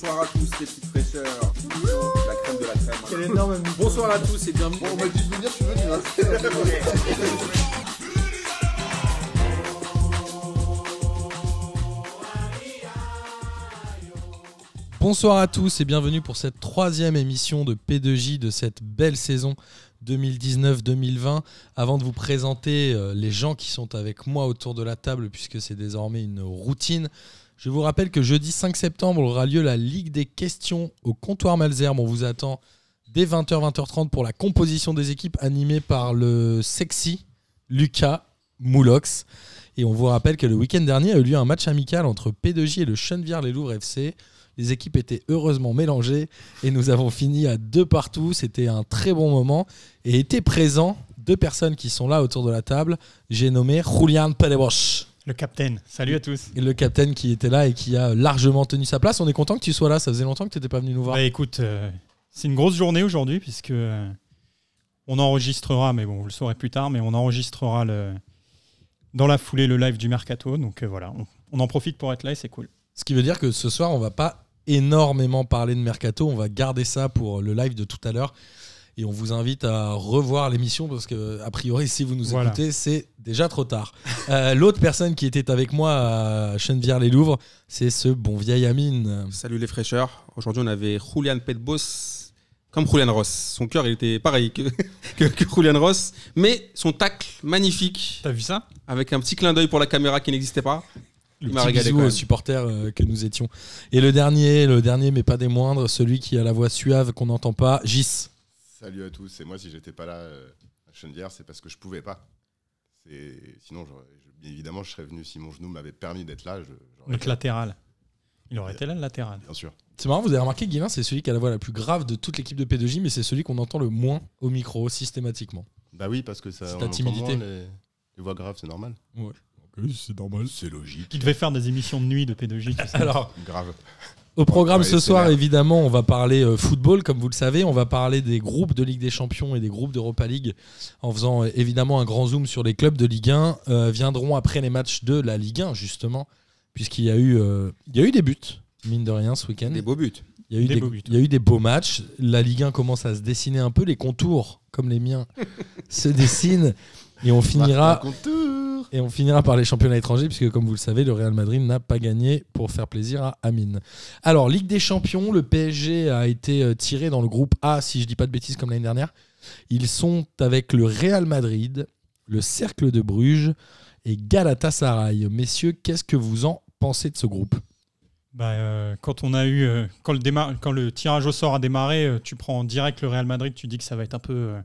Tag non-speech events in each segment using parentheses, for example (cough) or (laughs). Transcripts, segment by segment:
Bonsoir à tous les petites fraîcheurs. La crème de la crème. Quel énorme Bonsoir à tous et bienvenue. Bon, on m'a dit de venir, je suis venu. Hein. Bonsoir à tous et bienvenue pour cette troisième émission de P2J de cette belle saison 2019-2020. Avant de vous présenter euh, les gens qui sont avec moi autour de la table, puisque c'est désormais une routine, je vous rappelle que jeudi 5 septembre aura lieu la Ligue des questions au comptoir Malzerbe. On vous attend dès 20h-20h30 pour la composition des équipes animée par le sexy Lucas Moulox. Et on vous rappelle que le week-end dernier a eu lieu un match amical entre P2J et le Chenevière-les-Louvres FC. Les équipes étaient heureusement mélangées et nous avons fini à deux partout. C'était un très bon moment et étaient présents deux personnes qui sont là autour de la table. J'ai nommé Julian Pelebosch, Le capitaine. Salut à tous. le capitaine qui était là et qui a largement tenu sa place. On est content que tu sois là, ça faisait longtemps que tu n'étais pas venu nous voir. Bah écoute, euh, c'est une grosse journée aujourd'hui puisque euh, on enregistrera, mais bon, vous le saurez plus tard, mais on enregistrera le, dans la foulée le live du mercato. Donc euh, voilà, on, on en profite pour être là et c'est cool. Ce qui veut dire que ce soir, on va pas énormément parler de mercato. On va garder ça pour le live de tout à l'heure. Et on vous invite à revoir l'émission parce que, a priori, si vous nous Voilà. écoutez, c'est déjà trop tard. Euh, L'autre personne qui était avec moi à Chenevière-les-Louvres, c'est ce bon vieil Amine. Salut les fraîcheurs. Aujourd'hui, on avait Julian Petbos comme Julian Ross. Son cœur, il était pareil que, (laughs) que, que Julian Ross, mais son tacle magnifique T'as vu ça avec un petit clin d'œil pour la caméra qui n'existait pas. Le Il m'a petit régalé bisou quand aux même. supporters euh, que nous étions. Et le dernier, le dernier, mais pas des moindres, celui qui a la voix suave qu'on n'entend pas, Gis. Salut à tous. Et moi, si j'étais pas là euh, à Chenvière, c'est parce que je pouvais pas. C'est- Sinon, j'aurais- je- bien évidemment, je serais venu si mon genou m'avait permis d'être là. je- j'aurais- Notre latéral. Il aurait été là le latéral. Bien sûr. C'est marrant, vous avez remarqué, Guilain, c'est celui qui a la voix la plus grave de toute l'équipe de P2J, mais c'est celui qu'on entend le moins au micro systématiquement. Bah oui, parce que ça. C'est on ta entend timidité. moins Les... les voix graves, c'est normal. c'est normal. C'est logique. Il devait faire des émissions de nuit de P2J. tu sais. Alors, Grave. au programme Ouais, ce c'est soir, l'air. évidemment, on va parler euh, football, comme vous le savez. On va parler des groupes de Ligue des Champions et des groupes d'Europa League, en faisant euh, évidemment un grand zoom sur les clubs de Ligue 1. euh, viendront après les matchs de la Ligue 1, justement, puisqu'il y, a eu, euh, il y a eu des buts, mine de rien, ce week-end. Des beaux buts. Il y, a eu Des des, beaux buts. il y a eu des beaux matchs. La Ligue 1 commence à se dessiner un peu. Les contours, comme les miens, (laughs) se dessinent. Et on finira, Martin Contour. et on finira par les championnats étrangers, puisque comme vous le savez, le Real Madrid n'a pas gagné pour faire plaisir à Amine. Alors, Ligue des Champions, le PSG a été euh, tiré dans le groupe A, si je dis pas de bêtises comme l'année dernière. Ils sont avec le Real Madrid, le Cercle de Bruges et Galatasaray. Messieurs, qu'est-ce que vous en pensez de ce groupe Bah, euh, quand on a eu, euh, quand le déma- quand le tirage au sort a démarré, euh, tu prends en direct le Real Madrid, tu dis que ça va être un peu euh,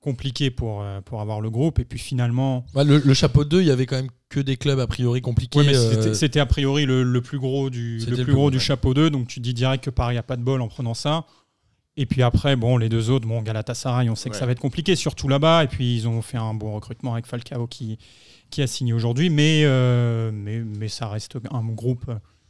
compliqué pour euh, pour avoir le groupe, et puis finalement, Ouais, Bah, le, le chapeau 2, il y avait quand même que des clubs a priori compliqués. Ouais, mais euh, c'était- c'était a priori le, le plus gros du, C'était le le plus plus gros gros, du ouais. chapeau 2, donc tu dis direct que Paris a pas de bol en prenant ça. Et puis après, bon, les deux autres, bon, Galatasaray, on sait que Ouais. ça va être compliqué, surtout là-bas. Et puis ils ont fait un bon recrutement avec Falcao qui, qui a signé aujourd'hui, mais, euh, mais, mais ça reste un groupe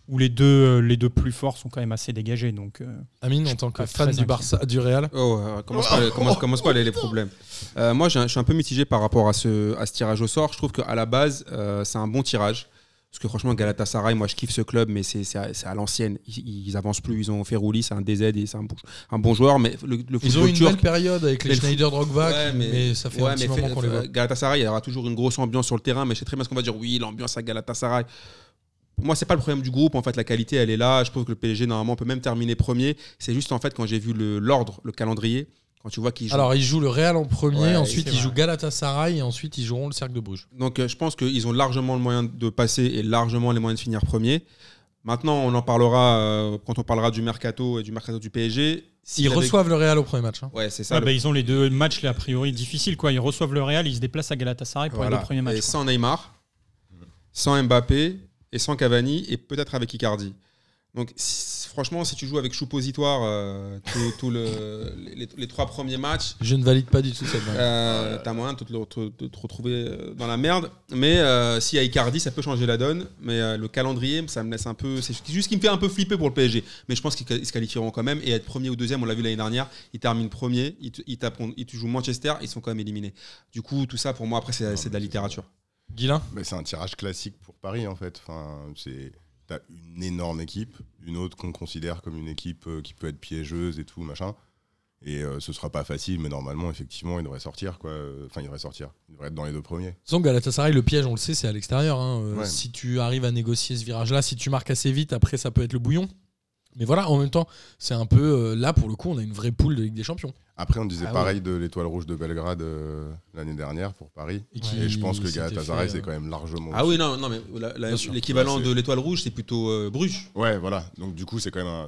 où les deux, les deux plus forts sont quand même assez dégagés. Donc, euh, Amine, Je en suis tant que pas fan très du inquiet. Barça, du Real, Oh, euh, commence pas, commence- commence pas les, les problèmes. Euh, moi, j'ai un- je suis un peu mitigé par rapport à ce, à ce tirage au sort. Je trouve qu'à la base, euh, c'est un bon tirage. Parce que franchement, Galatasaray, moi, je kiffe ce club, mais c'est c'est à, c'est à l'ancienne. Ils, ils avancent plus. Ils ont fait roulis, c'est un DZ et c'est un bon, un bon joueur. Mais le, le ils ont football eu une turc, belle période avec les Mais le Schneider Drogba, Ouais, qui- mais, ça fait ouais, un petit mais moment fait- euh, qu'on les voit. Galatasaray, il y aura toujours une grosse ambiance sur le terrain, mais je sais très bien ce qu'on va dire. Oui, l'ambiance à Galatasaray. Pour moi, c'est pas le problème du groupe. En fait, la qualité, elle est là. Je trouve que le PSG, normalement, peut même terminer premier. C'est juste, en fait, quand j'ai vu le- l'ordre, le, calendrier, quand tu vois qu'ils jouent. Alors, ils jouent le Real en premier, Ouais, ensuite c'est ils vrai. jouent Galatasaray et ensuite ils joueront le Cercle de Bruges. Donc, euh, je pense qu'ils ont largement le moyen de passer et largement les moyens de finir premier. Maintenant, on en parlera euh, quand on parlera du mercato et du mercato du PSG. S'ils Ils avaient- reçoivent le Real au premier match. hein. Ouais, c'est ça. ouais, le- bah, ils ont les deux matchs, les a priori, difficiles. Quoi. Ils reçoivent le Real, ils se déplacent à Galatasaray pour Voilà. les deux premiers Et matchs. quoi. sans Neymar, sans Mbappé et sans Cavani et peut-être avec Icardi. Donc si- franchement, si tu joues avec Choupositoire euh, tout, tout le, les, les trois premiers matchs, Je ne valide pas du tout cette blague. euh, t'as moyen de te, le- te- de te retrouver euh, dans la merde. Mais euh, s'il y a Icardi, ça peut changer la donne. Mais euh, le calendrier, ça me laisse un peu. C'est juste ce qui me fait un peu flipper pour le PSG. Mais je pense qu'ils ils se qualifieront quand même. Et être premier ou deuxième, on l'a vu l'année dernière, ils terminent premier, ils, te- ils, tapent- ils te jouent Manchester, ils sont quand même éliminés. Du coup, tout ça pour moi, après, c'est mais c'est de la c'est- littérature. Guilain Mais c'est un tirage classique pour Paris en fait. Enfin, c'est tu as une énorme équipe, une autre qu'on considère comme une équipe euh, qui peut être piégeuse et tout, machin. Et euh, ce sera pas facile, mais normalement, effectivement, il devrait sortir, quoi. Enfin, il devrait sortir. Il devrait être dans les deux premiers. Sans Galatasaray, le piège, on le sait, c'est à l'extérieur. hein. Euh, Ouais. Si tu arrives à négocier ce virage-là, si tu marques assez vite, après, ça peut être le bouillon. Mais voilà, en même temps, c'est un peu. euh, là, pour le coup, on a une vraie poule de Ligue des Champions. Après, on disait Ah pareil de l'étoile rouge de Belgrade euh, l'année dernière pour Paris. Et, Et je pense que s'était Galatasaray, fait, c'est quand même largement. Ah oui, non, non mais la- la- Bien sûr. Bah, l'équivalent Là, c'est- de l'étoile rouge, c'est plutôt euh, Bruges. Ouais, voilà. Donc, du coup, c'est quand même un,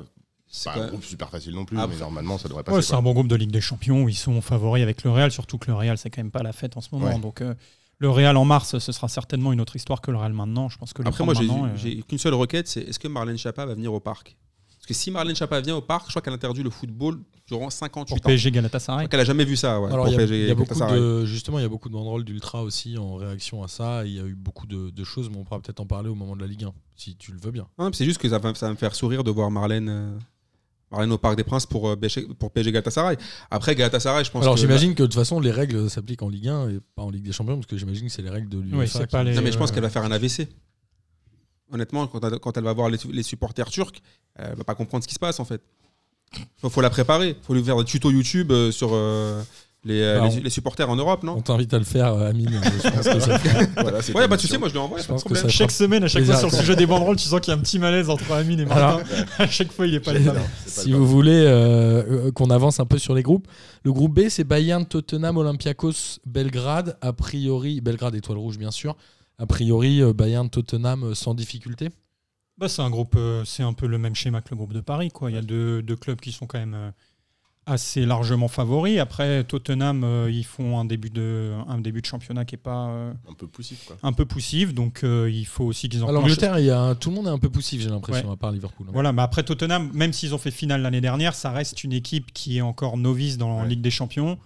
C'est Bah, pas quand un même- groupe super facile non plus, Ah, mais bah- normalement, ça devrait Ouais, passer. c'est quoi. un bon groupe de Ligue des Champions. Ils sont favoris avec le Real, surtout que le Real, c'est quand même pas la fête en ce moment. Ouais. Donc, euh, le Real en mars, ce sera certainement une autre histoire que le Real maintenant. Je pense que le Après, moi, prendre j'ai maintenant, euh, j'ai qu'une seule requête, c'est est-ce que Marlène Chapa va venir au parc Parce que si Marlène Chapa vient au parc, je crois qu'elle interdit le football durant 58 ans. euh, pour Je PSG Galatasaray. crois qu'elle a jamais vu ça. ouais, Alors, pour il y a, PSG, il y a beaucoup Galatasaray. de, justement, il y a beaucoup de banderoles d'ultra aussi en réaction à ça. Il y a eu beaucoup de, de choses, mais on pourra peut-être en parler au moment de la Ligue 1, si tu le veux bien. Non, mais c'est juste que ça va, ça va me faire sourire de voir Marlène, euh, Marlène au Parc des Princes pour, euh, PSG pour PSG Galatasaray. Après, Galatasaray, je pense Alors, que- j'imagine que de toute façon, les règles s'appliquent en Ligue 1 et pas en Ligue des Champions, parce que j'imagine que c'est les règles de l'UEFA. Oui, c'est qui- pas les- Non, mais je euh, pense Ouais, qu'elle va faire un AVC. Honnêtement, quand elle, quand elle va voir les, les supporters turcs, elle va pas comprendre ce qui se passe en fait. Faut, faut la préparer. Faut lui faire des tutos YouTube euh, sur euh, les, euh, Bah, les- on- les supporters en Europe, non On t'invite à le faire, euh, Amine. Je (laughs) pense que ça fera- Voilà, c'est Ouais, ta bah tu sais, mission. moi je lui envoie. je y a pas de pense que problème. ça fera- Chaque semaine, à chaque fois Plaisir, sur le quoi. sujet des banderoles, tu sens qu'il y a un petit malaise entre Amine et Martin. (laughs) à chaque fois, il est pas le J'ai- même. Non, c'est pas Si le vous voulez euh, euh, qu'on avance un peu sur les groupes, le groupe B, c'est Bayern, Tottenham, Olympiakos, Belgrade. A priori, Belgrade, Étoile Rouge, bien sûr. A priori, euh, Bayern, Tottenham, euh, sans difficulté. Bah, c'est un groupe, euh, c'est un peu le même schéma que le groupe de Paris. Quoi. Il y a deux, deux clubs qui sont quand même euh, assez largement favoris. Après, Tottenham, euh, ils font un début de, un début de championnat qui est pas euh, un peu poussif, quoi. un peu poussif, donc euh, il faut aussi qu'ils À enclenchent. l'Angleterre, il y a un- tout le monde est un peu poussif, j'ai l'impression, à part Liverpool. hein. Voilà, mais après Tottenham, même s'ils ont fait finale l'année dernière, ça reste une équipe qui est encore novice dans la Ouais. Ligue des Champions.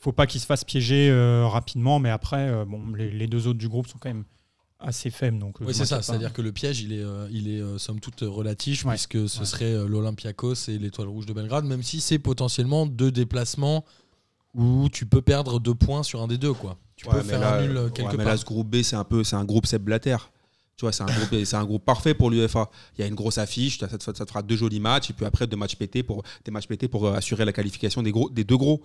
Faut pas qu'ils se fassent piéger euh, rapidement, mais après, euh, bon, les, les deux autres du groupe sont quand même assez faibles. Donc, euh, Oui, je c'est m'inquiète ça. pas. C'est-à-dire que le piège, il est, euh, il est euh, somme toute euh, relatif, Ouais. puisque ce Ouais. serait euh, l'Olympiakos et l'Étoile Rouge de Belgrade, même si c'est potentiellement deux déplacements où tu peux perdre deux points sur un des deux, quoi. Tu Ouais, peux mais faire là, un nul euh, euh, ouais, quelque mais part. là, ce groupe B, c'est un peu, c'est un groupe Seb Blatter. Tu vois, c'est un groupe, c'est un groupe parfait pour l'UEFA. Il y a une grosse affiche, ça, te- ça te fera deux jolis matchs, et puis après deux matchs pétés pour des matchs pétés pour euh, assurer la qualification des gros, des deux gros.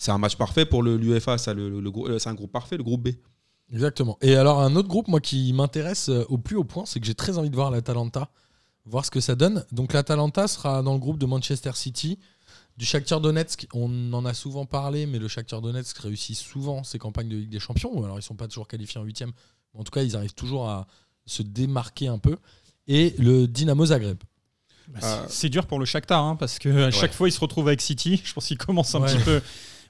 C'est un match parfait pour le- l'UEFA, ça, le, le- le gros- euh, c'est un groupe parfait, le groupe B. Exactement. Et alors, un autre groupe, moi, qui m'intéresse euh, au plus haut point, c'est que j'ai très envie de voir l'Atalanta, voir ce que ça donne. Donc, l'Atalanta sera dans le groupe de Manchester City, du Shakhtar Donetsk. On en a souvent parlé, mais le Shakhtar Donetsk réussit souvent ses campagnes de Ligue des Champions. Alors, ils sont pas toujours qualifiés en huitième. En tout cas, ils arrivent toujours à se démarquer un peu. Et le Dynamo Zagreb. Bah, c'est- Euh, C'est dur pour le Shakhtar, hein, parce que à chaque fois, ils se retrouvent avec City. (laughs) Je pense qu'ils commencent un Ouais. petit peu.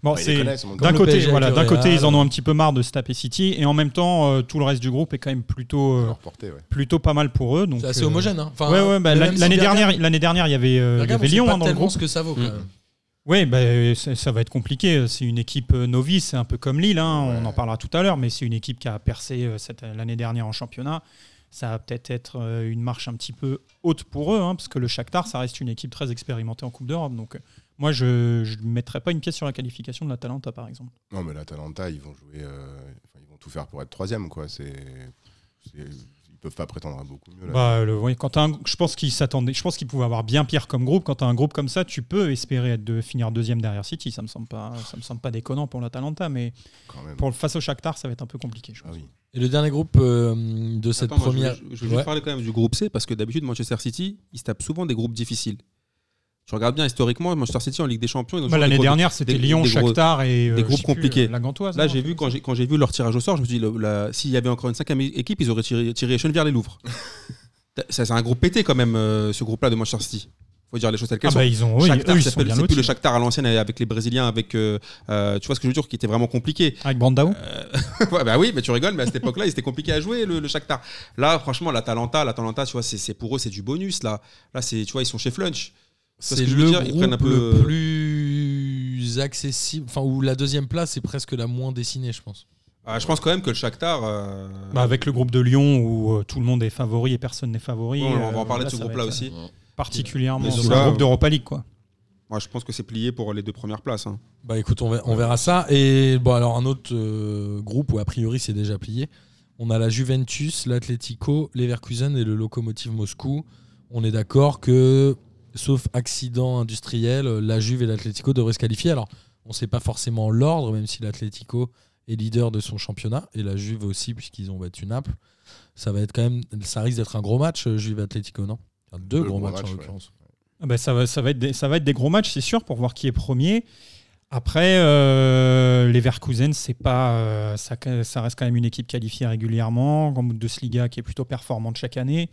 Bon, Bah, ils les c'est connaissent, mon gars. d'un le côté, PSG voilà, avec d'un le côté, Real. ils en ont un petit peu marre de se taper City, et en même temps, euh, tout le reste du groupe est quand même plutôt, euh, Leur portée, ouais. plutôt pas mal pour eux. donc, C'est assez euh, homogène. hein. Enfin, Ouais, ouais, bah, même l'année si l'année Bergame- dernière, l'année dernière, il y avait, euh, il y Bergame, on avait sait Lyon pas hein, dans le tellement groupe. ce que ça vaut. quand Mm. même. Oui, bah, ça, ça va être compliqué. C'est une équipe euh, novice, c'est un peu comme Lille, hein, on Ouais. en parlera tout à l'heure, mais c'est une équipe qui a percé euh, cette- l'année dernière en championnat. Ça va peut-être être euh, une marche un petit peu haute pour eux, hein, parce que le Shakhtar, ça reste une équipe très expérimentée en Coupe d'Europe. Donc euh, moi, je ne mettrais pas une pièce sur la qualification de l'Atalanta, par exemple. Non, mais l'Atalanta, ils vont jouer. euh, enfin, ils vont tout faire pour être troisième, quoi. C'est. c'est- Ils peuvent pas prétendre à beaucoup mieux, là. Bah, le- oui, quand t'as un- je pense qu'ils s'attendaient, je pense qu'ils pouvaient avoir bien pire comme groupe. Quand tu as un groupe comme ça, tu peux espérer être de finir deuxième derrière City. Ça me semble pas, ça me semble pas déconnant pour l'Atalanta, mais quand même. pour le face au Shakhtar, ça va être un peu compliqué. Je Ah pense. oui. Et le dernier groupe euh, de cette Attends, moi, je voulais- première. je, je voulais Ouais. parler quand même du groupe C parce que d'habitude Manchester City, ils se tapent souvent des groupes difficiles. Je regarde bien historiquement, Manchester City en Ligue des Champions. ils ont toujours Bah, des L'année groupes- dernière, c'était des- Lyon, des gros- Shakhtar et euh, des je groupes sais plus, compliqués. euh, la Gantoise. Là, non j'ai vu quand j'ai quand j'ai vu leur tirage au sort, je me suis dit, le- la- s'il y avait encore une cinquième équipe, ils auraient tiré, tiré (laughs) Eschenvier-les-Louvres. Ça, c'est un groupe pété quand même, euh, ce groupe-là de Manchester City. Faut dire les choses telles Ah qu'elles bah, sont. ils ont, oui, Shakhtar, eux, ils c'est sont bien c'est plus le lotis. Shakhtar à l'ancienne avec les Brésiliens, avec euh, euh, tu vois ce que je veux dire, qui était vraiment compliqué. Avec Brandao. Ouais, bah oui, mais tu rigoles, mais à cette époque-là, c'était compliqué à jouer le, le Shakhtar. Là, franchement, l'Atalanta, l'Atalanta, tu vois, c'est c'est- pour eux, c'est du bonus là. Là, c'est tu vois, ils sont chez Flunch. vois ce C'est que je veux le dire Ils groupe prennent un peu- le plus accessible, enfin où la deuxième place est presque la moins dessinée, je pense. Ah, je pense quand même que le Shakhtar. euh, Bah, avec le groupe de Lyon où euh, tout le monde est favori et personne n'est favori. ouais, on va euh, en parler de ce ça va groupe-là être, aussi. euh, Particulièrement, Mais c'est celui-là, un groupe euh, d'Europa League quoi. Moi, je pense que c'est plié pour les deux premières places. hein. Bah écoute, on, ver- on verra ça. Et bon, alors un autre euh, groupe où a priori c'est déjà plié. On a la Juventus, l'Atlético, l'Everkusen et le Lokomotiv Moscou. On est d'accord que, sauf accident industriel, la Juve et l'Atlético devraient se qualifier. Alors, on ne sait pas forcément l'ordre, même si l'Atlético est leader de son championnat, et la Juve aussi, puisqu'ils ont battu Naples. Ça va être quand même, ça risque d'être un gros match, euh, Juve-Atlético, non Enfin, deux, Deux gros, gros matchs, matchs, en ouais. l'occurrence. Ah bah, ça, va, ça, va être des, ça va être des gros matchs, c'est sûr, pour voir qui est premier. Après, euh, les Verkusen, c'est pas, euh, ça, ca- ça reste quand même une équipe qualifiée régulièrement, comme Bundesliga qui est plutôt performante chaque année.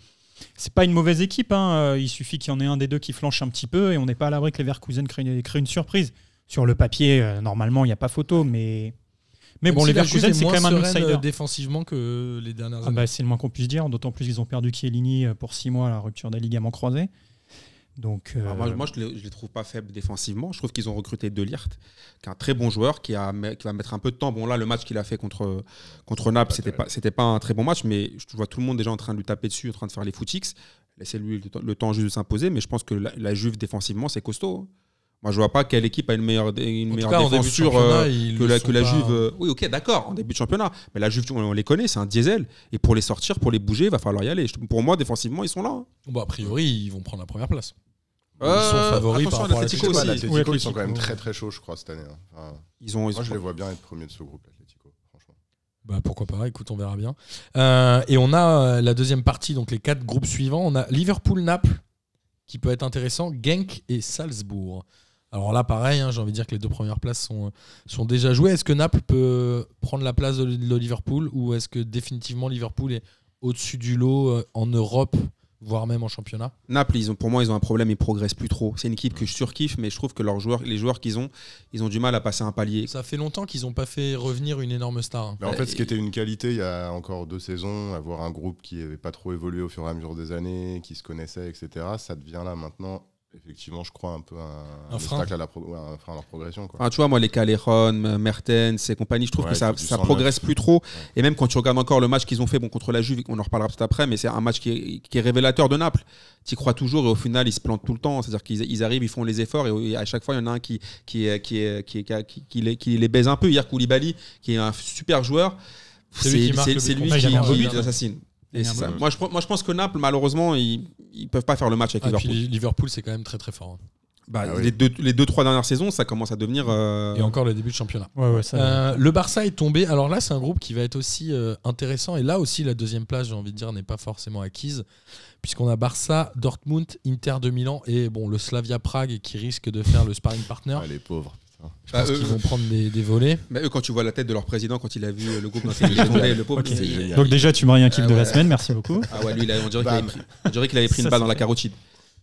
C'est pas une mauvaise équipe, hein, euh, il suffit qu'il y en ait un des deux qui flanche un petit peu et on n'est pas à l'abri que les Verkusen créent une, créent une surprise. Sur le papier, euh, normalement, il n'y a pas photo, mais, mais Même bon, si les la Juve Verkusen, est c'est quand moins même un sereine, euh, outsider. défensivement que les dernières Ah années. bah, c'est le moins qu'on puisse dire, d'autant plus qu'ils ont perdu Chiellini euh, pour six mois à la rupture des ligaments croisés. Donc, euh, Alors Ah, moi, moi, je ne les, je les trouve pas faibles défensivement. Je trouve qu'ils ont recruté Delirte, qui est un très bon joueur, qui, a, qui va mettre un peu de temps. Bon, là, le match qu'il a fait contre, contre Naples, c'était pas, c'était pas un très bon match, mais je vois tout le monde déjà en train de lui taper dessus, en train de faire les footix. Laissez-lui le, temps- le temps juste de s'imposer, mais je pense que la, la Juve, défensivement, c'est costaud. hein. Moi, je vois pas quelle équipe a une meilleure, dé- une En tout meilleure cas, en défense début de sur, championnat, euh, ils que le la, sont que la pas. Juve. euh, oui, ok, d'accord, en début de championnat. Mais la Juve, on, on les connaît, c'est un diesel. Et pour les sortir, pour les bouger, il va falloir y aller. Je- Pour moi, défensivement, ils sont là. hein. Bon, a priori, ils vont prendre la première place. Ils Euh, sont favoris par attention à rapport à l'Atlético Je sais pas, aussi. Oui, L'Atlético, ils sont Atlético. quand même très très chauds, je crois, cette année. hein. Enfin, Ils ont, ils moi, ont- je les vois bien être premiers de ce groupe, l'Atlético, franchement. Bah, pourquoi pas, écoute, on verra bien. Euh, et on a euh, la deuxième partie, donc les quatre groupes suivants. On a Liverpool-Naples, qui peut être intéressant, Genk et Salzbourg. Alors là, pareil, hein, j'ai envie de dire que les deux premières places sont, euh, sont déjà jouées. Est-ce que Naples peut prendre la place de, de Liverpool ou est-ce que définitivement Liverpool est au-dessus du lot euh, en Europe, voire même en championnat Naples, ils ont, pour moi, ils ont un problème, ils progressent plus trop. C'est une équipe que je surkiffe, mais je trouve que leurs joueurs, les joueurs qu'ils ont, ils ont du mal à passer un palier. Ça fait longtemps qu'ils n'ont pas fait revenir une énorme star. hein. Mais en Ouais, fait, ce et- qui était une qualité il y a encore deux saisons, avoir un groupe qui n'avait pas trop évolué au fur et à mesure des années, qui se connaissait, etc., ça devient là maintenant, effectivement, je crois, un peu un, Un frein. obstacle à, la pro- ouais, un frein à leur progression. Quoi. Enfin, tu vois, moi, les Caléron, Mertens et compagnie, je trouve Ouais, que ça, c'est du ça 109. progresse plus trop. Et même quand tu regardes encore le match qu'ils ont fait bon, contre la Juve, on en reparlera peut-être après, mais c'est un match qui est, qui est révélateur de Naples. Tu y crois toujours et au final, ils se plantent tout le temps. C'est-à-dire qu'ils ils arrivent, ils font les efforts et à chaque fois, il y en a un qui, qui, est- qui, est- qui, est- qui a- qui- qui les, qui les baise un peu. Hier, Koulibaly, qui est un super joueur, C'est lui qui marque le c'est but lui contre qui Bayern. rebute, Ouais. les assassine. Et Bayern. c'est ça. Moi, je, pense- moi, je pense que Naples, malheureusement, ils ne peuvent pas faire le match avec Ah, et puis Liverpool. Liverpool, c'est quand même très très fort. hein. Bah, Ah oui. les, deux, les deux, trois dernières saisons, ça commence à devenir. euh, Et encore le début de championnat. ouais, ouais, ça- Euh, le Barça est tombé. Alors là, c'est un groupe qui va être aussi euh, intéressant. Et là aussi, la deuxième place, j'ai envie de dire, n'est pas forcément acquise. Puisqu'on a Barça, Dortmund, Inter de Milan et bon, le Slavia Prague qui risque de faire le sparring partner. Ah, les pauvres. putain. Je Bah, pense eux- qu'ils vont prendre des, des volets. Mais eux, quand tu vois la tête de leur président, quand il a vu euh, le groupe dans lequel il est tombé, le pauvre. Ok. il- génial. Donc déjà, tu m'as rien kiff Euh, Ah de la ouais. semaine, (laughs) merci beaucoup. Ah ouais, lui, il a- on dirait qu'il Bam. avait pris, on dirait qu'il avait pris Ça, une balle c'est dans la fait. carotide.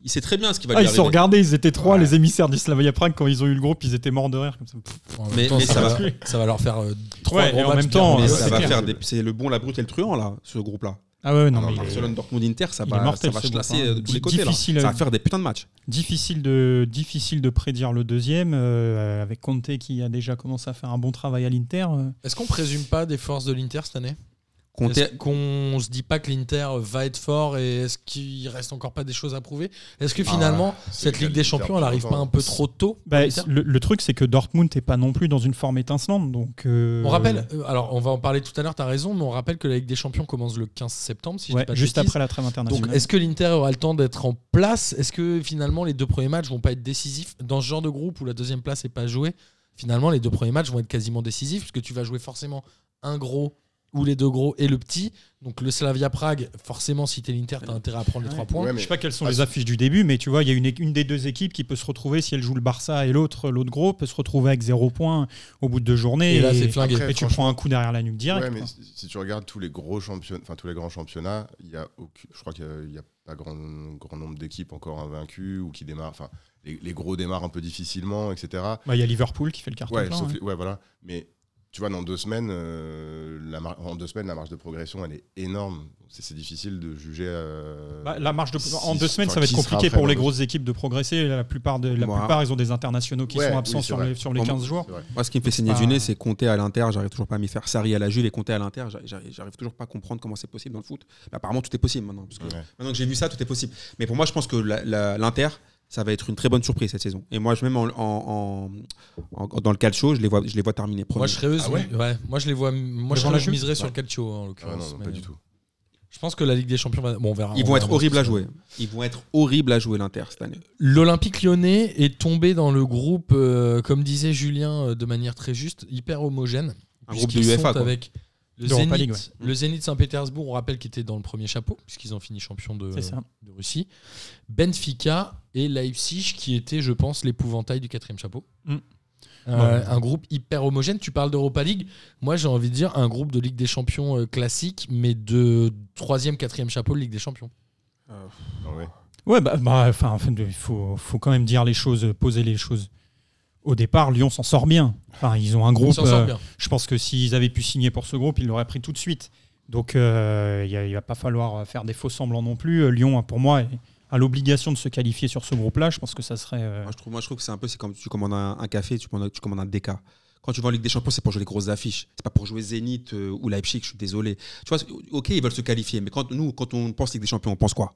Il sait très bien ce qui va Ah, lui ils se sont arriver. regardés, ils étaient trois, les émissaires du Slavia Prague, quand ils ont eu le groupe, ils étaient morts de rire. Comme ça. Pff, En même Mais- temps, mais ça, ça va, va. ça va leur faire euh, trois Ouais, gros et en matchs même bien temps, euh, Mais relevés. ça Ouais, hein, c'est va clair. faire des- c'est le bon, la brute et le truand là, ce groupe là. Ah ouais, non, Ah non, mais il est Barcelone, Dortmund, Inter, ça il va, est ça mortel, va ce se groupe, lasser hein. euh, de tous les côtés là. Difficile, Ça euh, va faire des putains de matchs. difficile, de, difficile de prédire le deuxième, euh, avec Conte qui a déjà commencé à faire un bon travail à l'Inter. euh. Est-ce qu'on présume pas des forces de l'Inter cette année Conte- Est-ce qu'on se dit pas que l'Inter va être fort et est-ce qu'il reste encore pas des choses à prouver Est-ce que Ah, finalement, c'est cette déjà Ligue des l'Inter Champions, elle depuis arrive pas longtemps. un peu trop tôt pour Bah, l'Inter le, le truc, c'est que Dortmund n'est pas non plus dans une forme étincelante. Donc, euh, On rappelle, euh, alors on va en parler tout à l'heure, t'as raison, mais on rappelle que la Ligue des Champions commence le 15 septembre, si je ouais, dis pas de juste bêtises. après la trêve internationale. Donc est-ce que l'Inter aura le temps d'être en place Est-ce que finalement les deux premiers matchs vont pas être décisifs Dans ce genre de groupe où la deuxième place n'est pas jouée, finalement les deux premiers matchs vont être quasiment décisifs, puisque tu vas jouer forcément un gros ou les deux gros et le petit. Donc le Slavia Prague, forcément si t'es l'Inter, t'as intérêt à prendre les Ouais. trois points. Ouais, Je mais sais pas quelles sont Ah, les c'est- affiches du début, mais tu vois, il y a une, é- une des deux équipes qui peut se retrouver, si elle joue le Barça et l'autre, l'autre gros, peut se retrouver avec zéro point au bout de deux journées. Et là, c'est flingué. Après, et tu franchement- prends un coup derrière la nuque direct. Ouais, mais quoi. si- si tu regardes tous les gros championnats, enfin tous les grands championnats, il y a aucune- je crois qu'il n'y a, pas grand, grand nombre d'équipes encore invaincues ou qui démarrent, enfin les, les gros démarrent un peu difficilement, etc. Bah, Il y a Liverpool qui fait le carton Ouais, plein, sauf hein. les- ouais, voilà. Mais tu vois, dans deux semaines, euh, la mar- en deux semaines, la marge de progression, elle est énorme. C'est c'est difficile de juger. euh, Bah, la marche de... si- en deux semaines, enfin, ça va être qui sera compliqué après pour les dans- grosses équipes de progresser. La plupart, de, la Moi. plupart ils ont des internationaux qui Ouais, sont absents oui, c'est sur, vrai. les, sur les Bon, 15 jours. C'est vrai. Moi, ce qui me fait C'est saigner pas- du nez, c'est compter à l'Inter. J'arrive toujours pas à m'y faire. Sarri à la Juve et compter à l'Inter. j'arrive- J'arrive j'arrive toujours pas à comprendre comment c'est possible dans Bah, le foot. Mais apparemment, tout est possible maintenant. Parce que Ouais. Maintenant que j'ai vu ça, tout est possible. Mais pour moi, je pense que la- la- l'Inter, ça va être une très bonne surprise cette saison. Et moi, je même en, en- en- en- dans le calcio, je les vois, je les vois terminer Moi premier. je serais heureux. Ah ouais ouais, moi je les vois. Moi je, Devant la je Juve miserais sur Ouais. le calcio en Ah l'occurrence. non, pas mais du tout. Je pense que la Ligue des Champions va. Bon, on verra. Ils on vont verra être ce horribles à que ça jouer. Ils vont être horribles à jouer l'Inter cette année. L'Olympique lyonnais est tombé dans le groupe, euh, comme disait Julien euh, de manière très juste, hyper homogène. Un groupe de puisqu'ils UEFA. sont quoi. Mm. avec le D'Europa Zénith, League, le Zénith Saint-Pétersbourg, on rappelle, qui était dans le premier chapeau, puisqu'ils ont fini champion euh, de, C'est ça. de Russie. Benfica et Leipzig, qui étaient, je pense, l'épouvantail du quatrième chapeau. Mm. Euh, Ouais. Un groupe hyper homogène. Tu parles d'Europa League. Moi, j'ai envie de dire un groupe de Ligue des Champions euh, classique, mais de troisième, quatrième chapeau de Ligue des Champions. Ah ouais. Ouais, bah, bah, enfin, en fait, il faut, faut quand même dire les choses, euh, poser les choses. Au départ, Lyon s'en sort bien. Enfin, ils ont un On groupe. s'en sort euh, bien. je pense que s'ils avaient pu signer pour ce groupe, ils l'auraient pris tout de suite. Donc, euh, il y a- il ne va pas falloir faire des faux semblants non plus. Euh, Lyon, pour moi, est- a l'obligation de se qualifier sur ce groupe-là. Je pense que ça serait. euh, Moi, je trouve, moi, je trouve que c'est un peu c'est comme tu commandes un, un café, tu commandes, tu commandes un DK. Quand tu vas en Ligue des Champions, c'est pour jouer les grosses affiches. C'est pas pour jouer Zénith euh, ou Leipzig, je suis désolé. Tu vois, c'est- ok, ils veulent se qualifier, mais quand nous, quand on pense Ligue des Champions, on pense quoi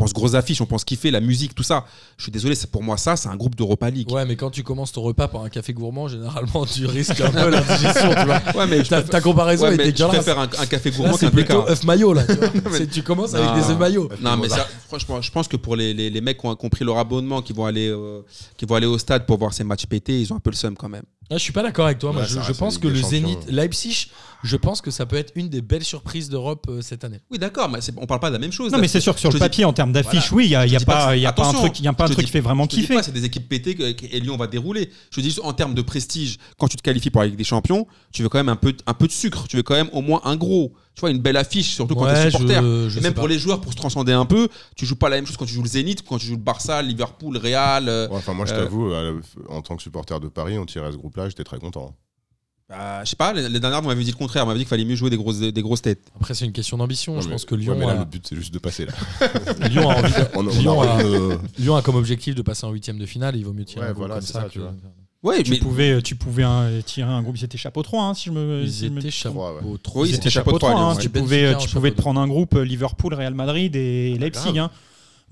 On pense grosses affiches, on pense kiffer, la musique, tout ça. Je suis désolé, c'est pour moi ça, c'est un groupe d'Europa League. Ouais, mais quand tu commences ton repas par un café gourmand, généralement, tu risques un peu l'indigestion. tu vois. Ouais, mais je Ta, préfère, ta comparaison ouais, mais est je dégueulasse. préfère un, un café Là, gourmand c'est qu'un plutôt DK. œuf maillot. Là, tu, vois. C'est- tu commences Non. avec des œufs maillots. Non, bah, mais ça, franchement, je pense que pour les, les, les mecs qui ont, qui ont pris leur abonnement, qui vont, aller, euh, qui vont aller au stade pour voir ces matchs pétés, ils ont un peu le seum quand même. Ah, je suis pas d'accord avec toi. Moi, Ouais, je, ça je reste la pense Ligue que des le Champions. Zénith Leipzig, je pense que ça peut être une des belles surprises d'Europe euh, cette année. Oui, d'accord, mais c'est- on parle pas de la même chose. Non, là. mais c'est sûr que sur je le te dis- papier, en termes d'affiches, oui, il n'y a, il y a Je dis pas pas que il y a pas un attention, truc, il y a pas un je te truc dis- qui fait vraiment Je te dis kiffer. pas, c'est des équipes pétées que- que- et Lyon va dérouler. Je te dis juste en termes de prestige, quand tu te qualifies pour la Ligue des Champions, tu veux quand même un peu, un peu de sucre. Tu veux quand même au moins un gros. Tu vois, une belle affiche, surtout quand tu es supporter. je, Et même pour les joueurs, pour se transcender un peu, tu joues pas la même chose quand tu joues le Zénith, quand tu joues le Barça, le Liverpool, le Real. euh, Ouais, enfin, moi, je Euh, t'avoue, à la- en tant que supporter de Paris, on tirait ce groupe-là, j'étais très content. hein. bah, je sais pas, les, les dernières, on m'avait dit le contraire. On m'avait dit qu'il fallait mieux jouer des grosses, des grosses têtes. Après, c'est une question d'ambition. Ouais, je mais- pense que ouais, Lyon, mais là, a- le but, c'est juste (laughs) de passer là. Lyon a envie (laughs) de- On, on Lyon a- a- euh, Lyon a comme objectif de passer en huitième de finale. Il vaut mieux tirer Ouais, un groupe voilà, comme c'est ça. ça, que- tu vois. Oui, Tu mais pouvais, tu pouvais euh, tirer un groupe, ils étaient chapeau 3, hein, si je me. Ils si je me- étaient chapeaux trois, ouais. au trois. Oui, Ils c'était étaient chapeau chapeaux trois, trois, Lyon, hein. ouais. bah, Tu Benfica pouvais, en tu chapeau pouvais deux. te prendre un groupe euh, Liverpool, Real Madrid Ah, et bah, Leipzig. grave. hein.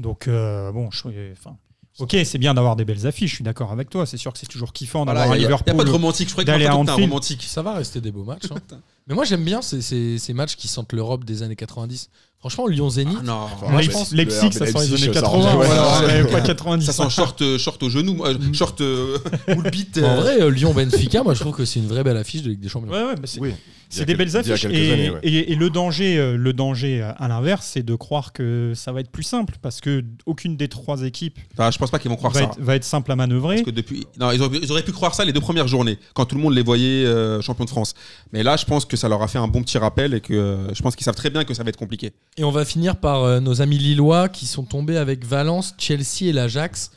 Donc, euh, bon, je, euh, enfin, ok, c'est bien d'avoir des belles affiches, je suis d'accord avec toi. C'est sûr que c'est toujours kiffant voilà, d'avoir un il y a- il y a, Liverpool. euh, pas de romantique. Je crois que d'aller quand à toi, t'es un Anfield. romantique. Ça va rester des beaux matchs. hein. Mais moi, j'aime bien ces, ces- ces matchs qui sentent l'europe des années 90. Franchement, Lyon-Zénith, Ah, non. Enfin, Leip- je pense- Leipzig, ça sent les le Leipzig, années ça 80, rend- ouais, ouais, ouais, ouais. pas 90. Ça sent short, euh, short au genou, euh, Mm. short euh, (laughs) boule bite, en euh, vrai, euh, Lyon-Benfica, moi, je trouve que c'est une vraie belle affiche de Ligue des Champions. Ouais, ouais, bah, c'est- Oui. Il y C'est a des quel- belles il y a affiches. quelques Et, années, ouais. et- et le danger, euh, le danger euh, à l'inverse, c'est de croire que ça va être plus simple parce que aucune des trois équipes Enfin, je pense pas qu'ils vont croire va ça. être, va être simple à manœuvrer. Parce que depuis, non, ils, auraient, ils auraient pu croire ça les deux premières journées, quand tout le monde les voyait euh, champions de France. Mais là, je pense que ça leur a fait un bon petit rappel et que euh, je pense qu'ils savent très bien que ça va être compliqué. Et on va finir par euh, nos amis lillois qui sont tombés avec Valence, Chelsea et l'Ajax.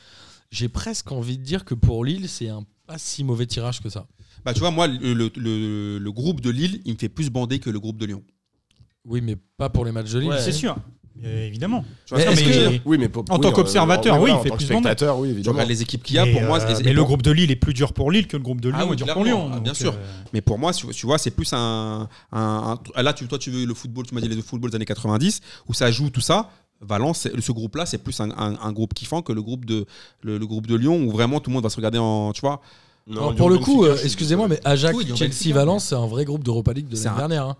J'ai presque envie de dire que pour Lille, c'est un pas si mauvais tirage que ça. Bah, tu vois, moi, le, le- le- le groupe de Lille, il me fait plus bander que le groupe de Lyon. Oui, mais pas pour les matchs de Lille. C'est sûr, Euh, évidemment. Tu vois, Mais ça, est-ce c'est- que- tu Oui, mais pour- En oui, tant qu'observateur, en- oui, en- il fait En tant que plus vendre. spectateur, oui, évidemment. regardes les équipes qu'il y a, Mais, pour moi, euh, c'est- mais et le pour- groupe de Lille est plus dur pour Lille que le groupe de Lyon Ah oui, est dur clairement. pour Lyon. Ah, donc, bien sûr. euh, mais pour moi, tu, tu vois, c'est plus un, un- un- Là, tu, toi, tu veux le football, tu m'as dit le football des années 90, où ça joue tout ça. Valence, c'est- ce groupe-là, c'est plus un, un- un groupe kiffant que le groupe, de, le, le groupe de Lyon, où vraiment tout le monde va se regarder en. Tu vois, Non, Alors, Lyon, pour le Benfica, coup, euh, je suis excusez-moi, mais Ajax, Oui, Lyon, Chelsea, Benfica, Valence, c'est un vrai groupe d'Europa League de C'est l'année un- dernière. hein.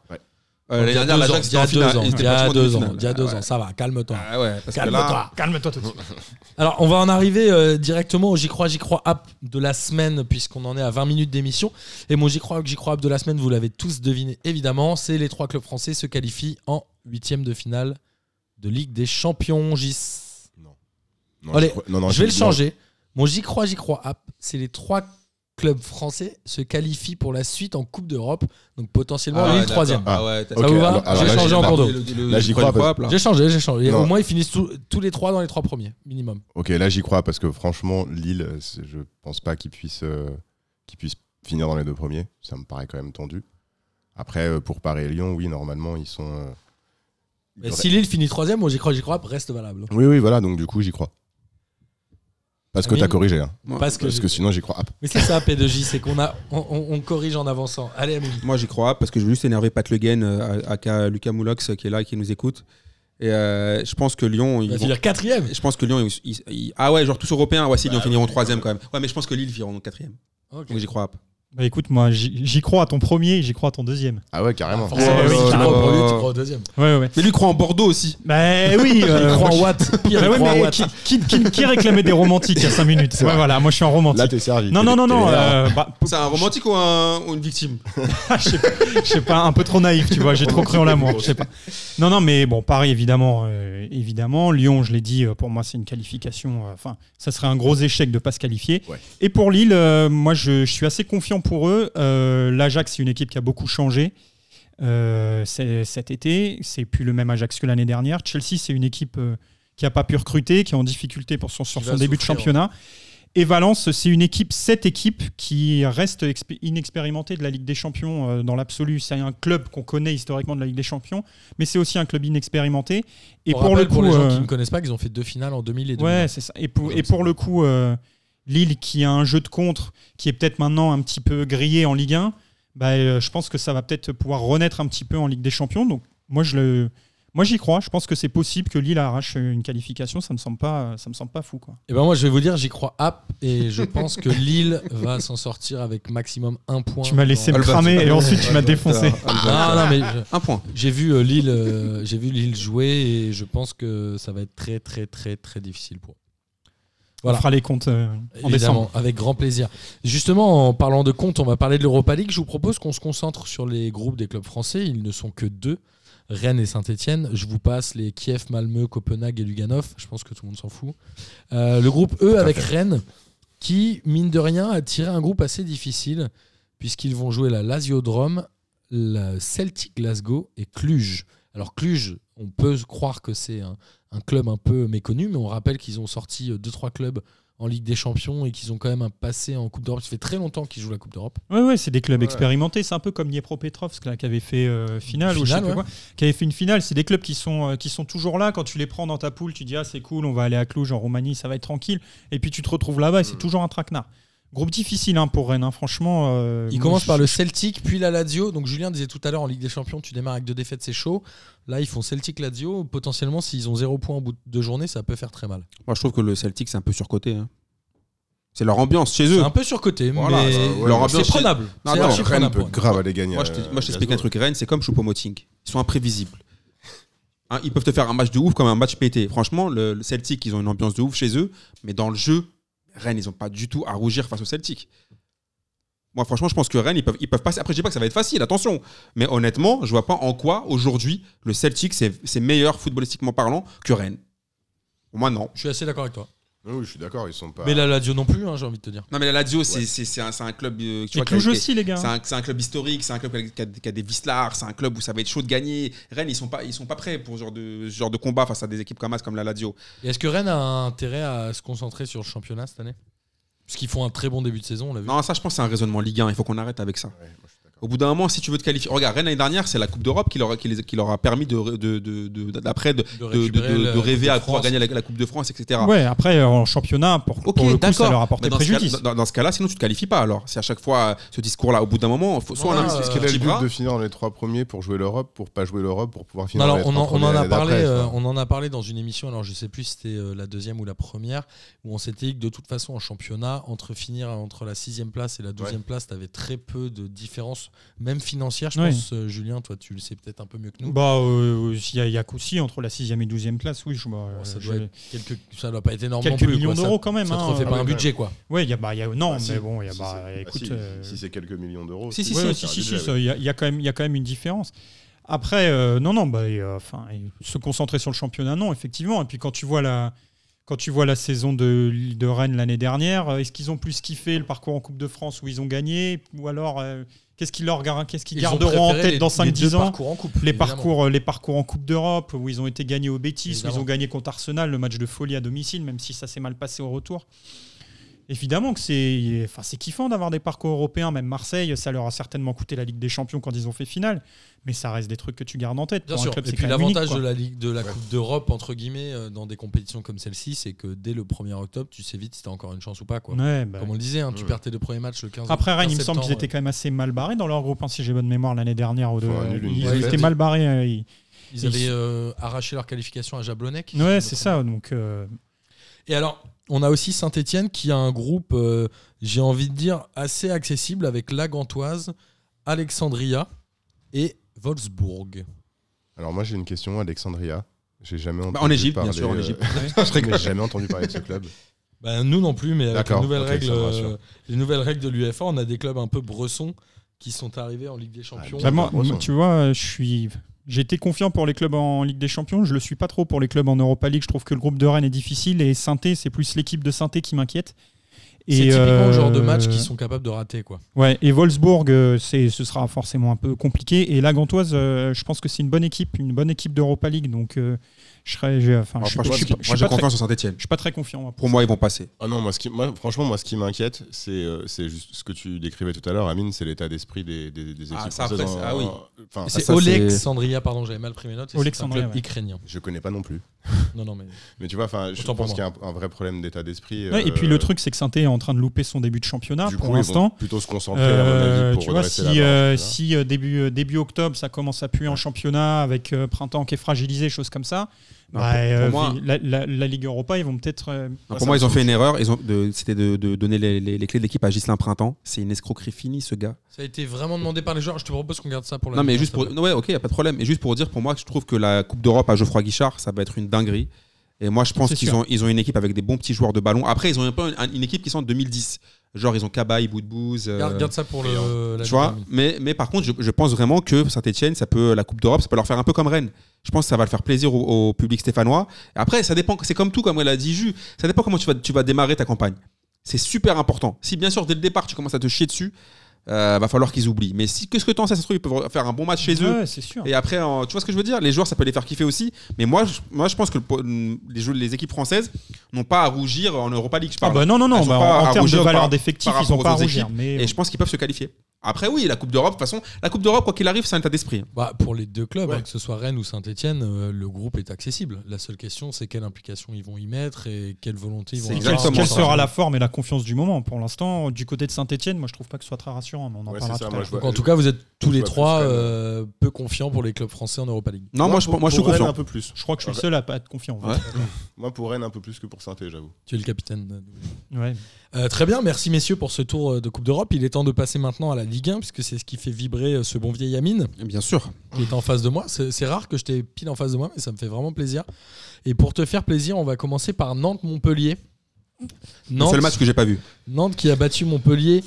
Euh, l'année il y a dernière, deux ans, l'Ajax, il y a était en finale, deux ans, ils étaient il y a pratiquement deux ans, demi-finale. il y a deux Ah ouais. ans, ça va, calme-toi. Ah ouais, parce que là, Calme-toi. Calme-toi tout de suite. Alors, on va en arriver euh, directement au J'y crois, J'y crois app de la semaine, puisqu'on en est à 20 minutes d'émission. Et mon J'y crois, J'y crois app de la semaine, vous l'avez tous deviné, évidemment, c'est les trois clubs français se qualifient en huitième de finale de Ligue des Champions. J'y- Non, Allez, je crois- non, non, Je vais le non, changer. Mon J'y crois, J'y crois app, c'est les trois clubs français se qualifient pour la suite en Coupe d'Europe, donc potentiellement Ah Lille ouais, troisième. d'accord. Ah ouais, t'as- Ça Ok, vous va alors- alors J'ai là, changé j'y- en cours pardon. d'eau. Le- Là, le j'y crois crois pas. pas, là. J'ai changé, j'ai changé. Et Non. Au moins, ils finissent tous- tous les trois dans les trois premiers, minimum. Ok, là j'y crois parce que franchement, Lille, c'est- je pense pas qu'ils puissent, euh, qu'ils puissent finir dans les deux premiers. Ça me paraît quand même tendu. Après, euh, pour Paris et Lyon, oui, normalement, ils sont. euh, Mais ils Bah, si Lille finit troisième, moi j'y crois, j'y crois, reste valable. auraient- Oui, oui, voilà, donc du coup, j'y crois. Parce que Amine t'as corrigé, hein. Parce que, parce que sinon, j'y crois. Ah, Mais c'est ça, P2J, c'est qu'on a, on, on- on corrige en avançant. Allez, Amine. Moi, j'y crois parce que je veux juste énerver Pat Le Guen, euh, aka Lucas Moulox, euh, qui est là et qui nous écoute. Et euh, je pense que Lyon. Il Ils va vont- finir quatrième. Je pense que Lyon. ils- ils- ils- Ah ouais, genre tous européens. Ouais, si, Bah Lyon finiront oui. troisième quand même. Ouais, mais je pense que Lille finiront quatrième. Ok. Donc j'y crois. pas. Bah écoute, moi j'y j'y crois à ton premier et j'y crois à ton deuxième. Ah ouais, carrément. Ah, forcément, Ouais, si oui, tu crois au carrément. premier, tu crois au deuxième. Ouais, ouais. Mais lui croit en Bordeaux aussi. Bah (laughs) oui, euh, il croit en moi, Watt. (laughs) Pire, je- il Bah ouais, croit en mais Watt. qui, qui- qui- qui réclamait des romantiques il y a 5 minutes Ouais, vrai. voilà, moi je suis un romantique. Là, t'es servi. non, T'es- non, non, t'es non, vénère. euh, bah, C'est un romantique ou, un- ou une (laughs) victime je sais pas, je sais pas, un peu trop naïf, tu vois, j'ai trop cru en l'amour, je sais pas. Non, non, mais bon, Paris, évidemment, euh, évidemment. Lyon, je l'ai dit, euh, pour moi, c'est une qualification. euh, Enfin, ça serait un gros échec de pas se qualifier. Ouais. Et pour Lille, euh, moi, je, je suis assez confiant pour eux. Euh, L'Ajax, c'est une équipe qui a beaucoup changé. euh, c'est- cet été, c'est plus le même Ajax que l'année dernière. Chelsea, c'est une équipe euh, qui a pas pu recruter, qui est en difficulté pour son, sur Qui son va début de souffrir. championnat. Et Valence, c'est une équipe, cette équipe qui reste expé- inexpérimentée de la Ligue des Champions euh, dans l'absolu. C'est un club qu'on connaît historiquement de la Ligue des Champions, mais c'est aussi un club inexpérimenté. Et On pour le rappelle coup, pour les gens qui euh, ne connaissent pas, qu'ils ont fait deux finales en 2000 et 2000. ouais, c'est ça. Et pour, Ouais, et c'est pour le coup, euh, Lille qui a un jeu de contre qui est peut-être maintenant un petit peu grillé en Ligue 1, bah, euh, je pense que ça va peut-être pouvoir renaître un petit peu en Ligue des Champions. Donc moi je le, moi j'y crois. Je pense que c'est possible que Lille arrache une qualification. Ça me semble pas, ça me semble pas fou quoi. Et ben moi, je vais vous dire, j'y crois app et je pense que Lille va s'en sortir avec maximum un point. Tu m'as laissé me Alba- cramer et Alba- ensuite tu m'as défoncé. Non, non, mais je- Un point. j'ai vu euh, Lille, euh, j'ai vu Lille jouer et je pense que ça va être très, très, très, très difficile pour. eux. Voilà. On fera les comptes euh, en décembre. Évidemment, avec grand plaisir. Justement, en parlant de compte, on va parler de l'Europa League. Je vous propose qu'on se concentre sur les groupes des clubs français. Ils ne sont que deux, Rennes et Saint-Etienne. Je vous passe les Kiev, Malmö, Copenhague et Luganov. Je pense que tout le monde s'en fout. Euh, le groupe E avec Rennes, qui, mine de rien, a tiré un groupe assez difficile, puisqu'ils vont jouer la Lasiodrome, la Celtic Glasgow et Cluj. Alors Cluj, on peut croire que c'est un, un club un peu méconnu, mais on rappelle qu'ils ont sorti 2-3 clubs en Ligue des Champions et qu'ils ont quand même un passé en Coupe d'Europe. Ça fait très longtemps qu'ils jouent la Coupe d'Europe. Ouais, ouais, c'est des clubs Ouais. expérimentés. C'est un peu comme Dniepropetrovsk là, qui avait fait euh, finale, ou je sais Finale, plus ouais. quoi, qui avait fait une finale. C'est des clubs qui sont euh, qui sont toujours là. Quand tu les prends dans ta poule, tu dis ah c'est cool, on va aller à Cluj en Roumanie, ça va être tranquille. Et puis tu te retrouves là-bas et Mm. c'est Mhm. toujours un traquenard. Groupe difficile hein, pour Rennes, hein, franchement. euh, Ils moi, commencent je- par le Celtic, puis la Lazio. Donc Julien disait tout à l'heure en Ligue des Champions, tu démarres avec deux défaites, c'est chaud. Là, ils font Celtic-Lazio. Potentiellement, s'ils ont zéro point au bout de deux journées, ça peut faire très mal. Moi, je trouve que le Celtic, c'est un peu surcoté. hein. C'est leur ambiance chez eux. C'est un peu surcoté, Voilà, mais euh, leur c'est ambiance chez- prenable. Non, C'est non, archi Rennes prenable peut pour eux. grave aller gagner. Moi, je te- euh, moi, je t'explique un Glasgow. truc. Rennes, c'est comme Choupo-Moting. Ils sont imprévisibles. Hein, ils peuvent te faire un match de ouf comme un match pété. Franchement, le, le Celtic, ils ont une ambiance de ouf chez eux, mais dans le jeu, Rennes, ils n'ont pas du tout à rougir face au Celtic. Moi, franchement, je pense que Rennes, ils peuvent, ils peuvent passer. Après, je dis pas que ça va être facile, attention. Mais honnêtement, je vois pas en quoi aujourd'hui le Celtic, c'est c'est meilleur footballistiquement parlant que Rennes. Pour moi, non. Je suis assez d'accord avec toi. Oui, oui, je suis d'accord, ils sont Bah. pas. Mais la Lazio non plus, hein, j'ai envie de te dire. Non, mais la Lazio, c'est- c'est c'est un, c'est un club. euh, tu Et vois, qui a Cluj été- aussi les gars. hein. C'est un, c'est un club historique, c'est un club qui a- qui a, qui a des Vislar, c'est un club où ça va être chaud de gagner. Rennes, ils sont pas, ils sont pas prêts pour ce genre de, ce genre de combat face à des équipes comme As, comme la Lazio. Et est-ce que Rennes a intérêt à se concentrer sur le championnat cette année Parce qu'ils font un très bon début de saison, on l'a vu. Non, ça, je pense, que c'est un raisonnement Ligue 1. Il faut qu'on arrête avec ça. Ouais, moi, je suis d'accord. Au bout d'un moment, si tu veux te qualifier. Regarde, Rennes l'année dernière, c'est la Coupe d'Europe qui leur, a- qui les- qui leur a permis de, de, de, de- d'après, de, de- de- récupérer de- la de rêver Coupe à de pouvoir France. gagner la, la Coupe de France, etc. Ouais, après euh, en championnat pour, Ok, pour le coup ça d'accord. leur a Mais porté dans, ce cas, préjudice. dans- dans ce cas-là, sinon tu te qualifies pas. Alors, c'est à chaque fois euh, ce discours-là. Au bout d'un moment, faut- soit Non, on non, a euh, un Quel est petit le bras. but de finir dans les trois premiers pour jouer l'Europe, pour pas jouer l'Europe, pour pouvoir Non, finir dans alors, les on, trois en, on premiers en a l'année parlé, d'après, euh, enfin. on en a parlé dans une émission. Alors, je sais plus si c'était euh, la deuxième ou la première, où on s'était dit que de toute façon, en championnat, entre finir entre la sixième place et la douzième place, tu avais très peu de différence, même financière. Je Oui. pense, euh, Julien, toi, tu le sais peut-être un peu mieux que nous. Bah, euh, il y a, il y a aussi entre la 6e et 12e classe, oui. Je, bah, Bon, Oh, ça, euh, doit je- être quelques- ça doit pas être énorme. Quelques non plus, millions quoi. Ça- d'euros quand même, Ça te hein. refait Ah pas oui, un quand budget, quoi. Ouais, il y a, bah, il y a- non, Bah, si. mais bon, il y a, Si, bah, c'est- bah, écoute. si, euh, si c'est quelques millions d'euros. Si, si, Ouais, si, ouais, c'est si, un si, si, budget, ça, il y, a- il y a quand même- il y a quand même une différence. Après, euh, non, non, bah, et, euh, enfin, et se concentrer sur le championnat, non, effectivement. Et puis quand tu vois la, quand tu vois la saison de, de Rennes l'année dernière, euh, est-ce qu'ils ont plus kiffé le parcours en Coupe de France où ils ont gagné Ou alors, euh, qu'est-ce qu'ils leur gar- qu'est-ce qu'ils Ils ont garderont en préféré tête les- dans les deux 5-10 ans parcours en coupe, les évidemment. parcours, euh, les parcours en Coupe d'Europe où ils ont été gagnés au Bétis, où ils Évidemment. ont gagné contre Arsenal, le match de folie à domicile, même si ça s'est mal passé au retour. Évidemment que c'est enfin, c'est kiffant d'avoir des parcours européens, même Marseille, ça leur a certainement coûté la Ligue des Champions quand ils ont fait finale, mais ça reste des trucs que tu gardes en tête. Bien Pour un sûr. club, et c'est puis quand même unique, l'avantage quoi. de la Ligue de la Ouais. Coupe d'Europe entre guillemets euh, dans des compétitions comme celle-ci, c'est que dès le 1er octobre, tu sais vite si t'as encore une chance ou pas quoi. Ouais, bah. Comme on le disait, hein, tu Ouais. perds tes deux premiers matchs le 15 Après Rennes, 15 il me semble qu'ils septembre, étaient quand même assez mal barrés dans leur groupe, hein, si j'ai bonne mémoire l'année dernière. Ou de- Faut un nul, une ils défaite. étaient mal barrés. euh, ils- Ils avaient euh, arraché leur qualification à Jablonec. si je me Ouais, c'est trompe. ça. Donc, euh, Et alors, on a aussi Saint-Etienne qui a un groupe, euh, j'ai envie de dire, assez accessible avec La Gantoise, Alexandria et Wolfsburg. Alors moi j'ai une question, Alexandria. J'ai jamais entendu Bah, en Égypte, parler, bien sûr, en euh, (laughs) Égypte. je rigole, j'ai jamais entendu parler de ce club. Ben, nous non plus, mais avec les D'accord, nouvelles, ok, règles, ça me rassure. euh, les nouvelles règles de l'UEFA, on a des clubs un peu bressons qui sont arrivés en Ligue des Champions. bah, on moi, va voir ça. tu vois, je suis. J'étais confiant pour les clubs en Ligue des Champions, je le suis pas trop pour les clubs en Europa League. Je trouve que le groupe de Rennes est difficile et saint c'est plus l'équipe de saint qui m'inquiète. c'est Et, typiquement le genre de euh, match qu'ils sont capables de rater. quoi. Ouais, et Wolfsburg, euh, c'est, ce sera forcément un peu compliqué. Et la Gantoise, euh, je pense que c'est une bonne équipe, une bonne équipe d'Europa League. Donc, euh, je serais. je- Enfin, Moi, je suis- franchement, je suis pas- moi, je suis j'ai pas très- confiance en Saint-Etienne. je suis pas très confiant. moi, pour- Pour moi, ils vont passer. Ah non, moi, ce qui, moi, franchement, moi, ce qui m'inquiète, c'est euh, c'est juste ce que tu décrivais tout à l'heure, Amine, c'est l'état d'esprit des, des, des équipes. Ah, ça, après, françaises c'est- ah oui. Enfin, c'est ça, c'est- Alexandria, pardon, j'avais mal pris mes notes. et C'est un Alexandria, club ouais. ukrainien. je connais pas non plus. Non, non, mais Mais tu vois, enfin, je Autant pour pense qu'il y a un, un vrai problème d'état d'esprit. Ouais, et euh, puis le truc, c'est que saint est en train de louper son début de championnat du coup, pour ils vont l'instant. plutôt se concentrer, à mon Euh, avis, pour tu vois, si, redresser la barre, euh, voilà. si euh, début, euh, début octobre, ça commence à puer en championnat avec euh, printemps qui est fragilisé, choses comme ça, Non, bah, pour- euh, pour moi- vi- la, la- la Ligue Europa, ils vont peut-être. euh, Non, Ah, pour ça moi, me ils ont fait une semble. erreur. Ils ont, de- c'était de, de donner les, les- les clés de l'équipe à Gislain Printemps. C'est une escroquerie finie, ce gars. ça a été vraiment demandé par les joueurs. Je te propose qu'on garde ça pour la non, mais mi-temps, juste ça pour. va. non, ouais, ok, y a pas de problème. Et juste pour dire, pour moi, je trouve que la Coupe d'Europe à Geoffroy Guichard, ça va être une dinguerie. Et moi, je pense C'est qu'ils sûr. ont, ils ont une équipe avec des bons petits joueurs de ballon. Après, ils ont un peu une, une équipe qui sent 2010. Genre, ils ont Cabaye, Boudbouz. euh, Garde, garde ça pour le, la Tu vois, mi-temps. mais, mais par contre, je, je pense vraiment que Saint-Etienne, ça peut, la Coupe d'Europe, ça peut leur faire un peu comme Rennes. Je pense que ça va le faire plaisir au, au public stéphanois. Après, ça dépend, c'est comme tout, comme elle a dit Ju, ça dépend comment tu vas, tu vas démarrer ta campagne. C'est super important. Si bien sûr, dès le départ, tu commences à te chier dessus, euh, va falloir qu'ils oublient. Mais si, que ce que t'en sais, ça se trouve, ils peuvent faire un bon match chez eux. ouais, c'est sûr. Et après, en- tu vois ce que je veux dire Les joueurs, ça peut les faire kiffer aussi. Mais moi, je, moi, je pense que le po- les, jeux- les équipes françaises n'ont pas à rougir en Europa League. Je Ah parle. bah non, non, Elles non, ont bah, pas en à termes de rougir par- valeur d'effectif, par ils n'ont rapport pas à aux autres rougir. équipes. Mais Et je pense qu'ils peuvent se qualifier. Après, oui, la Coupe d'Europe, de toute façon, la Coupe d'Europe, quoi qu'il arrive, c'est un état d'esprit. hein. Bah, pour les deux clubs, Ouais. hein, que ce soit Rennes ou Saint-Etienne, euh, le groupe est accessible. La seule question, c'est quelle implication ils vont y mettre et quelle volonté ils vont C'est avoir. Quelle, exactement quelle ça. sera la forme et la confiance du moment Pour l'instant, du côté de Saint-Etienne, moi je trouve pas que ce soit très rassurant, mais on en Ouais, parlera c'est tout ça, à moi, l'heure. je vois- Donc, en tout cas, vous êtes tous Je les vois plus trois Rennes. euh, peu confiants pour les clubs français en Europa League. Non, moi, je, pour- moi, je suis pour Rennes, confiant. un peu plus. Je crois que je suis Ouais. le seul à pas être confiant. en fait. Moi, pour Rennes, un peu plus que pour Saint-Étienne, j'avoue. Tu es le capitaine. Ouais. Euh, très bien, merci messieurs pour ce tour euh, de Coupe d'Europe. Il est temps de passer maintenant à la Ligue 1 puisque c'est ce qui fait vibrer euh, ce bon vieil Amine Bien sûr. qui est en face de moi. C'est c'est rare que je t'ai pile en face de moi, mais ça me fait vraiment plaisir. Et pour te faire plaisir, on va commencer par Nantes-Montpellier. C'est Nantes, le match que j'ai pas vu. Nantes qui a battu Montpellier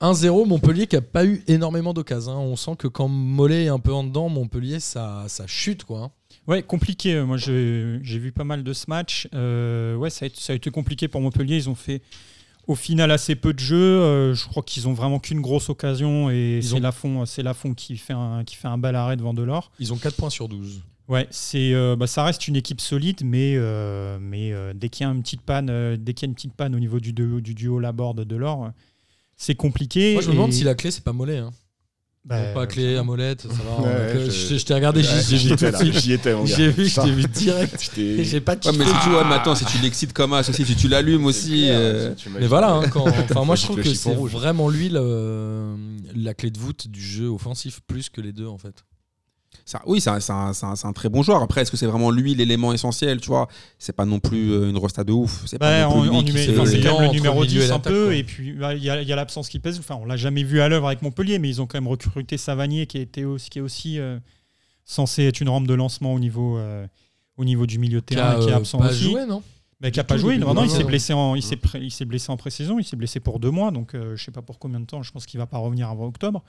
1-0. Montpellier qui a pas eu énormément d'occasions. hein. On sent que quand Mollet est un peu en dedans, Montpellier, ça, ça chute. quoi. hein. Ouais, compliqué. Moi, je- j'ai vu pas mal de ce match. Euh, ouais, ça a, été, ça a été compliqué pour Montpellier. Ils ont fait au final assez peu de jeux. Euh, je crois qu'ils ont vraiment qu'une grosse occasion et Ils c'est ont- Lafont, c'est Lafont qui fait un qui fait un bel arrêt devant Delors. Ils ont 4 points sur 12. Ouais, c'est euh, bah, ça reste une équipe solide, mais euh, mais euh, dès qu'il y a une petite panne, euh, dès qu'il y a une petite panne au niveau du, duo- du duo Laborde Delors, euh, c'est compliqué. Moi, je me demande Et- si la clé, c'est pas Mollet. hein. bah, pas clé à molette, ça va. Ouais, euh, que- je- je, je t'ai regardé, j'ai- j'ai vu tout de là, suite. j'y étais, mon gars. J'ai vu, je Putain, t'ai vu direct. je Et t'ai- J'ai pas Ouais, kiffé. mais si tu, ouais, mais attends, si tu l'excites comme as, si tu l'allumes aussi. clair, euh, tu- tu m'as Mais dit- voilà, hein, (laughs) quand- enfin, moi je J'ai trouve le que chiffon c'est rouge. vraiment lui le- la clé de voûte du jeu offensif, plus que les deux en fait. ça- oui, c'est un, c'est un- c'est un- c'est un très bon joueur. Après, est-ce que c'est vraiment lui l'élément essentiel Tu vois, c'est pas non plus euh, une resta de ouf. C'est pas Bah, non en, plus lui en qui numé- se- enfin, c'est quand même entre le numéro milieu et 10 un l'attaque, peu, quoi. et puis bah, il y a, il y a l'absence qui pèse. Enfin, on l'a jamais vu à l'œuvre avec Montpellier, mais ils ont quand même recruté Savanier, qui, était aussi, qui est aussi euh, censé être une rampe de lancement au niveau, euh, au niveau du milieu de terrain, et qui est euh, absent pas aussi. joué, non mais qui du n'a pas tout joué. depuis Non, non, le il s'est moment. blessé en, il s'est pré- il s'est blessé en pré-saison. Il s'est blessé pour deux mois, donc euh, je sais pas pour combien de temps. Je pense qu'il va pas revenir avant octobre.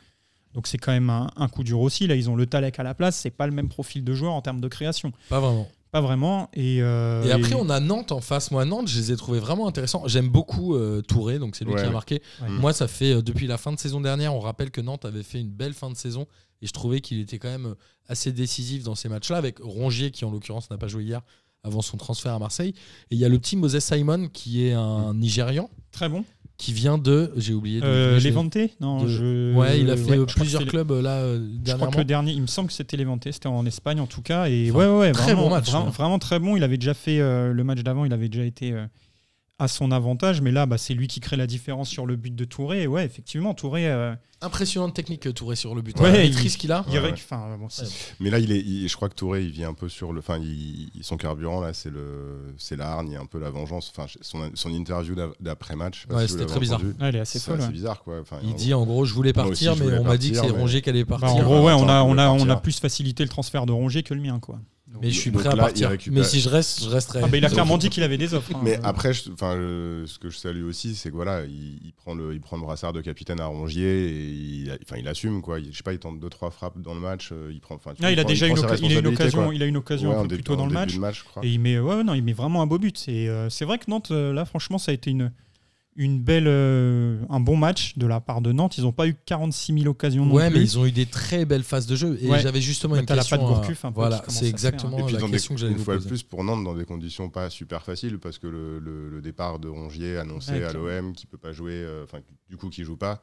Donc c'est quand même un, un coup dur aussi. Là, ils ont le Talek à la place. C'est pas le même profil de joueur en termes de création. Pas vraiment. Pas vraiment. Et, euh, Et après, on a Nantes en face. Moi, Nantes, je les ai trouvés vraiment intéressants. J'aime beaucoup euh, Touré, donc c'est lui Ouais, Mm. qui a ouais. marqué. Ouais. Moi, ça fait euh, depuis la fin de saison dernière, on rappelle que Nantes avait fait une belle fin de saison et je trouvais qu'il était quand même euh, assez décisif dans ces matchs-là, avec Rongier qui, en l'occurrence, n'a pas joué hier avant son transfert à Marseille. Et il y a le petit Moses Simon qui est un Mm. Nigérian Très bon. qui vient de. J'ai oublié. de- Euh, j'ai- Levante Non, de- je. Ouais, il a fait Ouais, euh, je crois que plusieurs c'est- clubs euh, là euh, Je crois dernièrement. que le dernier, il me semble que c'était Levante, c'était en Espagne en tout cas. Et Enfin, ouais, ouais, très vraiment, bon match, vra- ouais. vraiment très bon. Il avait déjà fait euh, le match d'avant, il avait déjà été euh, à son avantage, mais là, bah, c'est lui qui crée la différence sur le but de Touré. Et ouais, effectivement, Touré, euh, Impressionnante technique, euh, Touré, sur le but. Ouais, la maîtrise il- qu'il a. il Ouais, ré- ouais. enfin, bon, c'est- Ouais. Mais là, il est, il- je crois que Touré, il vit un peu sur le. Enfin, il- il- son carburant, là, c'est le, c'est la hargne et un peu la vengeance. Enfin, son, son interview d'av- d'après-match. je sais pas Ouais, si vous c'était l'avez très bizarre. entendu. Ouais, elle est assez C'est folle. assez ouais. bizarre, quoi. Enfin, Il en dit en gros, je voulais Moi aussi, partir, je mais voulais on m'a dit que c'est partir, mais- Rongier qui allait Bah, en partir. gros, ouais, on a, Attends, on, a, on on a partira. plus facilité le transfert de Rongier que le mien. Quoi. mais je suis Donc prêt à là, il partir. récupère- Mais si je reste, je resterai. Ah, bah, il a Donc, clairement dit qu'il avait des offres. hein. Mais après, je- enfin, euh, ce que je salue aussi, c'est que voilà, il, il prend le, il prend le brassard de capitaine à Rongier et il, enfin, il assume quoi. Il, je sais pas, il tente deux trois frappes dans le match. euh, Il prend, enfin, tu Ah, il a prends- déjà une prend ses oca- il a une responsabilités, occasion, quoi. il a une occasion Ouais, un en peu dé- plus tôt en dans le début match. de je crois. Et il met, ouais, ouais, non, il met vraiment un beau but. C'est euh, c'est vrai que Nantes, euh, là, franchement, ça a été une, une belle, euh, un bon match de la part de Nantes. Ils n'ont pas eu 46 000 occasions Ouais, mais non plus. ils ont eu des très belles phases de jeu. Et Ouais. j'avais justement Bah, une t'as la question. patte à- Gourcuff un peu qui Voilà, commence à c'est faire, exactement hein. Et puis, la dans des- question que j'allais une vous fois de poser. plus pour Nantes, dans des conditions pas super faciles, parce que le, le- le départ de Rongier annoncé Ouais, à clairement. l'OM, qui peut pas jouer, euh, enfin, du coup, qui joue pas,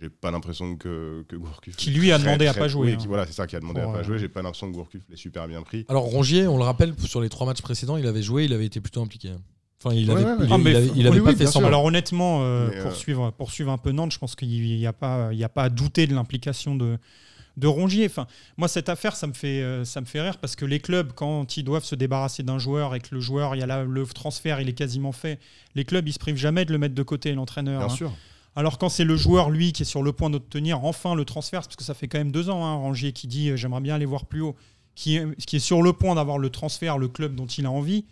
j'ai pas l'impression que, que Gourcuff. Qui, lui, a très, demandé à très- pas jouer, oui, hein. qui- voilà, c'est ça qui a demandé Pour, à euh, pas jouer. J'ai pas l'impression que Gourcuff l'ait super bien pris. Alors Rongier, on le rappelle, sur les trois matchs précédents, il avait joué, il avait été plutôt impliqué. Enfin, il Ouais, avait, ouais, ouais. il- Ah, il mais avait- faut- il avait oui, pas oui, fait bien semblant. sûr. Alors honnêtement, euh, Mais, euh, pour, suivre, pour suivre un peu Nantes, je pense qu'il n'y a, pas- il y a pas à douter de l'implication de, de Rongier. Enfin, moi, cette affaire, ça me, fait, euh, ça me fait rire parce que les clubs, quand ils doivent se débarrasser d'un joueur et que le joueur, il y a la- le transfert, il est quasiment fait, les clubs, ils se privent jamais de le mettre de côté, l'entraîneur. Bien hein. sûr. Alors quand c'est le joueur, lui, qui est sur le point d'obtenir enfin le transfert, parce que ça fait quand même deux ans, hein, Rangier qui dit euh, j'aimerais bien aller voir plus haut, qui, est- qui est sur le point d'avoir le transfert, le club dont il a envie,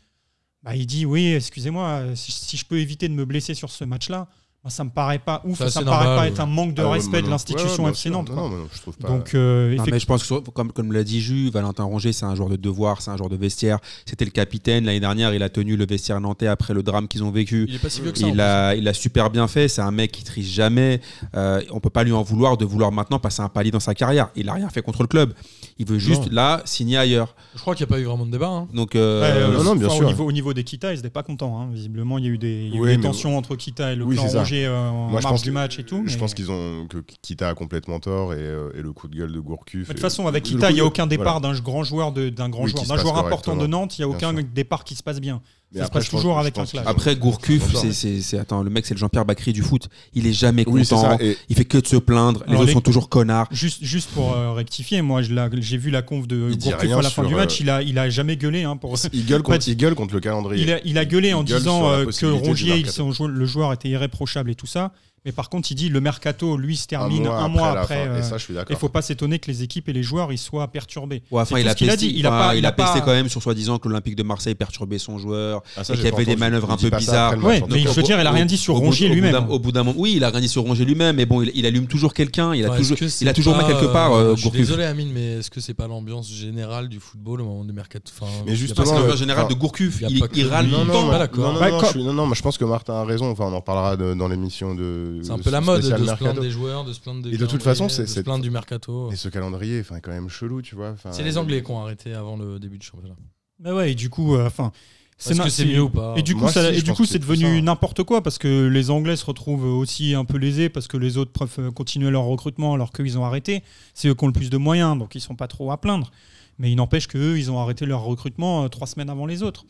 bah, il dit oui, excusez-moi, euh, si, si je peux éviter de me blesser sur ce match-là, moi, ça me paraît pas ouf, Ça, et c'est ça me paraît normal, pas ouais. être un manque de Ah, ouais, respect de moi, non. Ouais, ouais, l'institution bien FC sûr. Nantes. Non, quoi. non, mais non, je trouve pas. Donc euh, Non, effectivement, mais je pense que, sur- comme, comme l'a dit Jus, Valentin Rongier, c'est un joueur de devoir, c'est un joueur de vestiaire. C'était le capitaine. L'année dernière, il a tenu le vestiaire nantais après le drame qu'ils ont vécu. Il est pas si vieux que ça. hein. en Il a, il a super bien fait. C'est un mec qui triche jamais. Euh, on peut pas lui en vouloir de vouloir maintenant passer un palier dans sa carrière. Il a rien fait contre le club. Il veut juste Non. là signer ailleurs. plus. Je crois qu'il n'y a pas eu vraiment de débat. hein. Donc euh, ouais, non, euh, non, bien enfin, sûr. Au niveau, au niveau des Kita, ils n'étaient pas contents. hein. Visiblement, il y a eu des, il y a eu Oui, des mais- tensions entre Kita et le Oui, clan c'est ça. Rongier euh, en Moi, je marge pense du que- match et tout. Je mais- pense qu'ils ont que Kita a complètement tort et, euh, et le coup de gueule de Gourcuff. Mais De et- toute façon, avec le Kita, coup il n'y a de- aucun voilà. départ d'un grand joueur, de- d'un grand Oui, joueur, qui d'un se joueur passe important de correctement. Nantes. Il n'y a Bien aucun sûr. départ qui se passe bien. Mais ça se après, passe je pense- toujours je avec pense un clash. qu'ils ont- après Gourcuff, Ils ont c'est, tort. c'est- c'est- attends le mec, c'est le Jean-Pierre Bacry du foot. Il est jamais Oui, c'est content. ça. Et Il fait que de se plaindre. Les Alors, autres les- sont toujours connards. Juste, juste pour euh, rectifier, moi je la- j'ai vu la conf de Il dit Gourcuff rien à la fin sur, du match. euh, Il, a, il a jamais gueulé. hein, (laughs) pour... il gueule Pas contre, de- il gueule contre le calendrier. il, a, il a gueulé en il gueule disant sur la euh, que possibilité du Rongier, il- mercato. son jou- le joueur était irréprochable et tout ça. Mais par contre, il dit le mercato, lui, se termine un mois la après. fin. euh, Et ça, je et suis il d'accord. faut pas s'étonner que les équipes et les joueurs ils soient perturbés. Ouais, C'est enfin, tout il a, ce qu'il a pesté- dit. Il a enfin, pas- il il a a pesté pas- quand même sur soi-disant que l'Olympique de Marseille perturbait son joueur. Ah, ça, et j'ai qu'il y pas avait des entendu. manœuvres Il un dit peu pas ça bizarres. après le Ouais, match, en mais tout il cas. au- faut dire, il a au- rien dit sur au bout- Rongier au bout lui-même. d'un- Au bout d'un moment, oui, il a rien dit sur Rongier lui-même, mais bon, il, il allume toujours quelqu'un. Il a Enfin, toujours, est-ce que il a c'est toujours pas, mal quelque part. euh, euh, je suis Gourcuff. désolé, Amine, mais est-ce que c'est pas l'ambiance générale du football au moment des mercato enfin, Mais y a justement, Parce que pas- Non, l'ambiance euh, générale enfin, de Gourcuff, y a il, pas que il lui. râle Non, tout le non, temps. pas Non, d'accord. non, Bah, non, quand- je suis- non, non, mais je pense que Martin a raison. Enfin, on en reparlera de- dans l'émission de. C'est un peu la mode de spécial se mercato. plaindre des joueurs, de se plaindre des Et de toute façon, calendriers, c'est- de se c'est- plaindre du mercato. Et ce calendrier, enfin, est quand même chelou, tu vois. enfin, C'est les Anglais qui ont arrêté avant le début du championnat. Bah ouais, et du coup, euh, enfin, Est-ce na- que c'est mieux ou pas Et du coup, Moi, ça- si, et je du pense coup, que c'est c'est plus devenu ça. n'importe quoi parce que les Anglais se retrouvent aussi un peu lésés parce que les autres peuvent euh, continuer leur recrutement alors qu'ils ont arrêté. C'est eux qui ont le plus de moyens, donc ils sont pas trop à plaindre. Mais il n'empêche qu'eux, ils ont arrêté leur recrutement euh, trois semaines avant les autres.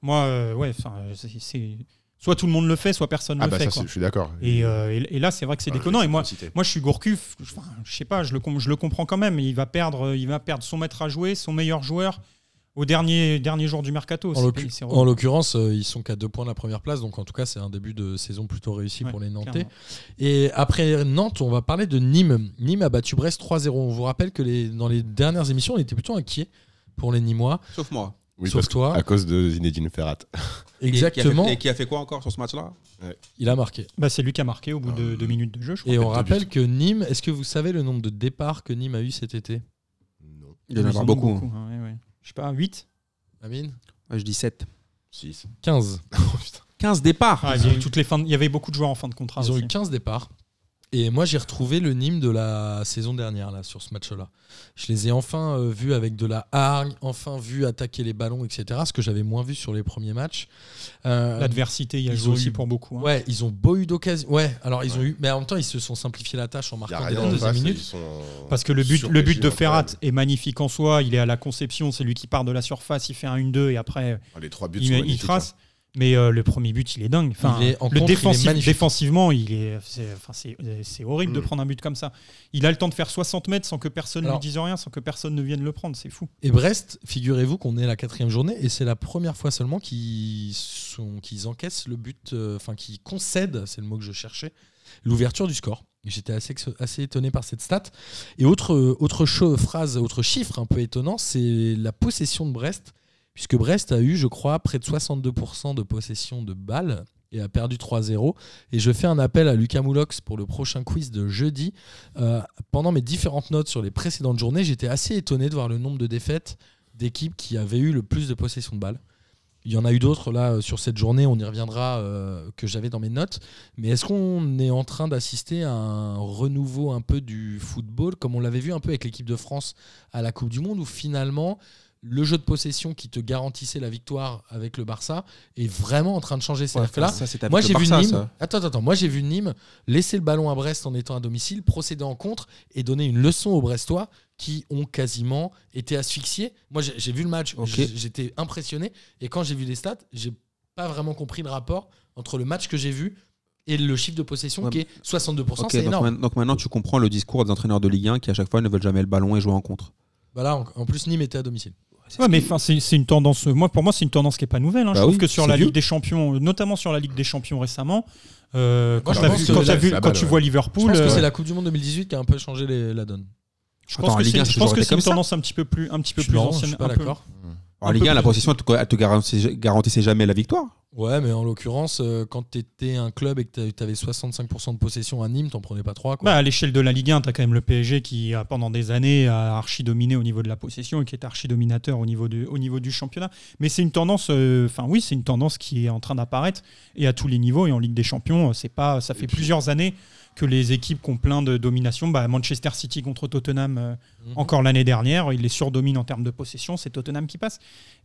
Moi, euh, ouais, enfin, euh, c'est- c'est soit tout le monde le fait, soit personne Ah, le bah, fait. ça, quoi. c'est- Ah, je suis d'accord. Et, euh, et- et là, c'est vrai que c'est Enfin, je déconnant. vais Et moi, citer. moi, je suis Gourcuff. Je- Enfin, je sais pas, je le, com- je le comprends quand même. Il va perdre, euh, il va perdre son maître à jouer, son meilleur joueur au dernier dernier jour du mercato. En C'est- l'occu- c'est- En l'occurrence, euh, ils sont qu'à deux points de la première place, donc en tout cas, c'est un début de saison plutôt réussi Ouais, pour les Nantais. clairement. Et après Nantes, on va parler de Nîmes. Nîmes a battu Brest 3-0. On vous rappelle que les, dans les dernières émissions, on était plutôt inquiet pour les Nîmois, Sauf moi. Oui, sauf parce que- toi. À cause de Zinedine Ferrat. Et qui a fait- Exactement, Et qui a fait quoi encore sur ce match-là il a marqué. Bah, c'est lui qui a marqué au bout de Euh, deux minutes de jeu. Je crois. Et En fait, on deux rappelle buts. que Nîmes, est-ce que vous savez le nombre de départs que Nîmes a eu cet été Non. Il doit y en Ils avoir ont beaucoup. hein, ouais, ouais. Je sais pas, 8 Amine hein. Ouais, je dis 7. 6. (laughs) 15. Oh, 15 départs. Ah, il, y a eu toutes les fins de- il y avait beaucoup de joueurs en fin de contrat. Ils ont aussi. eu 15 départs. Et moi, j'ai retrouvé le Nîmes de la saison dernière là, sur ce match-là. Je les ai enfin euh, vus avec de la hargne, enfin vus attaquer les ballons, etc. Ce que j'avais moins vu sur les premiers matchs. Euh, L'adversité, il y a Ils joué ont aussi eu- pour beaucoup. hein. ouais, ils ont beau eu d'occasion. Ouais, alors ils ont eu. Mais en même temps, ils se sont simplifiés la tâche en Il n'y a marquant des rien buts en deuxième face. et minute. ils sont- Parce que le but, sur le des but de jeux Ferrat incroyables. est magnifique en soi. Il est à la conception, c'est lui qui part de la surface, il fait un 1-2 et après Ah, Les trois buts il, sont il magnifiques, hein. trace. Mais euh, le premier but, il est dingue. Enfin, Il est en le contre, il est défensif- magnifique. défensivement, il est, c'est, enfin, c'est- euh, c'est horrible de Mm. prendre un but comme ça. Il a le temps de faire 60 mètres sans que personne ne Alors- lui dise rien, sans que personne ne vienne le prendre. C'est fou. Et Brest, figurez-vous qu'on est à la quatrième journée et c'est la première fois seulement qu'ils sont- qu'ils encaissent le but, euh, enfin qu'ils concèdent, c'est le mot que je cherchais, l'ouverture du score. Et J'étais assez, ex- assez étonné par cette stat. Et autre, euh, autre cho- phrase, autre chiffre un peu étonnant, c'est la possession de Brest, puisque Brest a eu, je crois, près de 62% de possession de balles et a perdu 3-0. Et je fais un appel à Lucas Moulox pour le prochain quiz de jeudi. Euh, pendant mes différentes notes sur les précédentes journées, j'étais assez étonné de voir le nombre de défaites d'équipes qui avaient eu le plus de possession de balles. Il y en a eu d'autres là euh, sur cette journée, on y reviendra, euh, que j'avais dans mes notes. Mais est-ce qu'on est en train d'assister à un renouveau un peu du football, comme on l'avait vu un peu avec l'équipe de France à la Coupe du Monde, où finalement le jeu de possession qui te garantissait la victoire avec le Barça est vraiment en train de changer C'est-à-dire que Ah, là, ça, c'est avec moi le j'ai vu Barça, Nîmes. ça. Attends, attends, attends. moi j'ai vu Nîmes laisser le ballon à Brest en étant à domicile, procéder en contre et donner une leçon aux Brestois qui ont quasiment été asphyxiés. Moi j'ai j'ai vu le match, Ok. j'- j'étais impressionné et quand j'ai vu les stats, j'ai pas vraiment compris le rapport entre le match que j'ai vu et le chiffre de possession Ouais, qui est 62%, Ok, c'est donc, énorme. man- donc maintenant tu comprends le discours des entraîneurs de Ligue 1 qui à chaque fois ne veulent jamais le ballon et jouer en contre. Bah là, en, en plus Nîmes était à domicile. Ouais, mais enfin, c'est c'est une tendance. euh, Moi, pour moi, c'est une tendance qui est pas nouvelle. hein. je Bah trouve oui, que sur c'est la vieux. Ligue des Champions, euh, notamment sur la Ligue des Champions récemment, euh, quand je t'as pense vu- que quand la- t'as vu- la quand balle, tu ouais. vois Liverpool, Je pense que euh, c'est la Coupe du Monde 2018 qui a un peu changé les- la donne. je Attends, pense en que Ligue c'est- un, ça a je pense toujours que été c'est une comme ça. tendance un petit peu plus, un petit peu Je suis plus marrant, ancienne. je suis pas un peu- d'accord. En Un Ligue peu 1, la plus- possession, elle te- elle te garantit- garantissait jamais la victoire. Ouais, mais en l'occurrence, euh, quand t'étais un club et que t'avais 65% de possession à Nîmes, t'en prenais pas 3. Quoi. Bah, à l'échelle de la Ligue 1, tu as quand même le PSG qui, a, pendant des années, a archi-dominé au niveau de la possession et qui est archi-dominateur au, niveau du- au niveau du championnat. Mais c'est une tendance, euh, enfin oui, c'est une tendance qui est en train d'apparaître et à tous les niveaux. Et en Ligue des Champions, euh, c'est pas, ça fait plusieurs années que les équipes qui ont plein de domination, bah, Manchester City contre Tottenham euh, Mhm. encore l'année dernière, il les surdomine en termes de possession, c'est Tottenham qui passe.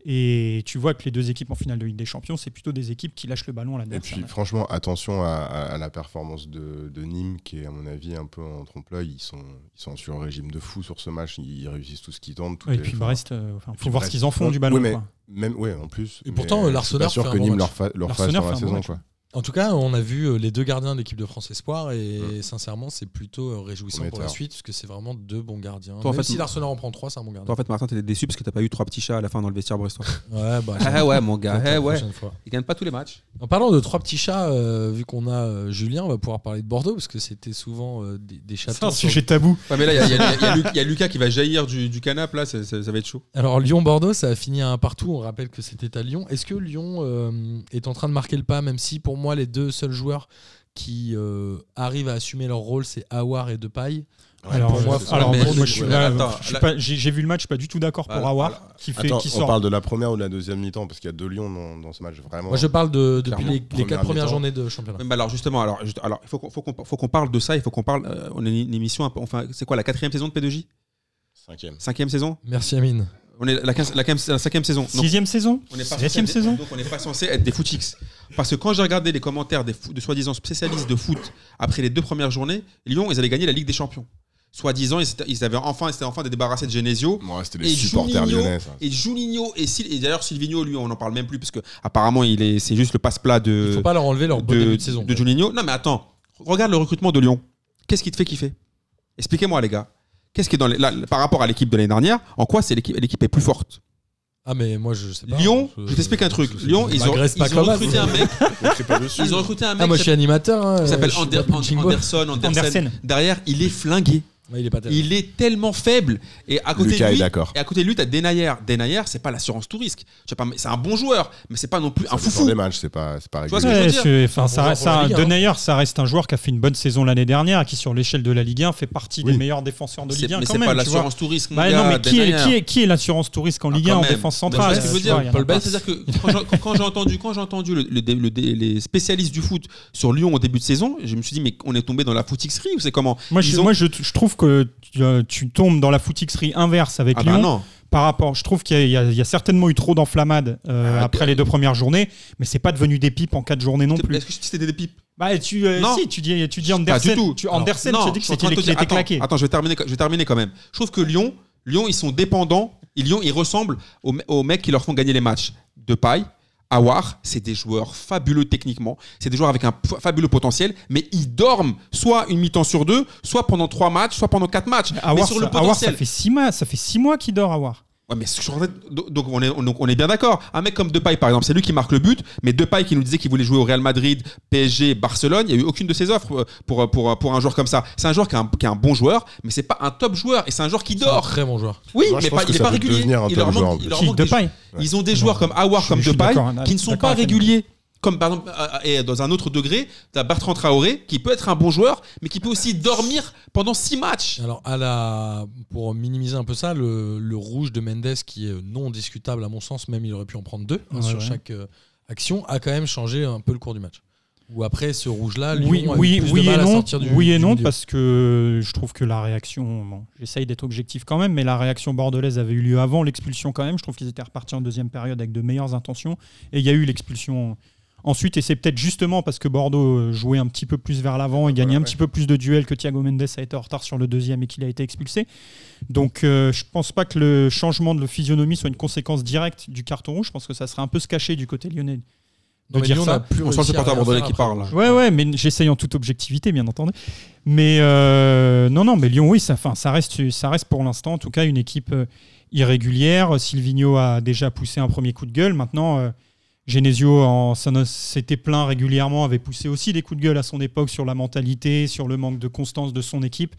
Et tu vois que les deux équipes en finale de Ligue des Champions, c'est plutôt des équipes qui lâchent le ballon à Et l'adversaire. puis, franchement, attention à, à- à la performance de, de Nîmes, qui est, à mon avis, un peu en trompe-l'œil. Ils sont, ils sont sur un régime de fou sur ce match. Ils réussissent tout ce qu'ils tentent. tout Ouais, et est- puis enfin, Brest, euh, enfin, Et faut puis voir Brest. ce qu'ils en font du Ouais, ballon. mais- quoi. Même, ouais, en plus. Et pourtant, euh, Mais, je suis l'Arsenal pas sûr fait un que bon Nîmes match. leur, fa- leur fasse L'Arsenal dans fait la un bon saison. match. quoi. En tout cas, on a vu euh, les deux gardiens de l'équipe de France Espoir et sincèrement, c'est plutôt euh, réjouissant pour la Prometteur. suite parce que c'est vraiment deux bons gardiens. Toi, en Même fait, si il- l'Arsenal en prend trois, c'est un bon gardien. Toi, en fait, Martin, t'étais déçu parce que t'as pas eu trois petits chats à la fin dans le vestiaire brestois. Ouais, bah, ah ah ouais, mon gars, j'attends (laughs) eh la ouais. prochaine fois. Ils gagnent pas tous les matchs. En parlant de trois petits chats, euh, vu qu'on a euh, Julien, on va pouvoir parler de Bordeaux parce que c'était souvent euh, des, des chatons. C'est un sur- sujet tabou. Ouais, mais là, il y a- il y, a- il y a Lu- il y a Lucas qui va jaillir du, du canap, là, c'est- c'est- ça va être chaud. Alors Lyon-Bordeaux, ça a fini à un partout. On rappelle que c'était à Lyon. Est-ce que Lyon euh, est en train de marquer le pas, même si pour moi les deux seuls joueurs qui euh, arrivent à assumer leur rôle, c'est Awar et Depay. Ouais, alors, pour moi, je- faut- alors, mais- moi, je suis ouais, là, attends, je suis là- pas- j'ai j'ai vu le match, je suis pas du tout d'accord pour Alors, Awar alors, qui fait, Attends, qui on sort. parle de la première ou de la deuxième mi-temps Parce qu'il y a deux Lions dans, dans ce match, vraiment. Moi, je parle de, depuis Clairement, les, les quatre première premières mi-temps. journées de championnat. Mais alors, justement, alors, juste- alors il faut qu'on faut qu'on- faut qu'on parle de ça. Il faut qu'on parle. euh, on a une émission. un peu- Enfin, c'est quoi la quatrième saison de P2J Cinquième. Cinquième saison Merci Amine. On est la, quinze- la quinze- la cinquième saison. Donc, Sixième saison On n'est pas Septième censé- saison Donc on n'est pas censé être des footix. Parce que quand j'ai regardé les commentaires des, fou- de soi-disant spécialistes de foot après les deux premières journées, Lyon, ils allaient gagner la Ligue des Champions. Soi-disant, ils, s'étaient- ils avaient enfin, ils s'étaient enfin débarrassés de Genesio. Moi, c'était les Et supporters Juninho- lyonnais. ça. Et Juninho et, Sil- et d'ailleurs Silvino, lui, on n'en parle même plus parce que apparemment, il est, c'est juste le passe-plat de, Il faut pas leur enlever leur bon Euh, de, début de saison. de Juninho. Non, mais attends, regarde le recrutement de Lyon. Qu'est-ce qui te fait kiffer Expliquez-moi, les gars. Qu'est-ce qui est dans les- là, par rapport à l'équipe de l'année dernière En quoi c'est l'équipe, l'équipe est plus forte Ah mais moi je sais pas. Lyon, Je- je t'explique un truc. je- Lyon, je ils ont, m'agresse pas ils ont comme as. recruté un mec. Donc, c'est pas dessus. Ils ont recruté un mec Ah moi je qui suis animateur. hein, il s'appelle je suis Ander- pas pitching An- boy. Anderson, Anderson. Andersen. Derrière, il est flingué. Ouais, il est pas terrible. Il est tellement faible. Et à côté Lucas de est lui, d'accord. et à côté de lui, t'as Denayer. Denayer, c'est pas l'assurance tout risque. Tu vois pas, C'est un bon joueur, mais c'est pas non plus un Ça dépend foufou. des matchs, c'est pas, c'est pas vois réglé. ce que je veux Ouais, dire. c'est- enfin, ça- Pour la- ça- pour la Ligue un, hein. Denayer, ça reste un joueur qui a fait une bonne saison l'année dernière, qui sur l'échelle de la Ligue 1 fait partie des Oui. meilleurs défenseurs de C'est- Ligue 1 mais quand c'est pas même. tu vois. l'assurance tout risque. mon Bah gars, non, mais qui est, Denayer. qui est, qui est l'assurance touriste en Ah, Ligue 1 quand en même. défense Non, mais centrale tu vois ce que je veux tu vois, dire il y en a Paul pas. Bell, C'est-à-dire que quand j'en- quand quand j'ai entendu, quand j'ai entendu le- le dé- le dé- les spécialistes du foot sur Lyon au début de saison, je me suis dit mais on est tombé dans la footixerie ou c'est comment Moi, je, Ils ont- moi, je, je trouve que tu, euh, tu tombes dans la footixerie inverse avec Ah Lyon. bah non. par rapport. Je trouve qu'il y, a- il y a- il y a certainement eu trop d'enflammades euh, Ah, après les deux premières journées, mais c'est pas devenu des pipes en quatre journées non plus. Est-ce que c'était des pipes Bah, tu, euh, Non. si, tu dis, tu dis Pas Andersen. du tout. Tu, Alors, Andersen, non, tu dis que je suis en c'était train de qu'il te dire- était attends, claqué. Attends, je vais terminer, je vais terminer quand même. Je trouve que Lyon, Lyon, ils sont dépendants. Et Lyon, ils ressemblent aux, me- aux mecs qui leur font gagner les matchs. De paille, Awar, c'est des joueurs fabuleux techniquement, c'est des joueurs avec un p- fabuleux potentiel, mais ils dorment soit une mi-temps sur deux, soit pendant trois matchs, soit pendant quatre matchs. mais Ah, Awar, sur le ça, Awar, ça potentiel. fait six mois, ça fait six mois qu'il dort Awar. Ouais, mais sur- donc donc on est, on- donc on est bien d'accord. Un mec comme Depay par exemple, c'est lui qui marque le but, mais Depay qui nous disait qu'il voulait jouer au Real Madrid, PSG, Barcelone, il n'y a eu aucune de ses offres euh, pour, pour, pour un joueur comme ça. C'est un joueur qui est un, qui est un bon joueur, mais c'est pas un top joueur et c'est un joueur qui C'est un dort. très bon joueur. Oui, Moi, je mais pense pas, que il est ça pas peut régulier. devenir un Il top leur joueur, en manque, il plus. leur Qui, manque des Depay ils ont des Non, joueurs comme je Awar, suis- comme je suis Depay, d'accord, hein, qui ne sont d'accord pas avec Fabien. réguliers. Comme par exemple, euh, et dans un autre degré, t'as Bertrand Traoré, qui peut être un bon joueur, mais qui peut aussi dormir pendant six matchs. Alors, à la... pour minimiser un peu ça, le, le rouge de Mendes, qui est non discutable à mon sens, même il aurait pu en prendre deux hein, Ouais, sur ouais. chaque euh, action, a quand même changé un peu le cours du match. Ou après ce rouge-là, Lyon Oui, a eu oui, plus de oui et mal à non. sortir du- oui et du non, milieu. parce que je trouve que la réaction, bon, j'essaye d'être objectif quand même, mais la réaction bordelaise avait eu lieu avant l'expulsion quand même. Je trouve qu'ils étaient repartis en deuxième période avec de meilleures intentions. Et il y a eu l'expulsion ensuite. Et c'est peut-être justement parce que Bordeaux euh, jouait un petit peu plus vers l'avant et gagnait un petit peu plus de duels que Thiago Mendes a été en retard sur le deuxième et qu'il a été expulsé. Donc euh, je pense pas que le changement de la physionomie soit une conséquence directe du carton rouge. Je pense que ça serait un peu se cacher du côté lyonnais. Non, mais dire Lyon ça. n'a plus On change réussi le à porteur rien bordelais faire qui après. parle. Ouais, ouais, mais j'essaye en toute objectivité, bien entendu. Mais euh, non, non, mais Lyon, oui, ça, enfin, ça, reste, ça reste pour l'instant, en tout cas, une équipe euh, irrégulière. Silvino a déjà poussé un premier coup de gueule. Maintenant, euh, Genesio en s'en- s'était plaint régulièrement, avait poussé aussi des coups de gueule à son époque sur la mentalité, sur le manque de constance de son équipe.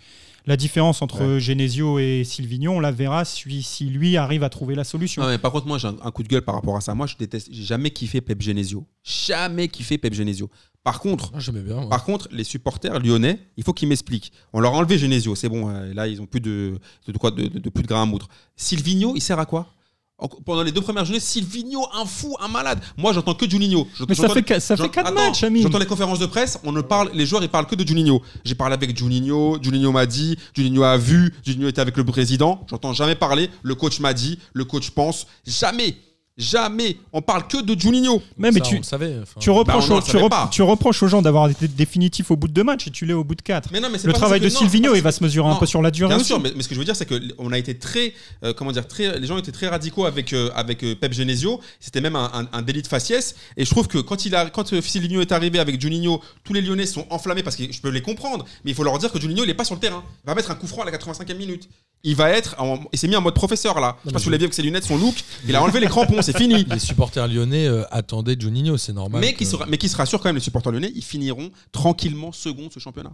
La différence entre Genesio et Silvino, on la verra si, si lui arrive à trouver la solution. Non, mais par contre, moi, j'ai un, un coup de gueule par rapport à ça. Moi, je déteste. J'ai jamais kiffé Pep Genesio. Jamais kiffé Pep Genesio. Par contre, Ah, J'aimais bien. moi. par contre, les supporters lyonnais, il faut qu'ils m'expliquent. On leur a enlevé Genesio, c'est bon. euh, là, ils ont plus de, de quoi de, de- de plus de grain à moudre. Silvino, il sert à quoi En- Pendant les deux premières journées, Silvino, un fou, un malade. Moi, j'entends que Juninho. J'entends- mais ça j'entends- fait, qua- ça fait J'entends- 4 attends, matchs, ami. J'entends les conférences de presse, on ne parle, les joueurs ils parlent que de Juninho. J'ai parlé avec Juninho, Juninho m'a dit, Juninho a vu, Juninho était avec le président. J'entends jamais parler. Le coach m'a dit, le coach pense, jamais, jamais. On parle que de Juninho. Mais, mais Ça, tu, on le savait, enfin. Tu reproches, Bah, on en aux, tu, savait rep- pas. tu reproches aux gens d'avoir été définitifs au bout de deux matchs et tu l'es au bout de quatre. Mais non, mais c'est Le pas travail de parce que- non, c'est pas Silvino, parce il va que- se mesurer un Non, peu sur la durée. Bien aussi. sûr, mais, mais ce que je veux dire, c'est que l- on a été très, euh, comment dire, très, les gens étaient très radicaux avec euh, avec euh, Pep Genesio. C'était même un, un- un délit de faciès. Et je trouve que quand il a, quand euh, Silvino est arrivé avec Juninho, tous les Lyonnais sont enflammés parce que je peux les comprendre, mais il faut leur dire que Juninho il est pas sur le terrain. Il va mettre un coup franc à la 85e minute. Il va être, en- il s'est mis en mode professeur là. Je sais mais pas si vous je- l'avez vu avec ses lunettes, son look. Il a enlevé les crampons, c'est (laughs) fini. Les supporters lyonnais euh, attendaient Juninho, c'est normal. Mais que- qui, se, mais qui se rassure quand même, les supporters lyonnais, ils finiront tranquillement second ce championnat.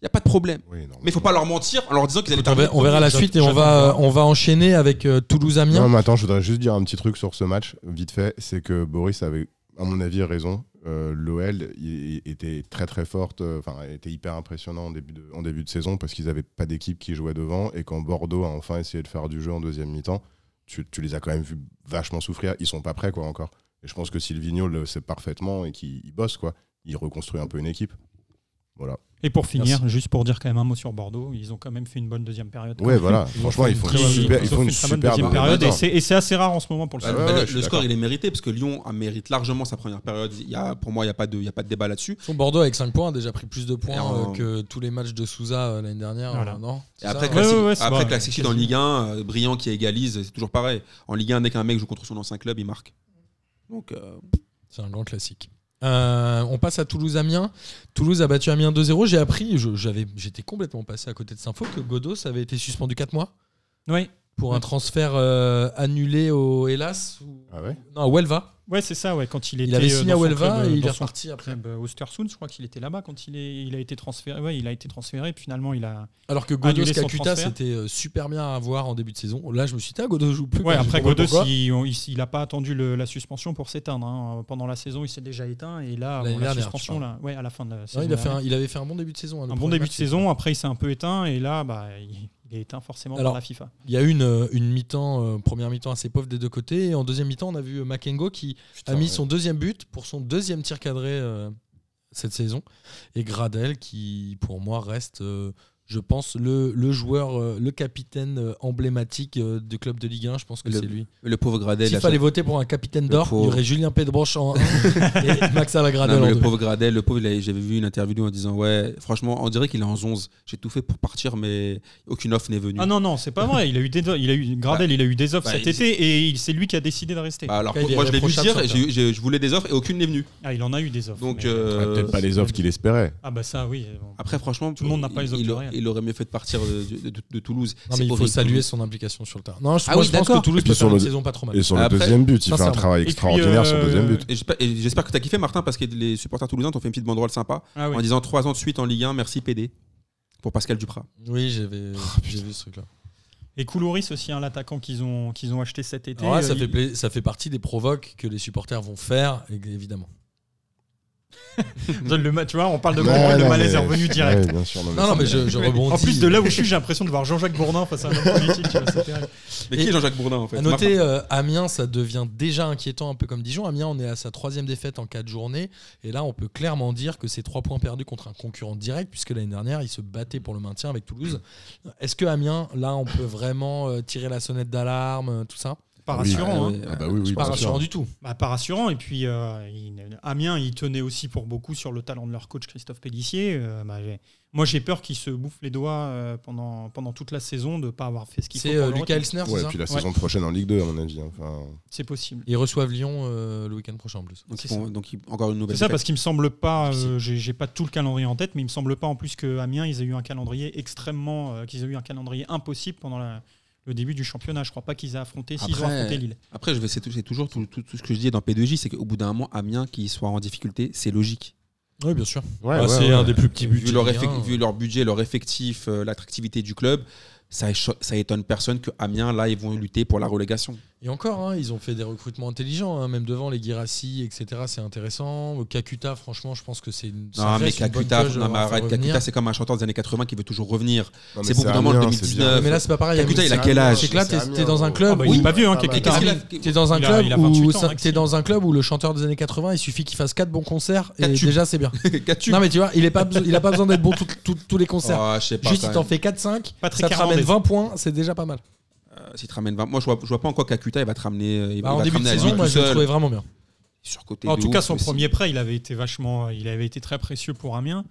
Il n'y a pas de problème. Oui, non, Mais il faut pas leur mentir en leur disant qu'ils allaient On, ver- terminer on verra la premier. suite et on va, on va enchaîner avec euh, Toulouse-Amiens. Non, mais attends, je voudrais juste dire un petit truc sur ce match, vite fait. C'est que Boris avait, à mon avis, raison. Euh, L'OL il- il était très très forte, euh, enfin, elle était hyper impressionnant en début de, en début de saison parce qu'ils n'avaient pas d'équipe qui jouait devant. Et quand Bordeaux a enfin essayé de faire du jeu en deuxième mi-temps, tu, tu les as quand même vus vachement souffrir. Ils sont pas prêts, quoi, encore. Et je pense que Silvino le sait parfaitement et qu'il il bosse, quoi. Il reconstruit un peu une équipe. Voilà. Et pour finir, juste pour dire quand même un mot sur Bordeaux, ils ont quand même fait une bonne deuxième période. (laughs) Ouais, voilà. Ils ont Franchement, fait ils une font Ils- une très- super, ils ils ont font fait une une très bonne superbe deuxième période et Attends. c'est et c'est assez rare en ce moment pour le Bah, Ouais, savoir. bah, ouais, le- je suis le score d'accord. il est mérité parce que Lyon a mérite largement sa première période. Il y a, pour moi, il n'y a, pas de- il y a pas de débat là-dessus. Son Bordeaux avec 5 points a déjà pris plus de points Et en- euh, que tous les matchs de Souza euh, l'année dernière. Voilà. euh, non Et C'est après, ça, ouais, Classic, ouais, ouais, c'est après vrai. Classic Shit en Ligue 1, euh, Brillant qui égalise, c'est toujours pareil. En Ligue 1, dès qu'un mec joue contre son ancien club, il marque. Donc, euh, C'est un grand classique. Euh, on passe à Toulouse-Amiens. Toulouse a battu Amiens 2-0. J'ai appris, je- j'avais- j'étais complètement passé à côté de cette info, que Godos avait été suspendu 4 mois Ouais, pour un transfert euh, annulé au Hélas. ou- Ah ouais Non, à Huelva. ouais c'est ça, ouais, quand il Il était. avait euh, signé dans à son Huelva club, et euh, il dans est son reparti après. club, euh, Östersund, je crois qu'il était là-bas quand il, est, il a été transféré. Ouais, il a été transféré, puis finalement il a. Alors que Godos Annulé son Kakuta, transfert. c'était euh, super bien à voir en début de saison. Là, je me suis dit, ah, Godos joue plus. Ouais, Je après comprends pas Godos, pourquoi. il, on- il- il a pas attendu le- la suspension pour s'éteindre. hein. Pendant la saison, il s'est déjà éteint et là, L'année bon, la dernière, tu suspension, là, ouais, à la fin de la saison. Non, il, a fait dernière. un- il avait fait un bon début de saison. hein, le un bon premier début match, de c'était- saison. Après, il s'est un peu éteint et là, bah, il il est éteint forcément Alors, par la FIFA. Il y a eu une, euh, une mi-temps, euh, première mi-temps assez pauvre des deux côtés. Et en deuxième mi-temps, on a vu euh, Makengo qui a Putain, mis ouais. son deuxième but pour son deuxième tir cadré euh, cette saison. Et Gradel qui, pour moi, reste euh, je pense, le, le joueur, euh, le capitaine euh, emblématique euh, du club de Ligue 1. Je pense que Le- c'est lui. Le pauvre Gradel. S'il la fallait voter pour un capitaine d'or, il y pauvre. aurait Julien Pedroche en 1 (laughs) et Max Alagradel Non, mais en le 2. pauvre Gradel, le pauvre, il a- j'avais vu une interview de lui en disant Ouais, franchement, on dirait qu'il est en 11. J'ai tout fait pour partir, mais aucune offre n'est venue. Ah non, non, c'est pas vrai. Il a eu des, il a eu, Gradel, il a eu des offres bah, cet il- été et il- c'est lui qui a décidé de rester. Bah, alors, Il est moi, je l'ai vu irréprochable dire, et sur terre. j'ai- j'ai- je voulais des offres et aucune n'est venue. Ah, il en a eu des offres. Donc, mais- euh, Peut-être pas les offres qu'il espérait. Ah bah ça, oui. euh, bon. Après, franchement, Tout le monde n'a pas les offres il, du il- Real. il aurait mieux fait de partir de, de- de- de Toulouse. Non, C'est mais il faut horrible, saluer Toulouse. son implication sur le terrain. Non, je, Ah moi, oui, je pense que d'accord. Toulouse Et puis peut sur faire une le- saison pas trop mal. Et sur le Après- deuxième but, il fait un Sincèrement. travail puis, extraordinaire sur le euh, deuxième but. Et j'espère- Et j'espère que tu as kiffé, Martin, parce que les supporters toulousains t'ont fait une petite banderole sympa Ah oui. en disant 3 ans de suite en Ligue 1, merci PD pour Pascal Duprat. Oui, j'avais j'ai vu ce truc-là. Et Koulouris aussi, un l'attaquant qu'ils ont, qu'ils ont acheté cet été. Alors là, euh, ça, il- fait pla- ça fait partie des provoques que les supporters vont faire, et- évidemment. le ma- tu vois, on parle de Ouais, Grand Brel, le non, malaise mais- est revenu direct. Ouais, bien sûr, non, mais Non, non, ça- mais je, je rebondis. En plus de là où je suis, j'ai l'impression de voir Jean-Jacques Bourdin face à un homme politique. tu vois, c'est terrible. Mais Et- qui est Jean-Jacques Bourdin en fait À noter, euh, Amiens, ça devient déjà inquiétant, un peu comme Dijon. Amiens, on est à sa troisième défaite en quatre journées. Et là, on peut clairement dire que c'est trois points perdus contre un concurrent direct, puisque l'année dernière, ils se battaient pour le maintien avec Toulouse. Est-ce que Amiens, là, on peut vraiment euh, tirer la sonnette d'alarme, euh, tout ça Pas Oui. rassurant. hein. Ouais, Ah bah oui, oui, Pas bien sûr. rassurant du tout. Bah, pas rassurant. Et puis, euh, il- Amiens, il tenait aussi pour beaucoup sur le talent de leur coach Christophe Pellissier. Euh, bah, j'ai- moi, j'ai peur qu'il se bouffe les doigts euh, pendant, pendant toute la saison de ne pas avoir fait ce qu'il faut. C'est pour euh, le Lucas Elsner, retenir. Ouais, c'est ça puis la saison prochaine en Ligue 2, à mon avis. hein. Enfin, C'est possible. Ils reçoivent Lyon euh, le week-end prochain, en plus. Donc, c'est ils font- donc ils- encore une nouvelle. C'est ça, parce défaite. qu'il me semble pas, Difficile. euh, j'ai j'ai pas tout le calendrier en tête, mais il me semble pas en plus que Amiens, ils aient eu un calendrier extrêmement, euh, qu'ils aient eu un calendrier impossible pendant la- le début du championnat. Je crois pas qu'ils aient affronté, s'ils ont Après- affronté Lille. Après, je vais- c'est tout- c'est toujours tout, tout- tout ce que je dis dans P2J, c'est qu'au bout d'un moment, Amiens qui soit en difficulté, c'est logique. Oui, bien sûr. ouais, Ah, ouais, c'est ouais. un des plus petits buts. Vu leur, effec- vu leur budget, leur effectif, euh, l'attractivité du club, ça, écho- ça étonne personne que Amiens, là, ils vont lutter pour la relégation. Et encore, hein, ils ont fait des recrutements intelligents, hein, même devant les Girassi, etc. C'est intéressant. Kakuta, franchement, je pense que c'est une. ça Non, mais reste une bonne Kakuta, pioche de non, mais l'avoir fait arrête, revenir. Kakuta, c'est comme un chanteur des années 80 qui veut toujours revenir. (laughs) Non, mais C'est beaucoup moins le Amiens, c'est bien. 2019. Mais là, c'est pas pareil. Kakuta, Amine, il a c'est quel un- âge C'est que là, t'es Amiens, t'es dans un gros. club. Ah bah, il est où- pas vieux, hein, Ah bah, Kakuta. Qu'est-ce qu'il a- T'es dans un Il a- club il a 28 où ans, hein, ça- Maxime. t'es dans un club où le chanteur des années 80, il suffit qu'il fasse 4 bons concerts et Quatre tubes. déjà c'est bien. Qu'as-tu Non mais tu vois, il est pas beso- il a pas besoin d'être bon tout- tout- tous les concerts. Ah, je sais pas. Juste quand il t'en même. fait 4 5, Patrick ça te ramène Hernandez. 20 points, c'est déjà pas mal. Euh, S'il te ramène 20 Moi, je vois, je vois pas en quoi Kakuta, il va te ramener. euh, Il Bah, va en te début de ramener à saison, lui moi tout je le seul. trouvais vraiment bien. Surcoté En de tout cas, ouf son aussi. premier prêt, il avait été vachement, il avait été très précieux pour Amiens.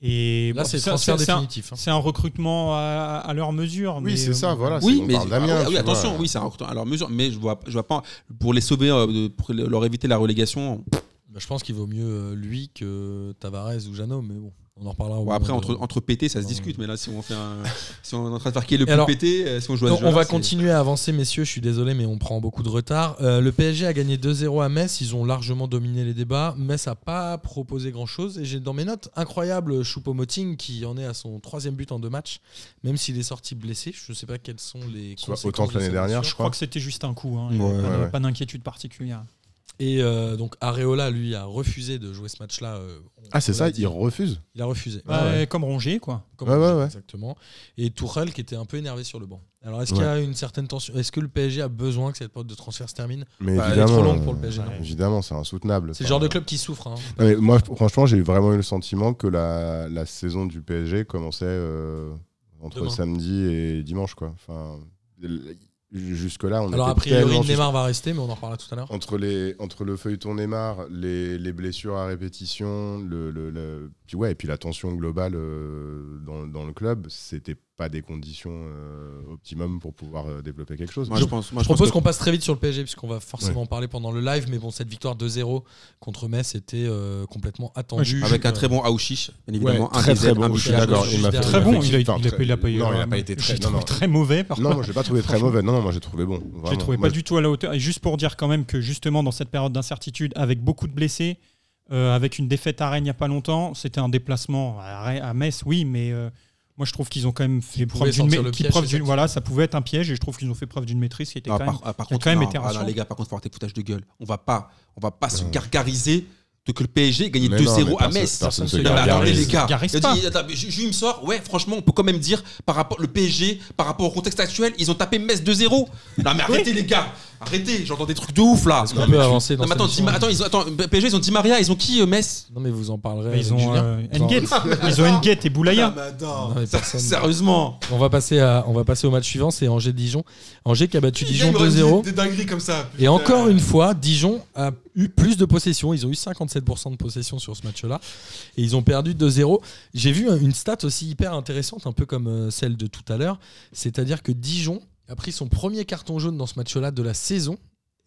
Et Là bon, c'est ça, transfert c'est- c'est un- définitif. hein. C'est un recrutement à, à leur mesure. mais, Oui, c'est euh, ça, voilà. Oui, c'est- on mais parle d'Amiens, ah oui, tu oui, vois. attention, oui, c'est un retour à leur mesure, mais je vois, je vois pas pour les sauver, euh, de- pour leur éviter la relégation. Bah, je pense qu'il vaut mieux euh, lui que Tavares ou Jeannot, mais bon, on en reparlera. au Bon, moment après, de- entre, entre pété, ça se discute, mais là, si on fait un, si on est en train de faire qui est le plus alors, pété, euh, si on joue à ce Donc, on jeu-là, va c'est- continuer à avancer, messieurs. Je suis désolé, mais on prend beaucoup de retard. Euh, le PSG a gagné 2-0 à Metz. Ils ont largement dominé les débats. Metz n'a pas proposé grand-chose. Et j'ai dans mes notes incroyable Choupo-Moting qui en est à son troisième but en deux matchs, même s'il est sorti blessé. Je ne sais pas quelles sont les. Tu vois, conséquences Autant que de l'année sa dernière, blessure. je Je crois crois. que c'était juste un coup. hein, il y Ouais, avait pas de- ouais, ouais. pas d'inquiétude particulière. Et euh, donc Areola, lui, a refusé de jouer ce match-là. euh, on- Ah, c'est on ça, l'a dit. il refuse. Il a Ah refusé. Bah, Comme Rongier, quoi. Comme Ouais, on ouais, dit, ouais. Exactement. Et Tourelle qui était un peu énervé sur le banc. Alors, est-ce qu'il y a une certaine tension Est-ce que le PSG a besoin que cette période de transfert se termine Mais Bah, Elle est trop évidemment, longue pour euh, le PSG. non ouais. Évidemment, c'est insoutenable. C'est le Enfin, genre de club qui souffre. hein. Non, mais moi, franchement, j'ai vraiment eu le sentiment que la, la saison du PSG commençait euh, entre Demain. samedi et dimanche. quoi. Enfin, l- Jusque-là, on Alors, a était priori, tellement Neymar va rester, mais on en reparlera tout à l'heure. entre, les, entre le feuilleton Neymar, les, les blessures à répétition, le, le- le- puis ouais, et puis la tension globale euh, dans, dans le club, c'était pas des conditions euh, optimum pour pouvoir euh, développer quelque chose. Moi, je, pense, moi, Je je pense propose que- qu'on passe très vite sur le PSG, puisqu'on va forcément en parler pendant le live. Mais bon, cette victoire 2-0 contre Metz était euh, complètement attendue. avec un Euh, très bon Aouchiche, bien Ouais, évidemment, un très DZ, très bon. un Je suis Bouchard. d'accord. Il m'a fait- Très Ouais, bon, il a, il a- Enfin, il a pas- il a pas très- eu. Non, il a pas été Je l'ai très. trouvé Non, non. (laughs) très mauvais, par Non, contre. moi, j'ai pas trouvé très Franchement. mauvais. Non, non, moi, j'ai trouvé bon. Je l'ai trouvé pas du tout à la hauteur. Et juste pour dire quand même que justement dans cette période d'incertitude, avec beaucoup de blessés, euh, avec une défaite à Rennes il n'y a pas longtemps, c'était un déplacement à, Rennes- à Metz, oui, mais euh, moi je trouve qu'ils ont quand même fait preuve pouvaient d'une sentir ma- le qui piège, preuve c'est d'une- ça. voilà, ça pouvait être un piège et je trouve qu'ils ont fait preuve d'une maîtrise qui était Ah, quand par, même. ah, par qui ont contre, quand même non, été ah, non, rassurants. les gars, par contre, faut arrêter le foutage de gueule. On va pas, on va pas se gargariser de que le PSG gagne 2-0 à Metz. Personne se Non, Non, mais Gargarise. attendez, les gargarise. gars. Gargarise Je pas. dis, attends, mais Ju- Ju, il me sort. Ouais, franchement, on peut quand même dire, par rapport le PSG, par rapport au contexte actuel, ils ont tapé Metz 2-0. Non, mais arrêtez, les gars. Arrêtez, j'entends des trucs de ouf là. Est-ce qu'on peut avancer dans Non, mais attends, cette Di- mission attends, ils ont, attends, PSG, ils ont Di Maria, ils ont qui euh, Metz Non, mais vous en parlerez. Ils avec ont Julien. euh, Engate. Ils ont Engate et Boulaya. Non, mais Ça- personne. Sérieusement On va passer à, on va passer au match suivant, c'est Angers-Dijon. Angers qui a battu Dijon Il me reste 2-0. Des des dingueries comme ça. Et encore une fois, Dijon a eu plus de possession. Ils ont eu 57% de possession sur ce match-là. Et ils ont perdu 2-0. J'ai vu une stat aussi hyper intéressante, un peu comme euh, celle de tout à l'heure. C'est-à-dire que Dijon a pris son premier carton jaune dans ce match-là de la saison.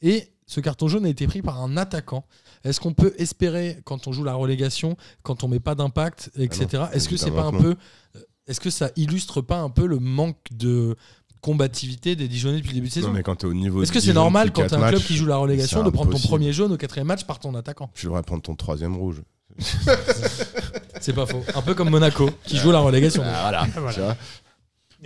Et ce carton jaune a été pris par un attaquant. Est-ce qu'on peut espérer, quand on joue la relégation, quand on met pas d'impact, etc., est-ce que c'est pas un Ah évidemment que peu. euh, Est-ce que ça illustre pas un peu le manque de combativité des Dijonnais depuis le début de saison Non, mais quand t'es au niveau est-ce de que c'est Dijon normal depuis quand quatre t'as un club matchs, qui joue la relégation c'est de prendre ton impossible. premier jaune au quatrième match par ton attaquant Tu devrais prendre ton troisième rouge. C'est pas faux. Un peu comme Monaco qui joue la relégation. voilà. voilà. Tu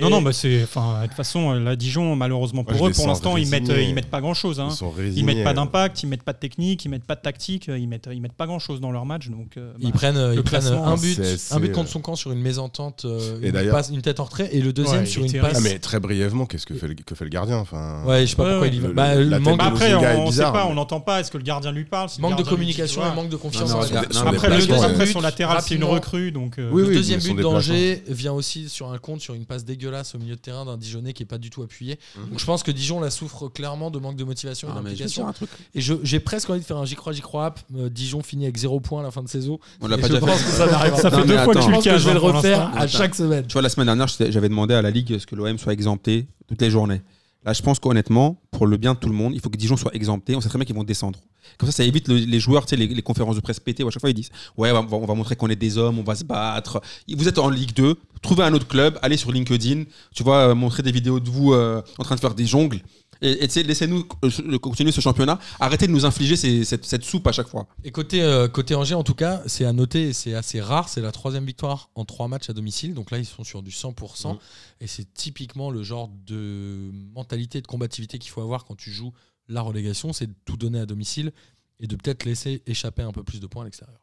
vois Non, non, bah c'est. Enfin, de toute façon, euh, là, Dijon, malheureusement pour Moi, je eux, les pour sens l'instant, ils mettent, euh, résignés. ils mettent pas grand chose. Ils sont résignés. Ils mettent pas d'impact, ils mettent pas de technique, ils mettent pas de tactique, euh, ils mettent, ils mettent pas grand chose dans leur match. Donc, euh, bah, Ils prennent, euh, Le ils prennent classement, un hein, but, c'est- un but c'est, contre euh, son camp sur une mésentente, euh, Et une, d'ailleurs- passe- une tête en retrait, et le deuxième Ouais, sur il une était passe. Ah, mais très brièvement, qu'est-ce que fait le, que fait le gardien enfin, Ouais, je sais pas Ouais, pourquoi ouais. il y va. Le- Bah, le- le la manque, bah tête après, Le gars est on, ne sait bizarre, pas, mais- on n'entend pas. Est-ce que le gardien lui parle si le manque de gardien lui dit, communication tu et vois. manque de confiance. Non, mais en regarde, Son non, mais Après, le déplacement, deuxième, ouais. après, son latéral, c'est une Rapidement. recrue. Donc, euh, Oui, le oui, deuxième mais son but déplacement. d'Angers vient aussi sur un compte, sur une passe dégueulasse au milieu de terrain d'un Dijonais qui est pas du tout appuyé. Mhm. Donc, je pense que Dijon la souffre clairement de manque de motivation et Ah, mais je vais d'implication. hein. dire un truc. Et je- j'ai presque envie de faire un j'y crois, j'y crois. app. Euh, Dijon finit avec 0 points à la fin de saison. On l'a Et pas je déjà pense fait. que ça n'arrivera Ça pas. Non, fait mais deux fois que attends. tu Je le pense que cases. je vais hein, le pour l'instant. refaire à Attends. chaque semaine. Tu vois, la semaine dernière, j'étais- j'avais demandé à la Ligue ce que l'OM soit exempté toutes les journées. Là, je pense qu'honnêtement, pour le bien de tout le monde, il faut que Dijon soit exempté. On sait très bien qu'ils vont descendre. Comme ça, ça évite le- les joueurs, tu sais, les, les conférences de presse pétées où à chaque fois ils disent Ouais, on va, on va montrer qu'on est des hommes, on va se battre. Vous êtes en Ligue 2, trouvez un autre club, allez sur LinkedIn, tu vois, euh, montrer des vidéos de vous euh, en train de faire des jongles. Et, et tu sais, laissez-nous euh, continuer ce championnat. Arrêtez de nous infliger ces- cette, cette soupe à chaque fois. Et côté, euh, côté Angers, en tout cas, c'est à noter, et c'est assez rare. C'est la troisième victoire en trois matchs à domicile. Donc là, ils sont sur du 100%. Mhm. Mm. Et c'est typiquement le genre de mentalité, de combativité qu'il faut avoir quand tu joues la relégation. C'est de tout donner à domicile et de peut-être laisser échapper un peu plus de points à l'extérieur.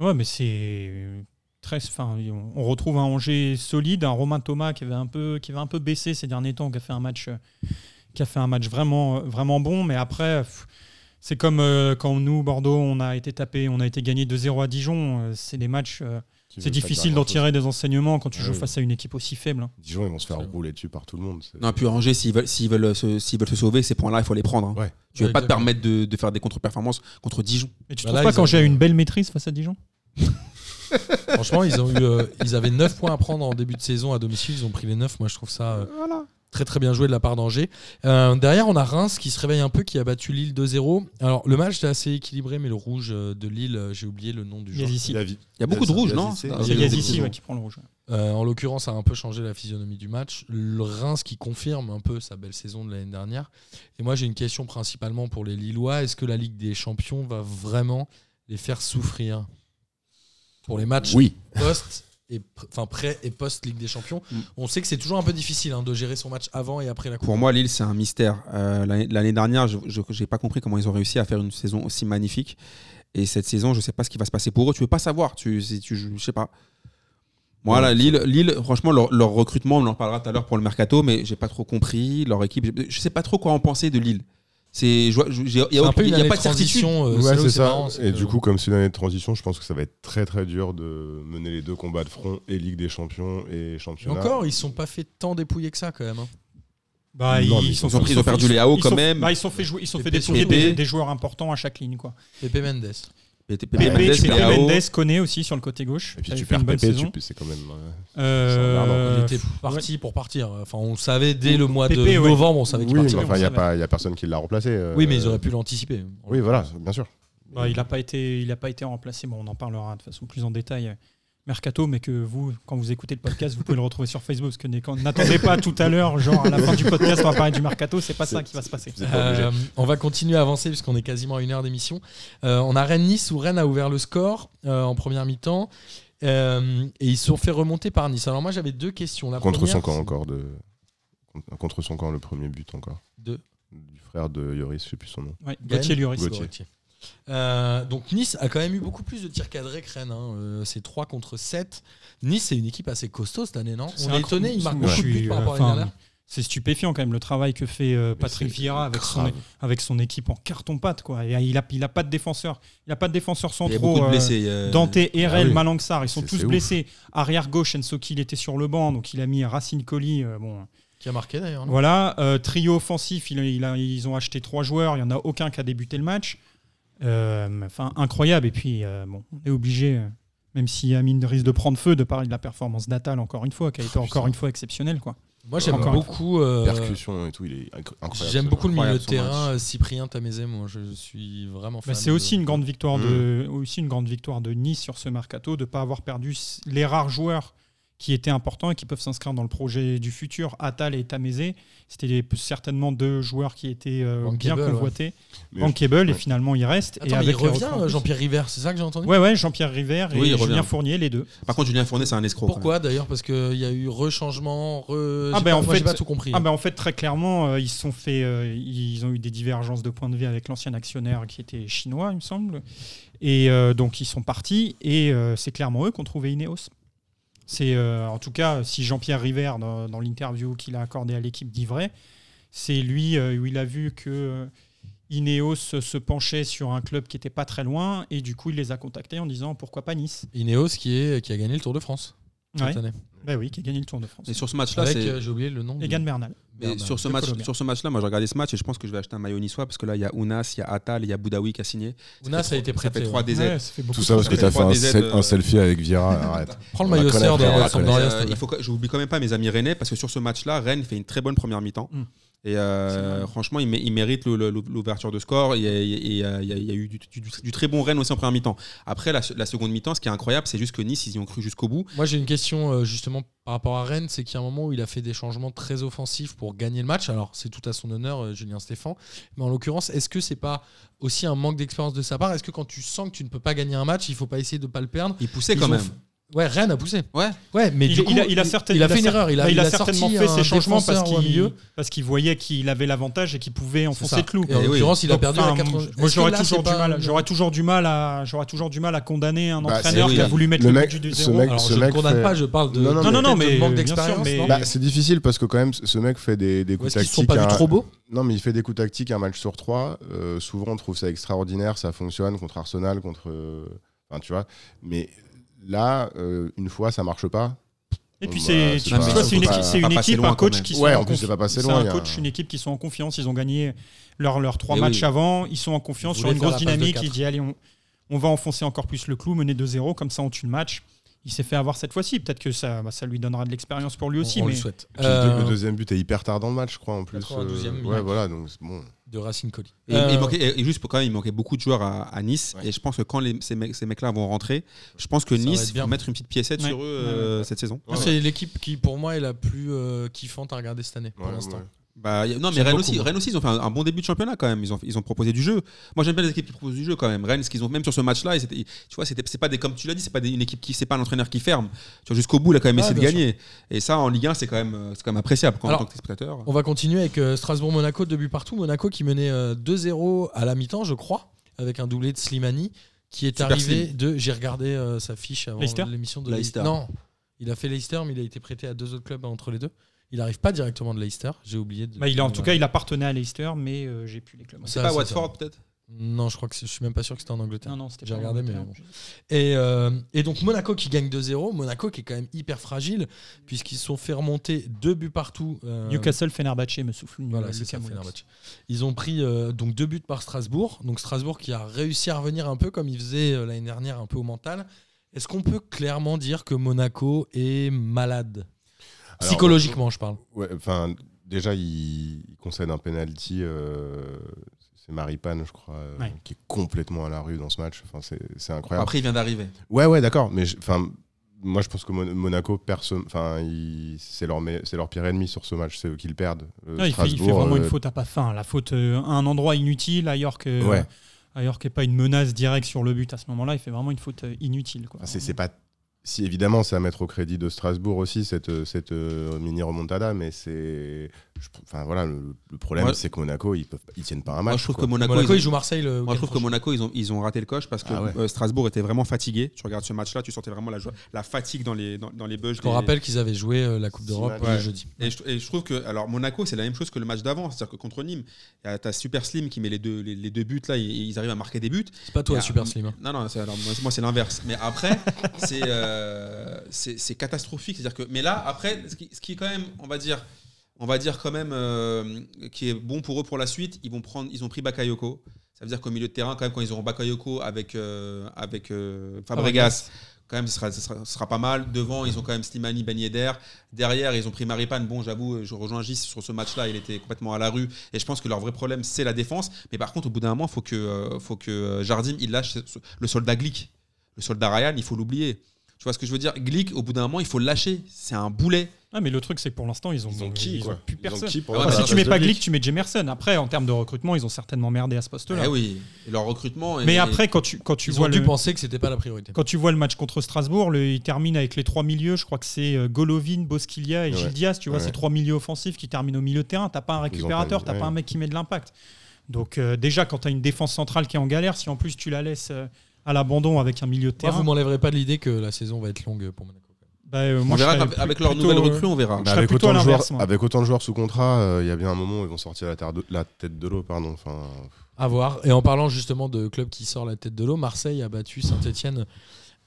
Ouais, mais c'est très. Enfin, on retrouve un Angers solide, un Romain Thomas qui avait un peu, qui avait un peu baissé ces derniers temps, qui a fait un match, euh, qui a fait un match vraiment, euh, vraiment bon. Mais après, pff, c'est comme euh, quand nous Bordeaux, on a été tapé, on a été gagné 2-0 à Dijon. euh, C'est des matchs. euh, Qui c'est veut pas difficile dire d'en grand-chose. tirer des enseignements quand tu Ah joues oui. face à une équipe aussi faible. hein. Dijon, ils vont se faire rouler dessus par tout le monde. c'est- Non, puis Angers, s'ils veulent, s'ils veulent, se, s'ils veulent se sauver, ces points-là, il faut les prendre. hein. Ouais. Tu ne Ouais, veux pas te exactement. permettre de, de faire des contre-performances contre Dijon. Mais tu Bah trouves là, pas ils qu'Angers a avaient- une belle maîtrise face à Dijon Franchement, ils, ont eu, euh, ils avaient 9 points à prendre en début de saison à domicile. Ils ont pris les 9. Moi, je trouve ça euh, très très bien joué de la part d'Angers. Euh, derrière, on a Reims qui se réveille un peu, qui a battu Lille 2-0. Alors, le match était assez équilibré, mais le rouge euh, de Lille, euh, j'ai oublié le nom du joueur. Yazissi. La vie. Il y a beaucoup de Yazid- rouges, non Yazid, Ah, C'est oui, Yazissi oui. ouais, qui prend le rouge. Euh, en l'occurrence, ça a un peu changé la physionomie du match. Le Reims qui confirme un peu sa belle saison de l'année dernière. Et moi, j'ai une question principalement pour les Lillois. Est-ce que la Ligue des Champions va vraiment les faire souffrir pour les matchs Oui. post et pr- enfin pré et post Ligue des Champions Mm. On sait que c'est toujours un peu difficile hein, de gérer son match avant et après la Coupe. Pour moi, Lille, c'est un mystère. Euh, l'année- L'année dernière, je n'ai pas compris comment ils ont réussi à faire une saison aussi magnifique. Et cette saison, je ne sais pas ce qui va se passer pour eux. Tu ne veux pas savoir. Tu, si tu, je ne sais pas. Moi, là, Lille, Lille, franchement, leur, leur recrutement, on en parlera tout à l'heure pour le mercato, mais j'ai pas trop compris. Leur équipe, je- je sais pas trop quoi en penser de Lille. C'est, je vois- je- j'ai- il C'est n'y a, un peu il une y a année pas de de certitude. transition. euh, Ouais, c'est là où c'est c'est ça. marrant, c'est et que- du coup, comme c'est une année de transition, je pense que ça va être très très dur de mener les deux combats de front et Ligue des Champions et Et Championnat. encore, ils sont pas fait tant dépouiller que ça quand même. hein. Bah, Non, mais ils ils sont ont pris- ils ont perdu ils sont- les AO ils quand sont- même. bah, ils sont fait jouer, ils sont Et fait Pépé. dépouiller des, Pépé. des joueurs importants à chaque ligne quoi. Pepe Mendes. Pépé, Pépé, Mendes, Pépé, Pépé Léao. Mendes connaît aussi sur le côté gauche. Et puis Il tu fait une bonne perds Pépé, saison. tu- c'est quand même. euh, Euh, Il était parti pour partir. Enfin, on le savait dès le mois de Pépé, ouais. novembre, on savait Oui, qu'il mais partirait. parti, on enfin, il n'y a, savait. pas- y a personne qui l'a remplacé. euh, Oui, mais ils auraient pu l'anticiper. Oui, voilà, bien sûr. bah, il n'a pas été, il a pas été remplacé. Bon, on en parlera de façon plus en détail. euh, Mercato, mais que vous, quand vous écoutez le podcast, vous pouvez le retrouver sur Facebook. Parce que n'est- quand- n'attendez pas tout à l'heure, genre à la fin du podcast, on va parler du mercato. C'est pas ça qui va se passer. Vous êtes pas obligés. Euh, on va continuer à avancer puisqu'on est quasiment à une heure d'émission. Euh, on a Rennes-Nice où Rennes a ouvert le score euh, en première mi-temps Euh, et ils se sont fait remonter par Nice. Alors moi j'avais deux questions. La Contre première, son camp c'est- encore. De... contre- Contre son camp, le premier but encore. De Du frère de Yoris, je sais plus son nom. Ouais, Gauthier Lloris. Gauthier. Euh, donc Nice a quand même eu beaucoup plus de tirs cadrés que Rennes. hein. Euh, c'est 3 contre 7. Nice c'est une équipe assez costaud cette année, non C'est On est incroyable. étonné, ils marquent Moi, beaucoup je de buts suis, par rapport à euh, l'année enfin, dernière. c'est stupéfiant quand même le travail que fait euh, Patrick c'est Vieira avec son, grave. avec son équipe en carton-pâte. Quoi. Et, euh, il n'a il a pas de défenseur. Il n'a pas de défenseur Il y a centraux. beaucoup de euh, blessés. euh, Dante, Erel, oui. Malangsar, ils sont C'est- tous c'est ouf. blessés. Arrière gauche, Ensoki, il était sur le banc, donc il a mis Racine Colli. euh, bon, Qui a marqué d'ailleurs. non voilà, euh, trio offensif, il- il a- ils ont acheté trois joueurs, il n'y en a aucun qui a débuté le match. Euh, Enfin, incroyable. Et puis, euh, bon, on est obligé, euh, même si Amine risque de prendre feu de parler de la performance d'Atal, encore une fois, qui a Oh, été encore une fois exceptionnelle. Quoi. Moi j'aime Encore une beaucoup. euh, Percussion et tout, il est inc- incroyable. J'aime beaucoup le milieu de Incroyable, son terrain euh, Cyprien Tamézé, moi je suis vraiment fan. Bah, c'est de- Mm. aussi une, grande victoire de, aussi une grande victoire de Nice sur ce mercato, de ne pas avoir perdu s- les rares joueurs qui étaient importants et qui peuvent s'inscrire dans le projet du futur, Atal et Tamézé. C'était les- certainement deux joueurs qui étaient euh, bien Bankable, ouais. convoités. Mais Bankable, et ouais. finalement il reste. et Attends, mais il avec les revient recrues en euh, plus- Jean-Pierre River, c'est ça que j'ai entendu Ouais, ouais, Jean-Pierre River et Oui, il revient. Julien Fournier, les deux. Par contre, Julien Fournet, c'est un escroc. quand même. Pourquoi d'ailleurs Parce qu'il y a eu rechangement, re... Ah, j'ai ben, pas- en moi, j'ai fait- pas tout compris. hein. Ah bah en fait très clairement euh, ils se sont fait euh, ils ont eu des divergences de point de vue avec l'ancien actionnaire qui était chinois il me semble et euh, donc ils sont partis et euh, c'est clairement eux qui ont trouvé Ineos. C'est euh, en tout cas si Jean-Pierre River dans, dans l'interview qu'il a accordée à l'équipe d'Ivray, c'est lui euh, où il a vu que euh, Ineos se penchait sur un club qui était pas très loin et du coup il les a contactés en disant pourquoi pas Nice. Ineos qui, est, qui a gagné le Tour de France ben. Ouais. cette année. Bah oui, qui a gagné le Tour de France. Et sur ce match-là, Avec, Ah, c'est. euh, j'ai oublié le nom. Egan Bernal. Mais Bernard, sur ce le match, Colombien. sur ce match-là, moi j'ai regardé ce match et je pense que je vais acheter un maillot niçois parce que là il y a Ounas, il y a Atal, il y a Boudaoui qui a signé. Ounas a été Ça prêté. fait trois DZ. Ouais, ça fait beaucoup Tout de ça parce que Ça t'as fait fait un, trois DZ, sel- euh, un selfie avec (laughs) Vieira. Arrête. Prends le On la maillot connaît, sœur de frère, on la son connaît. Doria, Euh, s'il te il plaît. faut que, j'oublie quand même pas mes amis rennais parce que sur ce match-là, Rennes fait une très bonne première mi-temps. Mm. Et euh, C'est vrai. franchement, il, mé- il mérite le- le- l'ouverture de score. Il y a, il y a- il y a- il y a eu du, du- du- du très bon Rennes aussi en première mi-temps. Après, la, se- la seconde mi-temps, ce qui est incroyable, c'est juste que Nice, ils y ont cru jusqu'au bout. Moi j'ai une question euh, justement par rapport à Rennes, c'est qu'il y a un moment où il a fait des changements très offensifs pour gagner le match. Alors c'est tout à son honneur, euh, Julien Stéphan. Mais en l'occurrence, est-ce que c'est pas aussi un manque d'expérience de sa part Est-ce que quand tu sens que tu ne peux pas gagner un match, il faut pas essayer de pas le perdre Ils poussaient Ils quand ont même. f- Ouais, Rennes a poussé. Ouais. Ouais, mais il, du il coup, a, il a certain- il a fait une cer- erreur. Il a, bah, il a il a certainement sorti fait un ces changements parce défenseur ou un milieu. qu'il parce qu'il voyait qu'il avait l'avantage et qu'il pouvait enfoncer ça. le clou. Et en Et oui. l'occurrence, il a Donc, perdu à enfin, 80. Moi, Est-ce que j'aurais là, toujours c'est du pas- mal. J'aurais toujours du mal à. J'aurais toujours du mal à condamner un Bah, c'est- entraîneur oui, qui a oui. voulu mettre Le le, mec- but du ce 2-0. mec- Alors, ce je ne mec condamne fait- pas, je parle de. Non, non, non, non, peut-être non, de mais manque bien sûr, d'expérience. mais- non Bah, c'est difficile parce que quand même, ce mec fait des, des Ou coups est-ce qu'ils se sont tactiques. pas vus un- trop beaux Non, mais il fait des coups tactiques un match sur trois. Euh, souvent, on trouve ça extraordinaire, ça fonctionne contre Arsenal, contre. euh, Enfin, tu vois. Mais là, euh, une fois, ça marche pas. Et puis Bah, c'est. c'est tu pas- vois, C'est une c'est pas- équipe, c'est une pas passé équipe, loin un quand coach même. qui Ouais, sont en plus, c'est pas passé confiance. loin, C'est il y un a coach, un- une équipe qui sont en confiance. Ils ont gagné leurs leurs trois Et matchs oui. avant. Ils sont en confiance Ils sur une voulaient grosse faire la phase de dynamique. quatre. Ils disent allez, on, on va enfoncer encore plus le clou, mener 2-0, comme ça on tue le match. Il s'est fait avoir cette fois-ci. Peut-être que ça, bah, ça lui donnera de l'expérience pour lui aussi. On- on mais... le souhaite. Puis le deux- Euh, Le deuxième but est hyper tard dans le match, je crois, en plus. 92e Euh, minute. ouais, voilà, donc c'est bon. de Racine Colli. Et, Euh, il manquait- et- et juste pour quand même, il manquait beaucoup de joueurs à, à Nice. Ouais. Et je pense que quand les- ces, mecs, ces là vont rentrer, je pense que Ça va Nice être bien. va mettre une petite piécette Ouais. sur eux euh, cette saison. Non, C'est l'équipe qui, pour moi, est la plus euh, kiffante à regarder cette année, pour Ouais, l'instant. ouais. Bah, y a- non, mais J'aime Rennes beaucoup, aussi, moi. Rennes aussi, ils ont fait un, un bon début de championnat quand même. Ils ont, ils ont proposé du jeu. Moi, j'aime bien les équipes qui proposent du jeu quand même. Rennes, ce qu'ils ont même sur ce match-là, ils étaient- ils- tu vois, c'était- c'est pas des, comme tu l'as dit, c'est pas des- une équipe qui, c'est pas un entraîneur qui ferme. Tu vois, jusqu'au bout, il a quand même Ah, essayé de bien gagner. Et ça, en Ligue 1, c'est quand même, euh, c'est quand même appréciable quand, Alors, en tant que spectateur. On va continuer avec euh, Strasbourg-Monaco, deux buts partout. Monaco qui menait euh, 2-0 à la mi-temps, je crois, avec un doublé de Slimani, qui est Super arrivé de. J'ai regardé euh, sa fiche avant Leicester l'émission de Leicester. Non, il a fait Leicester, mais il a été prêté à deux autres clubs entre les deux. Il n'arrive pas directement de Leicester, j'ai oublié. De... Bah, il a- en tout cas, il appartenait à Leicester, mais euh, j'ai plus les clubs. Ça, C'est pas Ah, ça, Watford peut-être Non, je crois que c'est- je suis même pas sûr que c'était en Angleterre. Non, non, c'était J'ai pas regardé, mais Angleterre. bon. Et, euh, et donc Monaco qui gagne 2-0, Monaco qui est quand même hyper fragile, puisqu'ils se sont fait remonter deux buts partout. euh, Newcastle, Fenerbahce me souffle. Voilà, le c'est ça, Cameroun. Fenerbahçe. Ils ont pris euh, donc deux buts par Strasbourg. Donc Strasbourg qui a réussi à revenir un peu comme il faisait euh, l'année dernière, un peu au mental. Est-ce qu'on peut clairement dire que Monaco est malade Alors, Psychologiquement, je parle. Ouais, enfin, déjà, il, il concède un penalty. euh, c'est Maripane, je crois, euh, Ouais. qui est complètement à la rue dans ce match. Enfin, c'est c'est incroyable. Après, il vient d'arriver. Ouais, ouais, d'accord. Mais je- enfin, moi, je pense que Mon- Monaco, perd ce- enfin, ils- c'est leur, me- c'est leur pire ennemi sur ce match. C'est eux qui le perdent. Euh, Non, il, fait, il fait Strasbourg, vraiment une euh, faute à pas fin. La faute euh, à euh, un endroit inutile, ailleurs que. Ouais. Ailleurs qu'il n'y ait pas une menace directe sur le but à ce moment-là, il fait vraiment une faute euh, inutile. Quoi. enfin, Ah, c'est c'est pas. Si euh, évidemment, c'est à mettre au crédit de Strasbourg aussi cette, cette euh, mini remontada, mais c'est je- Enfin voilà, le, le problème Ouais. c'est que Monaco, ils peuvent, ils tiennent pas un match. Moi, je trouve quoi. que Monaco, Monaco, ils ils jouent Marseille euh, le. Moi, je trouve que week-end Monaco, ils ont, ils ont raté le coche parce que Ah ouais. euh, Strasbourg était vraiment fatigué. Tu regardes ce match-là, tu sentais vraiment la, joie- la fatigue dans les, dans, dans les bugs. prochain. qu'on des- rappelle qu'ils avaient joué euh, la Coupe Six d'Europe matchs. le Ouais. jeudi. Et je, et je trouve que alors Monaco, c'est la même chose que le match d'avant. C'est-à-dire que contre Nîmes, t'as as Super Slim qui met les deux, les, les deux buts là, ils, ils arrivent à marquer des buts. C'est pas toi, Et, Super euh, Slim. hein. Non, non, c'est- alors, moi, c'est- moi, c'est l'inverse. Mais après, (laughs) c'est euh, c'est c'est catastrophique. C'est-à-dire que, mais là, après, ce qui, ce qui est quand même, on va dire, on va dire quand même, euh, qui est bon pour eux pour la suite, ils vont prendre, ils ont pris Bakayoko. Ça veut dire qu'au milieu de terrain, quand même, quand ils auront Bakayoko avec euh, avec euh, Fabregas. Quand même, ce sera, ce sera, ce sera pas mal. Devant, ils ont quand même Slimani, Ben Yedder. Derrière, ils ont pris Maripane. Bon, j'avoue, je rejoins Gis sur ce match-là. Il était complètement à la rue. Et je pense que leur vrai problème, c'est la défense. Mais par contre, au bout d'un moment, il faut que, euh, faut que euh, Jardim il lâche ce- le soldat Glick. Le soldat Ryan, il faut l'oublier. Tu vois ce que je veux dire Glick, au bout d'un moment, il faut le lâcher. C'est un boulet. Ah, mais le truc, c'est que pour l'instant, ils ont, Ils ont qui, ils quoi ont plus Ils ont personne. qui pour Ah ouais, remplacer la si bah, tu mets place pas de Glick, Glick tu mets Jemerson. Après, en termes de recrutement, ils ont certainement merdé à ce poste-là. Eh oui. Et leur recrutement. Mais est- après, quand tu, quand tu Ils vois ont le... dû penser que c'était pas la priorité. Quand tu vois le match contre Strasbourg, le- il termine avec les trois milieux. Je crois que c'est euh, Golovin, Boskilia et Ouais. Gilles Diaz. Tu vois, Ouais. ces trois milieux offensifs qui terminent au milieu de terrain. T'as pas un pas récupérateur, mis- t'as ouais. pas un mec qui met de l'impact. Donc euh, déjà, quand t'as une défense centrale qui est en galère, si en plus tu la laisses euh, à l'abandon avec un milieu de Moi, terrain, vous m'enlèverez pas de l'idée que la saison va être longue pour Monaco. bah, euh, on moi, je verra serais qu'avec- plus- avec leur plutôt, nouvelle euh, recrue, on verra. Bah, Mais serais avec, plutôt autant de à joueurs, l'inverse, moi. avec autant de joueurs sous contrat, euh, il y a bien un moment où ils vont sortir la, terre de- la tête de l'eau. Pardon. Enfin, À voir. Et en parlant justement de club qui sort la tête de l'eau, Marseille a battu Saint-Etienne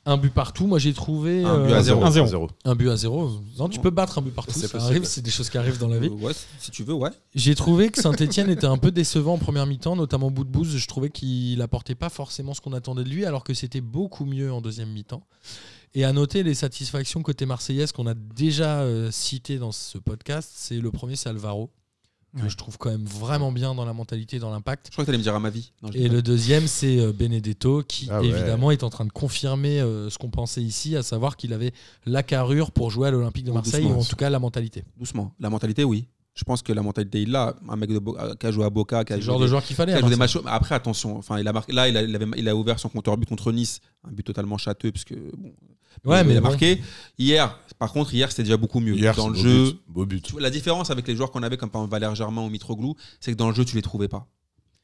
un but partout. Moi j'ai trouvé Un but à euh, zéro. un zéro. un but à zéro. Non, tu peux battre un but partout, C'est ça possible. arrive, c'est des choses qui arrivent dans la vie. Euh, ouais, si- si tu veux, ouais. J'ai trouvé que Saint-Etienne était un peu décevant en première mi-temps, notamment bout de bouse. Je trouvais qu'il apportait pas forcément ce qu'on attendait de lui, alors que c'était beaucoup mieux en deuxième mi-temps. Et à noter les satisfactions côté marseillaise qu'on a déjà euh, citées dans ce podcast, c'est le premier, c'est Alvaro, que Ouais. je trouve quand même vraiment bien dans la mentalité, dans l'impact. Je crois que t'allais me dire à ma vie. Non, je dis Et pas. le deuxième, c'est euh, Benedetto, qui Ah ouais. évidemment est en train de confirmer euh, ce qu'on pensait ici, à savoir qu'il avait la carrure pour jouer à l'Olympique de Oh, Marseille, doucement, ou en doucement. tout cas la mentalité. Doucement. La mentalité, oui. Je pense que la mentalité, il l'a. Un mec de Bo- euh, qui a joué à Boca, qui C'est a le joué genre des- de joueur qu'il fallait. hein. Il à a joué des Marseille. hein, matchs- Après, attention. Enfin, il a marqué. Là, il a, il avait- il a ouvert son compteur but contre Nice, un but totalement châteux, parce que bon, Ouais, il mais a bon. Euh, marqué. Hier, par contre, hier, c'était déjà beaucoup mieux Hier, dans le c'est jeu. beau but, beau but. tu vois, La différence avec les joueurs qu'on avait, comme par exemple Valère Germain ou Mitroglou, c'est que dans le jeu, tu les trouvais pas.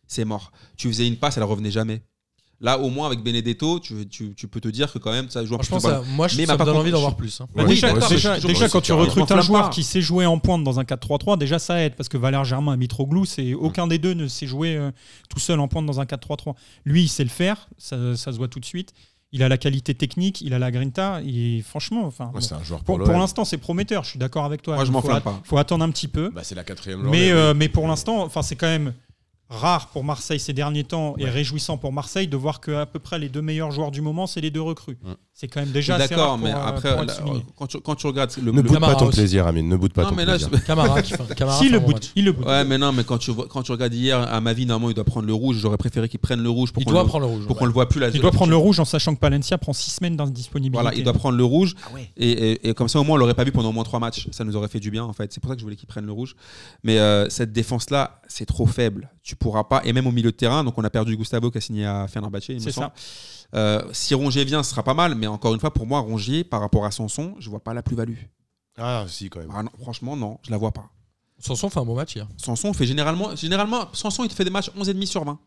C'est mort. Tu faisais une passe, elle revenait jamais. Là, au moins, avec Benedetto, tu, tu- tu peux te dire que quand même, ça joue Franchement, ça, moi, je, Mais bah, ça me par donne contre, envie d'en je- voir plus. hein. Bah, Ouais, déjà, ouais, déjà- c'est- déjà, ouais, quand c'est tu carrément- recrutes un M'enflamme joueur pas. qui sait jouer en pointe dans un 4-3-3, déjà ça aide parce que Valère Germain et Mitroglou, c'est aucun des deux ne sait jouer euh, tout seul en pointe dans un 4-3-3. Lui, il sait le faire, ça, ça se voit tout de suite. Il a la qualité technique, il a la grinta, et franchement, enfin, Ouais, bon, c'est un joueur pour, pour, pour l'OL. l'instant, c'est prometteur. Je suis d'accord avec toi. Moi, je Il m'en faut flamme att- pas. Faut attendre un petit peu, Bah, c'est la quatrième mais journée, euh, oui. mais pour l'instant, enfin, c'est quand même rare pour Marseille ces derniers temps et réjouissant pour Marseille de voir que à peu près les deux meilleurs joueurs du moment, c'est les deux recrues. Ouais. C'est quand même Je suis déjà assez d'accord, rare pour, mais euh, après, pour être là, souligné. quand, tu, quand tu regardes le, Ne le- boude pas Camara ton aussi. plaisir, Amine. Ne boude pas Non, ton mais là, plaisir. je- Camara qui fait- Camara Si fait le un bon bout, match. il le boot. Ouais, mais non, mais quand tu, vois- quand tu regardes hier, à ma vie, normalement, il doit prendre le rouge. J'aurais préféré qu'il prenne le rouge pour Il qu'on doit le- prendre le rouge. pour qu'on le voit plus la Il doit prendre le rouge en sachant que Palencia prend 6 semaines d'indisponibilité. Voilà, il doit prendre le rouge. Ah et, et- et comme ça, au moins, on l'aurait pas vu pendant au moins trois matchs. Ça nous aurait fait du bien, en fait. C'est pour ça que je voulais qu'il prenne le rouge. Mais euh, cette défense-là, c'est trop faible. Tu pourras pas. Et même au milieu de terrain, donc on a perdu Gustavo qui a signé à Fenerbahce, il me C'est semble. ça. Euh, si Rongier vient, ce sera pas mal. Mais encore une fois, pour moi, Rongier, par rapport à Sanson, je vois pas la plus-value. Ah, si, quand même. Ah non, franchement, non, je la vois pas. Sanson fait un bon match hier. Moi, Sanson fait généralement. Généralement, Sanson, il te fait des matchs 11,5 sur 20.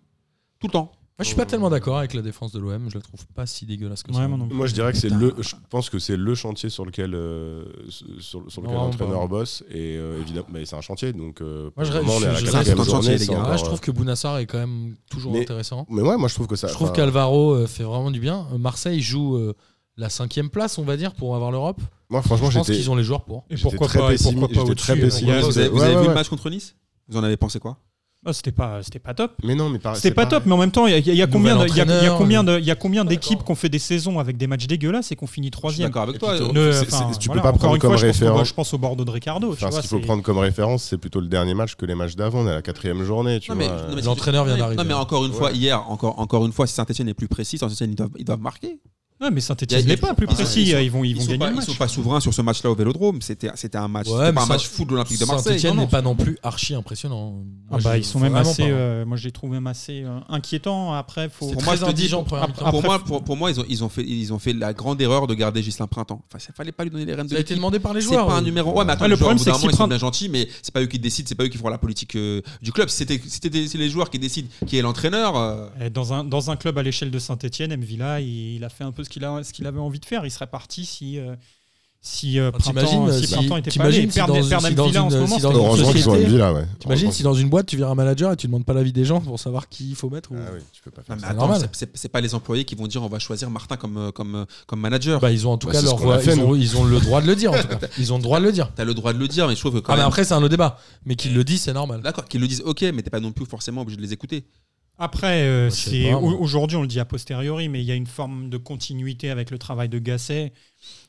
Tout le temps. je suis pas tellement d'accord avec la défense de l'OM. Je la trouve pas si dégueulasse que ça. Ouais, moi non plus. Moi, je dirais que c'est Putain. le. Je pense que c'est le chantier sur lequel euh, sur, sur lequel Non, l'entraîneur pas. bosse et euh, évidemment, mais c'est un chantier. Donc, euh, Moi, je- pour le moment, on est à la je- je- quatrième c'est un journée, chantier, c'est les gars. encore, Ah, je trouve que Bounassar est quand même toujours Mais- intéressant. euh, Mais ouais, moi, je trouve que ça. Je trouve enfin, qu'Alvaro euh, fait vraiment du bien. Euh, Marseille joue euh, la cinquième place, on va dire, pour avoir l'Europe. Moi, franchement, Je pense j'étais. qu'ils ont les joueurs pour. Et j'étais pourquoi très pas, et pourquoi pessimiste- pas j'étais très au-dessus, pessimiste. il y a- Ouais, hein. vous avez, vous ouais, avez vu ouais. le match contre Nice Vous en avez pensé quoi Ah, C'était pas, c'était pas top. Mais non, mais par- C'était Ah c'est pas pareil. top, mais en même temps, il y a- il y, a combien de- il y a- il y a combien de- il y a combien D'accord. d'équipes qui ont fait des saisons avec des matchs dégueulasses et qu'on Je finit suis troisième d'accord avec toi. euh, plutôt- Ne- C'est- c'est- euh, enfin, tu peux voilà, pas encore prendre une fois, comme je pense qu'on- référence. Je pense au Bordeaux de Ricardo. tu Enfin, vois, ce qu'il faut c'est- prendre comme référence, c'est plutôt le dernier match que les matchs d'avant. On est à la quatrième journée, tu Non, mais- vois. non, mais- euh, L'entraîneur vient Non, d'arriver. Non, mais encore une Ouais. fois, hier, encore, encore une fois, si Saint-Etienne est plus précis, Saint-Etienne, ils doivent, ils doivent marquer. Ouais, mais Y a- Saint-Etienne y a- n'est pas plus ils sont- précis. ils sont- Ils vont, ils Ils vont sont gagner pas- le ils match. sont pas souverains sur ce match-là au Vélodrome. C'était c'était un match, Ouais, c'était mais pas un ça- match fou de l'Olympique de Marseille. Saint-Etienne Non, n'est non. pas non plus archi impressionnant. hein. Moi, Ah bah, je- ils sont même vraiment assez. pas. euh, moi, je les trouve même assez euh, inquiétants. Après, faut. C'est pour très moi, je te dis, indigent en première après- mi-temps. après- Pour moi, pour, pour moi, ils ont, ils ont fait, ils ont fait la grande erreur de garder Gislain Printemps. Enfin, ça fallait pas lui donner les rênes de Ça a l'équipe. été demandé par les C'est joueurs. euh. pas un oui. numéro. Ouais, mais attends, Ouais, le Ah, le problème, problème, c'est c'est que qu'ils si sont Printemps- bien gentils, mais c'est pas eux qui décident, c'est pas eux qui feront la politique euh, du club. Si C'était, si c'était c'est les joueurs qui décident qui est l'entraîneur. euh, Euh, Dans un, dans un club à l'échelle de Saint-Etienne, M. Villa, il, il a fait un peu ce qu'il a- ce qu'il avait envie de faire. Il serait parti si, euh, si, euh, Ah, printemps, t'imagines, si si- Printemps était pas allé. t'imagines Et si Perdre dans une- perdre si M. dans Villa en une- ce si moment, dans c'est- une- Heureusement qu'ils sont à société. Villa, ouais. T'imagines Heureusement si dans une boîte tu vires un manager et tu demandes pas l'avis des gens pour savoir qui il faut mettre ou... Ah oui, tu peux pas non, faire mais ça. c'est attends, normal. c'est- c'est c'est pas les employés qui vont dire on va choisir Martin comme euh, comme euh, comme manager. Bah, ils ont en tout Bah, cas c'est leur ce qu'on a droit- fait, ils, ont, nous. ils ont le droit de le dire en tout cas. (laughs) Ils ont le droit de le dire. T'as le droit de le dire, mais je trouve que quand Ah mais même- après c'est un autre débat, mais qu'ils le disent c'est normal. D'accord, qu'ils le disent, ok, mais t'es pas non plus forcément obligé de les écouter. Après, euh, Moi, je sais c'est hein. pas, moi. au- aujourd'hui, on le dit a posteriori, mais il y a une forme de continuité avec le travail de Gasset.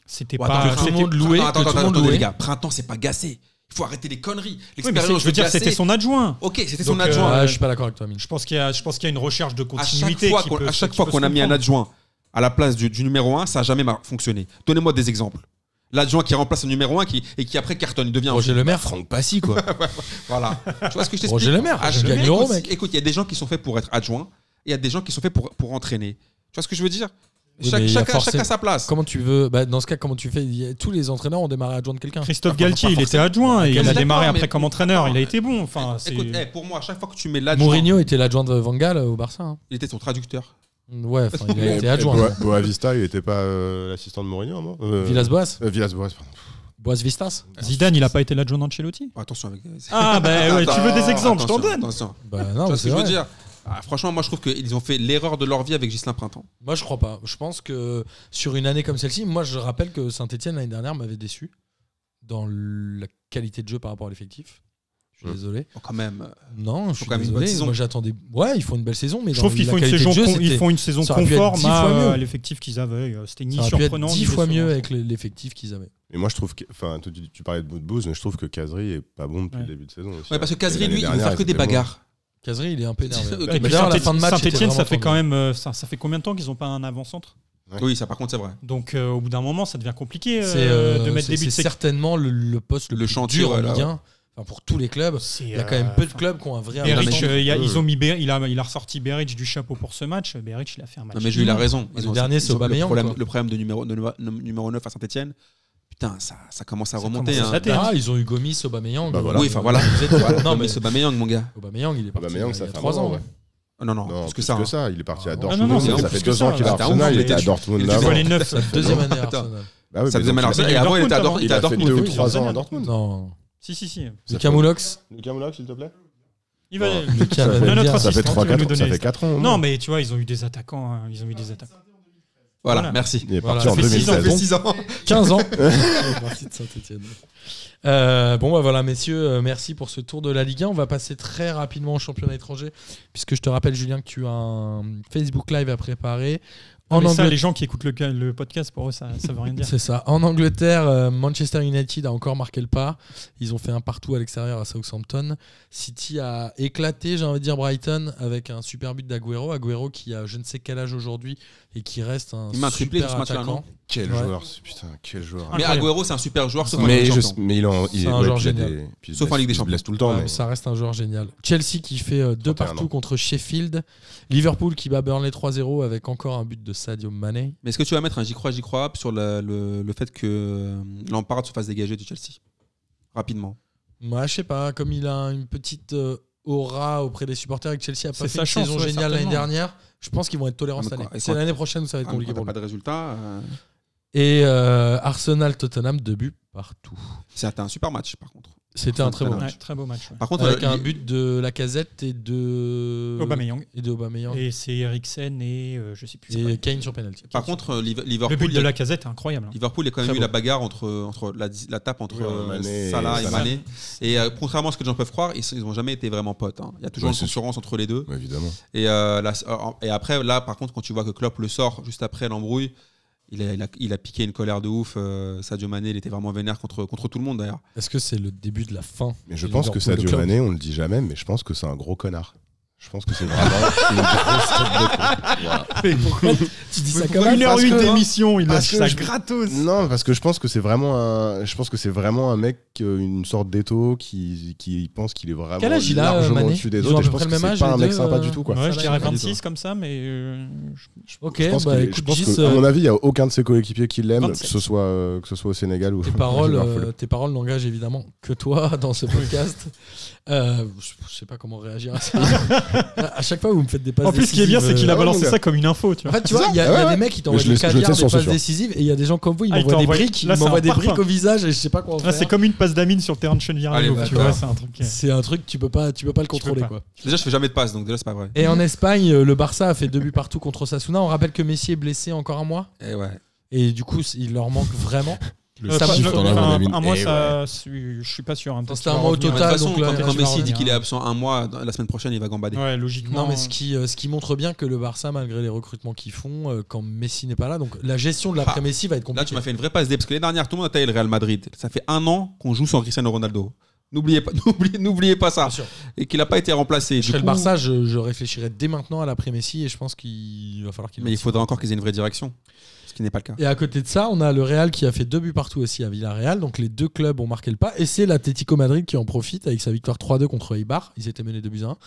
C'était Ouais, pas. attends, que tout le c'était- monde louait, Attends, attends, que tout le attends, monde attendez, louait. les gars, printemps, c'est pas gassé. Il faut arrêter les conneries. Oui, mais c'est- L'expérience je veux de dire, Gassé- c'était son adjoint. Ok, c'était Donc, son euh, adjoint. Ah, je suis pas d'accord avec toi, Mine. Je pense qu'il y a, je pense qu'il y a une recherche de à chaque continuité. fois qui qu'on, peut- à chaque qui fois peut qu'on se a mis un comprendre. adjoint à la place du, du numéro 1, ça n'a jamais mar- fonctionné. Donnez-moi des exemples. L'adjoint qui remplace le numéro 1 qui, et qui après cartonne, il devient. un Roger Le Maire, Franck Passy, quoi. Voilà. tu vois ce que je t'explique Roger Le Maire, Ah, je je- gagne écoute, l'euro mec. Écoute, il y a des gens qui sont faits pour être adjoints et il y a des gens qui sont faits pour, pour entraîner. Tu vois ce que je veux dire Oui, Chaque- mais il y a chacun, forcément- chacun à sa place. Comment tu veux bah, Dans ce cas, comment tu fais Il y a- Tous les entraîneurs ont démarré adjoint de quelqu'un. Christophe Enfin, Galtier, pas il était forcément. adjoint et il a D'accord, démarré mais- après comme entraîneur. Il a été bon. Enfin, c'est- Écoute, eh, pour moi, à chaque fois que tu mets l'adjoint, Mourinho était l'adjoint de Van Gaal au Barça. hein. il était son traducteur. Ouais, enfin, il a Et- été et adjoint. Boa- Boavista, il était pas euh, l'assistant de Mourinho, non Euh, Villas-Boas euh, Villas-Boas, pardon. Boas-Vistas Zidane, il a pas été l'adjoint d'Ancelotti. Oh, attention avec. Ah bah ouais, tu veux des Attends, exemples Je t'en attention, donne. attention. Bah Tu non, vois mais ce que c'est je veux vrai. dire Ah, Franchement, moi, je trouve qu'ils ont fait l'erreur de leur vie avec Gislain Printemps. Moi, je crois pas. Je pense que sur une année comme celle-ci, moi, je rappelle que Saint-Etienne l'année dernière m'avait déçu dans la qualité de jeu par rapport à l'effectif. Je suis Hmm. désolé. Oh, quand même. Non, je suis quand même une bonne désolé. saison. Moi, j'attendais. Ouais, ils font une belle saison, mais Je dans trouve qu'ils la font, une qualité de saison jeu, con- ils c'était- font une saison ça aurait pu être conforme dix à fois euh, mieux. l'effectif qu'ils avaient. Euh, C'était ni ça aurait pu être surprenant. dix ni fois décevant. mieux avec le- l'effectif qu'ils avaient. Et moi, je trouve que. Enfin, toi, tu, tu parlais de Boudbouz, mais je trouve que Kazri est pas bon depuis Ouais. le début de saison. aussi. Ouais, parce que Et Kazri, l'année lui, il ne dernière, faire que des était bon. bagarres. Kazri, il est un peu (laughs) énervé. Et Mais puis D'ailleurs, la Saint-Étienne- fin de match. était Saint-Étienne, ça vraiment fait quand tendre. même euh, ça, ça fait combien de temps qu'ils n'ont pas un avant-centre Ouais. Oui, ça, par contre, c'est vrai. Donc euh, au bout d'un moment, ça devient compliqué euh, C'est euh, de mettre c'est- des buts. c'est C'est- certainement le, le poste le, Le plus chantier, dur en ouais, là, Ligue 1. Enfin, pour tous les clubs, c'est, il y a quand euh, même peu de clubs qui ont un vrai. Beric, avant-centre. euh, il y a- euh, ils ont mis Ber- il, a, il a ressorti Beric du chapeau pour ce match. Beric, il a fait un match. Non, mais j'ai eu la immonde. raison. Le dernier, c'est ils ont- le Aubameyang, problème, quoi. le problème de numéro, de numéro- numéro 9 à Saint-Etienne, putain, ça, ça commence à Ça remonter. commence à hein. dater. Ah, ils ont eu Gomis, Aubameyang. Bah voilà. Oui, enfin, voilà. hein. Vous êtes- non, (laughs) Non, mais mais c'est Aubameyang, mon gars. Aubameyang, il est parti. Aubameyang, bah, ça il y fait a un 3 moment, ans. ouais. Oh, Non, non, Non, parce que ça. hein. ça, il est parti à Ah non, Dortmund. non, ça, c'est fait plus deux que ans ça. qu'il est à C'était un Arsenal, ouf, il était à mais- Dortmund. Il Tu Ah vois avant. les neufs. Ça fait (laughs) deuxième année à Attends. Arsenal. Bah ouais, Ça mais faisait mal à donc, il a- Arsenal. Et avant, il était à Dor- il Il était à a fait deux Dortmund. hein. ou oui. trois ans à Arsenal. Dortmund. Non. Si si si. Lucas Moulox. Lucas Moulox, s'il te plaît Il va. Ça Lucas fait- Moulin, Non, notre Ça fait (laughs) assistant, trois, tu vas quatre- nous donner ça les fait 4 ans. Non, mais tu vois, ils ont eu des attaquants. hein, Ils ont eu des attaquants. Voilà, Voilà. merci. Il est Voilà, parti en ça fait six ans. 2016. fait 6 ans. 15 ans. Merci de Saint-Etienne. Euh, bon, bah voilà, messieurs, euh, merci pour ce tour de la Ligue 1. On va passer très rapidement au championnat étranger, puisque je te rappelle, Julien, que tu as un Facebook Live à préparer. En Ah, mais ça, Angleterre, les gens qui écoutent le, le podcast, pour eux, ça, ça veut rien dire. c'est ça. En Angleterre, euh, Manchester United a encore marqué le pas. Ils ont fait un partout à l'extérieur à Southampton. City a éclaté, j'ai envie de dire, Brighton avec un super but d'Aguero. Aguero qui a je ne sais quel âge aujourd'hui et qui reste un Il met un triplé super sur ce match-là, attaquant. Quel Ouais. joueur, ce- putain, quel joueur. Mais Incroyable. Agüero, c'est un super joueur, sauf en Mais, Ligue des je- Champions. mais il en, il, C'est un ouais, joueur puis il a génial. des- puis il se Sauf en blesse- Ligue des il se blesse tout le temps. Ouais, mais mais Ça reste un joueur génial. Chelsea qui fait euh, deux 31 partout ans. contre Sheffield. Liverpool qui bat Burnley 3-0 avec encore un but de Sadio Mané. Mais est-ce que tu vas mettre un j'y crois, j'y crois sur le, le, le fait que euh, Lampard se fasse dégager du Chelsea Rapidement. Moi, Bah, je sais pas, comme il a une petite euh, aura auprès des supporters et que Chelsea a C'est pas fait sa une chance, saison ouais, géniale l'année certainement. dernière, je pense qu'ils vont être tolérants Ah, mais cette année. quoi, et C'est quand- l'année prochaine où ça va être Ah, compliqué quand pour t'as pas lui. de résultat. euh, Et euh, Arsenal-Tottenham, deux buts partout. C'était un super match, par contre. C'était un très beau Tottenham. match. Ouais, très beau match. ouais. Par contre, Avec euh, un il- but de Lacazette et de Aubameyang. et de Aubameyang Et c'est Eriksen et euh, je sais plus. c'est et quoi. Kane sur penalty. Par contre, euh, Liv- le Liverpool, but il y de a- la casette est incroyable. hein. Liverpool, il y a quand même Très eu bon. la bagarre entre, entre la, la tape entre Oui, euh, Mané Salah et et Salah. Mané. Et euh, contrairement à ce que les gens peuvent croire, ils sont- ils n'ont jamais été vraiment potes. hein. Il y a toujours Ouais, une c'est concurrence entre les deux. Ouais, évidemment. Et, euh, la- euh, et après, là, par contre, quand tu vois que Klopp le sort juste après l'embrouille, il a, il, a, il a piqué une colère de ouf. euh, Sadio Mané, il était vraiment vénère contre, contre tout le monde d'ailleurs. Est-ce que c'est le début de la fin Mais je du pense que Liverpool de Sadio Klopp Mané, on le dit jamais, mais je pense que c'est un gros connard. Je pense que (laughs) c'est vraiment une grosse tête de con. Voilà. Mais pourquoi Tu dis ça pourquoi quand même il Une heure parce huit que- d'émission, il parce lâche que ça je- gratos. Non, parce que je pense que c'est vraiment un, je pense que c'est vraiment un mec, euh, une sorte d'étau qui, qui pense qu'il est vraiment Quel âge il a, largement Mané au-dessus des Ils ont autres. à Et je peu pense près le que même c'est pas âge, un les mec deux, sympa euh, du tout, quoi. Ouais, je Ça dirais va, 26 comme ça, mais euh, je- Ok, Je pense, bah qu'il est- je écoute, pense Gis, que, à euh, mon avis, il n'y a aucun de ses coéquipiers qui l'aime, que 27. ce soit euh, que ce soit (laughs) au Sénégal ou. tes paroles, J'ai euh, marre, tes paroles n'engagent évidemment que toi (laughs) dans ce podcast. Euh, je, je sais pas comment réagir à (laughs) ça. à à chaque fois, vous me faites des passes. en plus, ce qui est bien, c'est qu'il décisives, a Ah, balancé mon ça comme une info, tu euh, En vois. fait, tu vois, il y a, Ah il ouais, y a ouais. des mecs qui Mais t'envoient je des l'ai- je le caviar, tiens des sur ce passes sur. décisives, et il y a des gens comme vous, ils Ah, il m'envoient des t'envoie- briques, là, ils c'est un m'envoient des briques parpaing. au visage, et je sais pas quoi en Là, faire. c'est comme une passe d'amine sur le terrain de Allez, Chenvier. Tu d'accord. vois, c'est un truc. euh, C'est un truc, tu peux pas, tu peux pas le peux contrôler, pas. quoi. Déjà, je fais jamais de passe, donc déjà, c'est pas vrai. Et en Espagne, euh, le Barça a fait deux buts partout contre Osasuna. On rappelle que Messi est blessé encore un mois. Eh Et ouais. Et du coup, c- il leur manque vraiment. Le euh, Ça pas- me- je- t'en as, enfin, Amine. un mois, Eh ça, je suis pas sûr. hein, peut-être C'était qu'il un va mois au revenir. De toute total, façon, donc là, quand, là, quand tu vas Messi dit revenir. qu'il est absent un mois, dans- la semaine prochaine, il va gambader. Ouais, logiquement. Non, mais ce qui, euh, ce qui montre bien que le Barça, malgré les recrutements qu'ils font, euh, quand Messi n'est pas là, donc la gestion de l'après-Messi va être Ah, Là, compliquée. tu m'as fait une vraie passe D, parce que les dernières, tout le monde a taillé le Real Madrid. Ça fait un an qu'on joue sans Cristiano Ronaldo. N'oubliez pas, (laughs) n'oubliez, n'oubliez pas ça. Bien sûr. Et qu'il n'a pas été remplacé. Je Du serais le coup- Barça, je, je réfléchirais dès maintenant à l'après-Messi et je pense qu'il va falloir qu'il. Mais il faudra encore qu'ils aient une vraie direction. Ce qui n'est pas le cas. Et à côté de ça, on a le Real qui a fait deux buts partout aussi à Villarreal. Donc les deux clubs ont marqué le pas. Et c'est l'Atlético Madrid qui en profite avec sa victoire 3-2 contre Eibar. Ils étaient menés 2 buts à 1.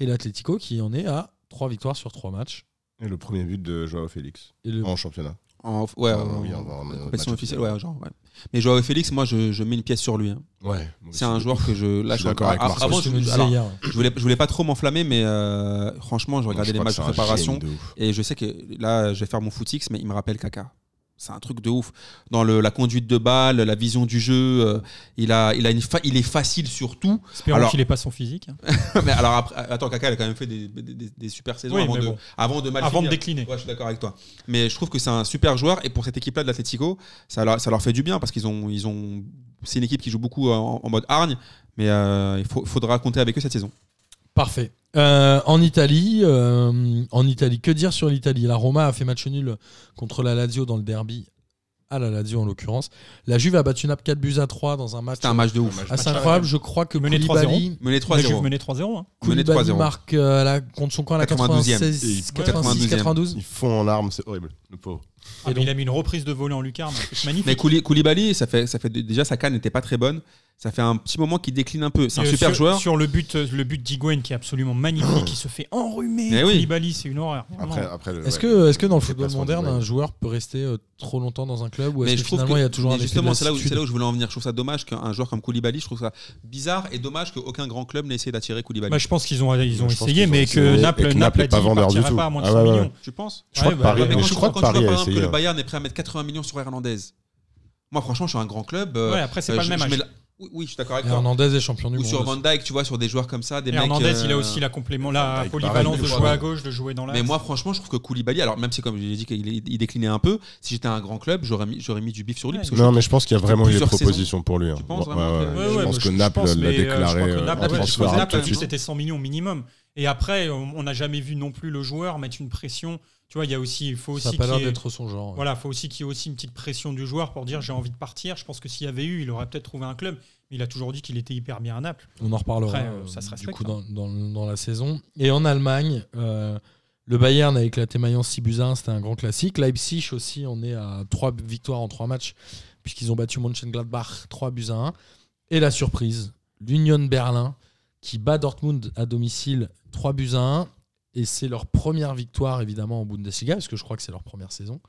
Et l'Atlético qui en est à 3 victoires sur 3 matchs. ouais. Et le premier but de Joao Félix Et le- Ah, en championnat. En, ouais, Euh, Ah, en- oui, en- en- en en match compétition officiel. officielle, ouais, genre, ouais. Mais Joao Félix, moi, je, je mets une pièce sur lui. hein. Ouais. C'est un joueur que je. Je Là, suis d'accord avec ah, Marcel. Avant, tu je, me disais alors, hier, ouais. je voulais, je voulais pas trop m'enflammer, mais euh, franchement, je regardais les matchs de préparation. Et je sais que là, je vais faire mon footix, mais il me rappelle Kaka. C'est un truc de ouf. Dans le- la conduite de balle, la vision du jeu, euh, il, a, il, a une fa- il est facile sur (laughs) tout. Espérons Alors- qu'il n'ait pas son physique. hein. mais alors, après, euh, attends, Kaka, il a quand même fait des, des- des- des super saisons Oui, avant, mais de, bon. avant de mal Avant de finir. décliner. Ouais, je suis d'accord avec toi. Mais je trouve que c'est un super joueur et pour cette équipe-là de l'Atletico, ça leur, ça leur fait du bien parce qu'ils ont, ils ont, c'est une équipe qui joue beaucoup en, en mode hargne, mais euh, il faut- faudra compter avec eux cette saison. Parfait. Euh, en Italie, euh, en Italie, que dire sur l'Italie La Roma a fait match nul contre la Lazio dans le derby, à la Lazio en l'occurrence. La Juve a battu Naples 4 buts à 3 dans un match C'était un match de ouf. assez incroyable. Je crois que Mené Koulibaly, Mené La Juve 3-0. menait 3-0. hein. Mené Koulibaly 3-0. marque euh, à la- contre son coin à la 92e. 96, Et- 96, 92. Ils font en armes, c'est horrible. Le pauvre. Ah, mais Il a mis une reprise de volée en lucarne. Magnifique. Mais Kouli- Koulibaly, ça fait, ça fait déjà sa canne n'était pas très bonne. Ça fait un petit moment qu'il décline un peu. C'est un Euh, super sur, joueur. Sur le but, euh, le but d'Higuain qui est absolument magnifique, qui se fait enrhumer. Eh oui. Koulibaly, c'est une horreur. vraiment. Après, après le- Est-ce ouais. que, est que dans le Les football placements moderne, d'Higuain. un joueur peut rester euh, trop longtemps dans un club ou Mais est-ce je que trouve finalement que- il y a toujours mais un effet de justement, c'est là, où, lassitude c'est là où je voulais en venir. Je trouve ça dommage qu'un joueur comme Koulibaly, je trouve ça bizarre et dommage qu'aucun grand club n'ait essayé d'attirer Koulibaly. Bah, je pense qu'ils ont, ils ont Je pense essayé, qu'ils ont mais essayé que et Naples, que Naples Naples a est pas dit, vendeur partira du tout. pas à moins de Ah 100 ouais, ouais. millions. tu penses Je crois Ouais, que bah, Paris- mais mais quand je tu, crois quand que tu vois, Paris a par exemple, que essayé. euh. le Bayern est prêt à mettre 80 millions sur Hernandez. Moi, franchement, je suis un grand club. euh, Ouais, après, c'est euh, pas je- le même je âge. mets la- Oui, oui, je suis d'accord avec Et toi. Hernandez est champion du Ou monde. sur aussi. Van Dyke, tu vois, sur des joueurs comme ça, des mecs. bah, Hernandez, il a euh, aussi la, complément, Van la Dijk, polyvalence pareil, de je jouer crois. à gauche, de jouer dans l'axe. Mais moi, franchement, je trouve que Koulibaly, alors même si, comme j'ai dit, qu'il il déclinait un peu, si j'étais un grand club, j'aurais mis, j'aurais mis du bif sur lui. Ouais. parce que je Non, mais je pense qu'il y a qu'il vraiment faut eu des plusieurs propositions pour lui. hein. Tu penses Ouais, vraiment ouais, que- ouais. Ouais, Je ouais, pense mais que je Naples pense, mais, l'a euh, je crois déclaré que Naples- euh, en ouais, je transfert crois que à à Naples, Naples, en plus, non c'était 100 millions minimum. Et après, on on n'a jamais vu non plus le joueur mettre une pression. Tu vois, il y a aussi, il faut Ça aussi n'a pas qu'il l'air y ait- d'être son genre. voilà, faut aussi qu'il y ait aussi une petite pression du joueur pour dire j'ai envie de partir. Je pense que s'il y avait eu, il aurait peut-être trouvé un club. Mais il a toujours dit qu'il était hyper bien à Naples. On en reparlera Après, euh, euh, ça se du respecte, coup hein. dans, dans- dans la saison. Et en Allemagne, euh, le Bayern a éclaté Mayence 6 buts à 1, c'était un grand classique. Leipzig aussi, on est à 3 victoires en 3 matchs, puisqu'ils ont battu Mönchengladbach 3 buts à 1. Et la surprise, l'Union Berlin, qui bat Dortmund à domicile 3 buts à 1. Et c'est leur première victoire, évidemment, en Bundesliga, parce que je crois que c'est leur première saison.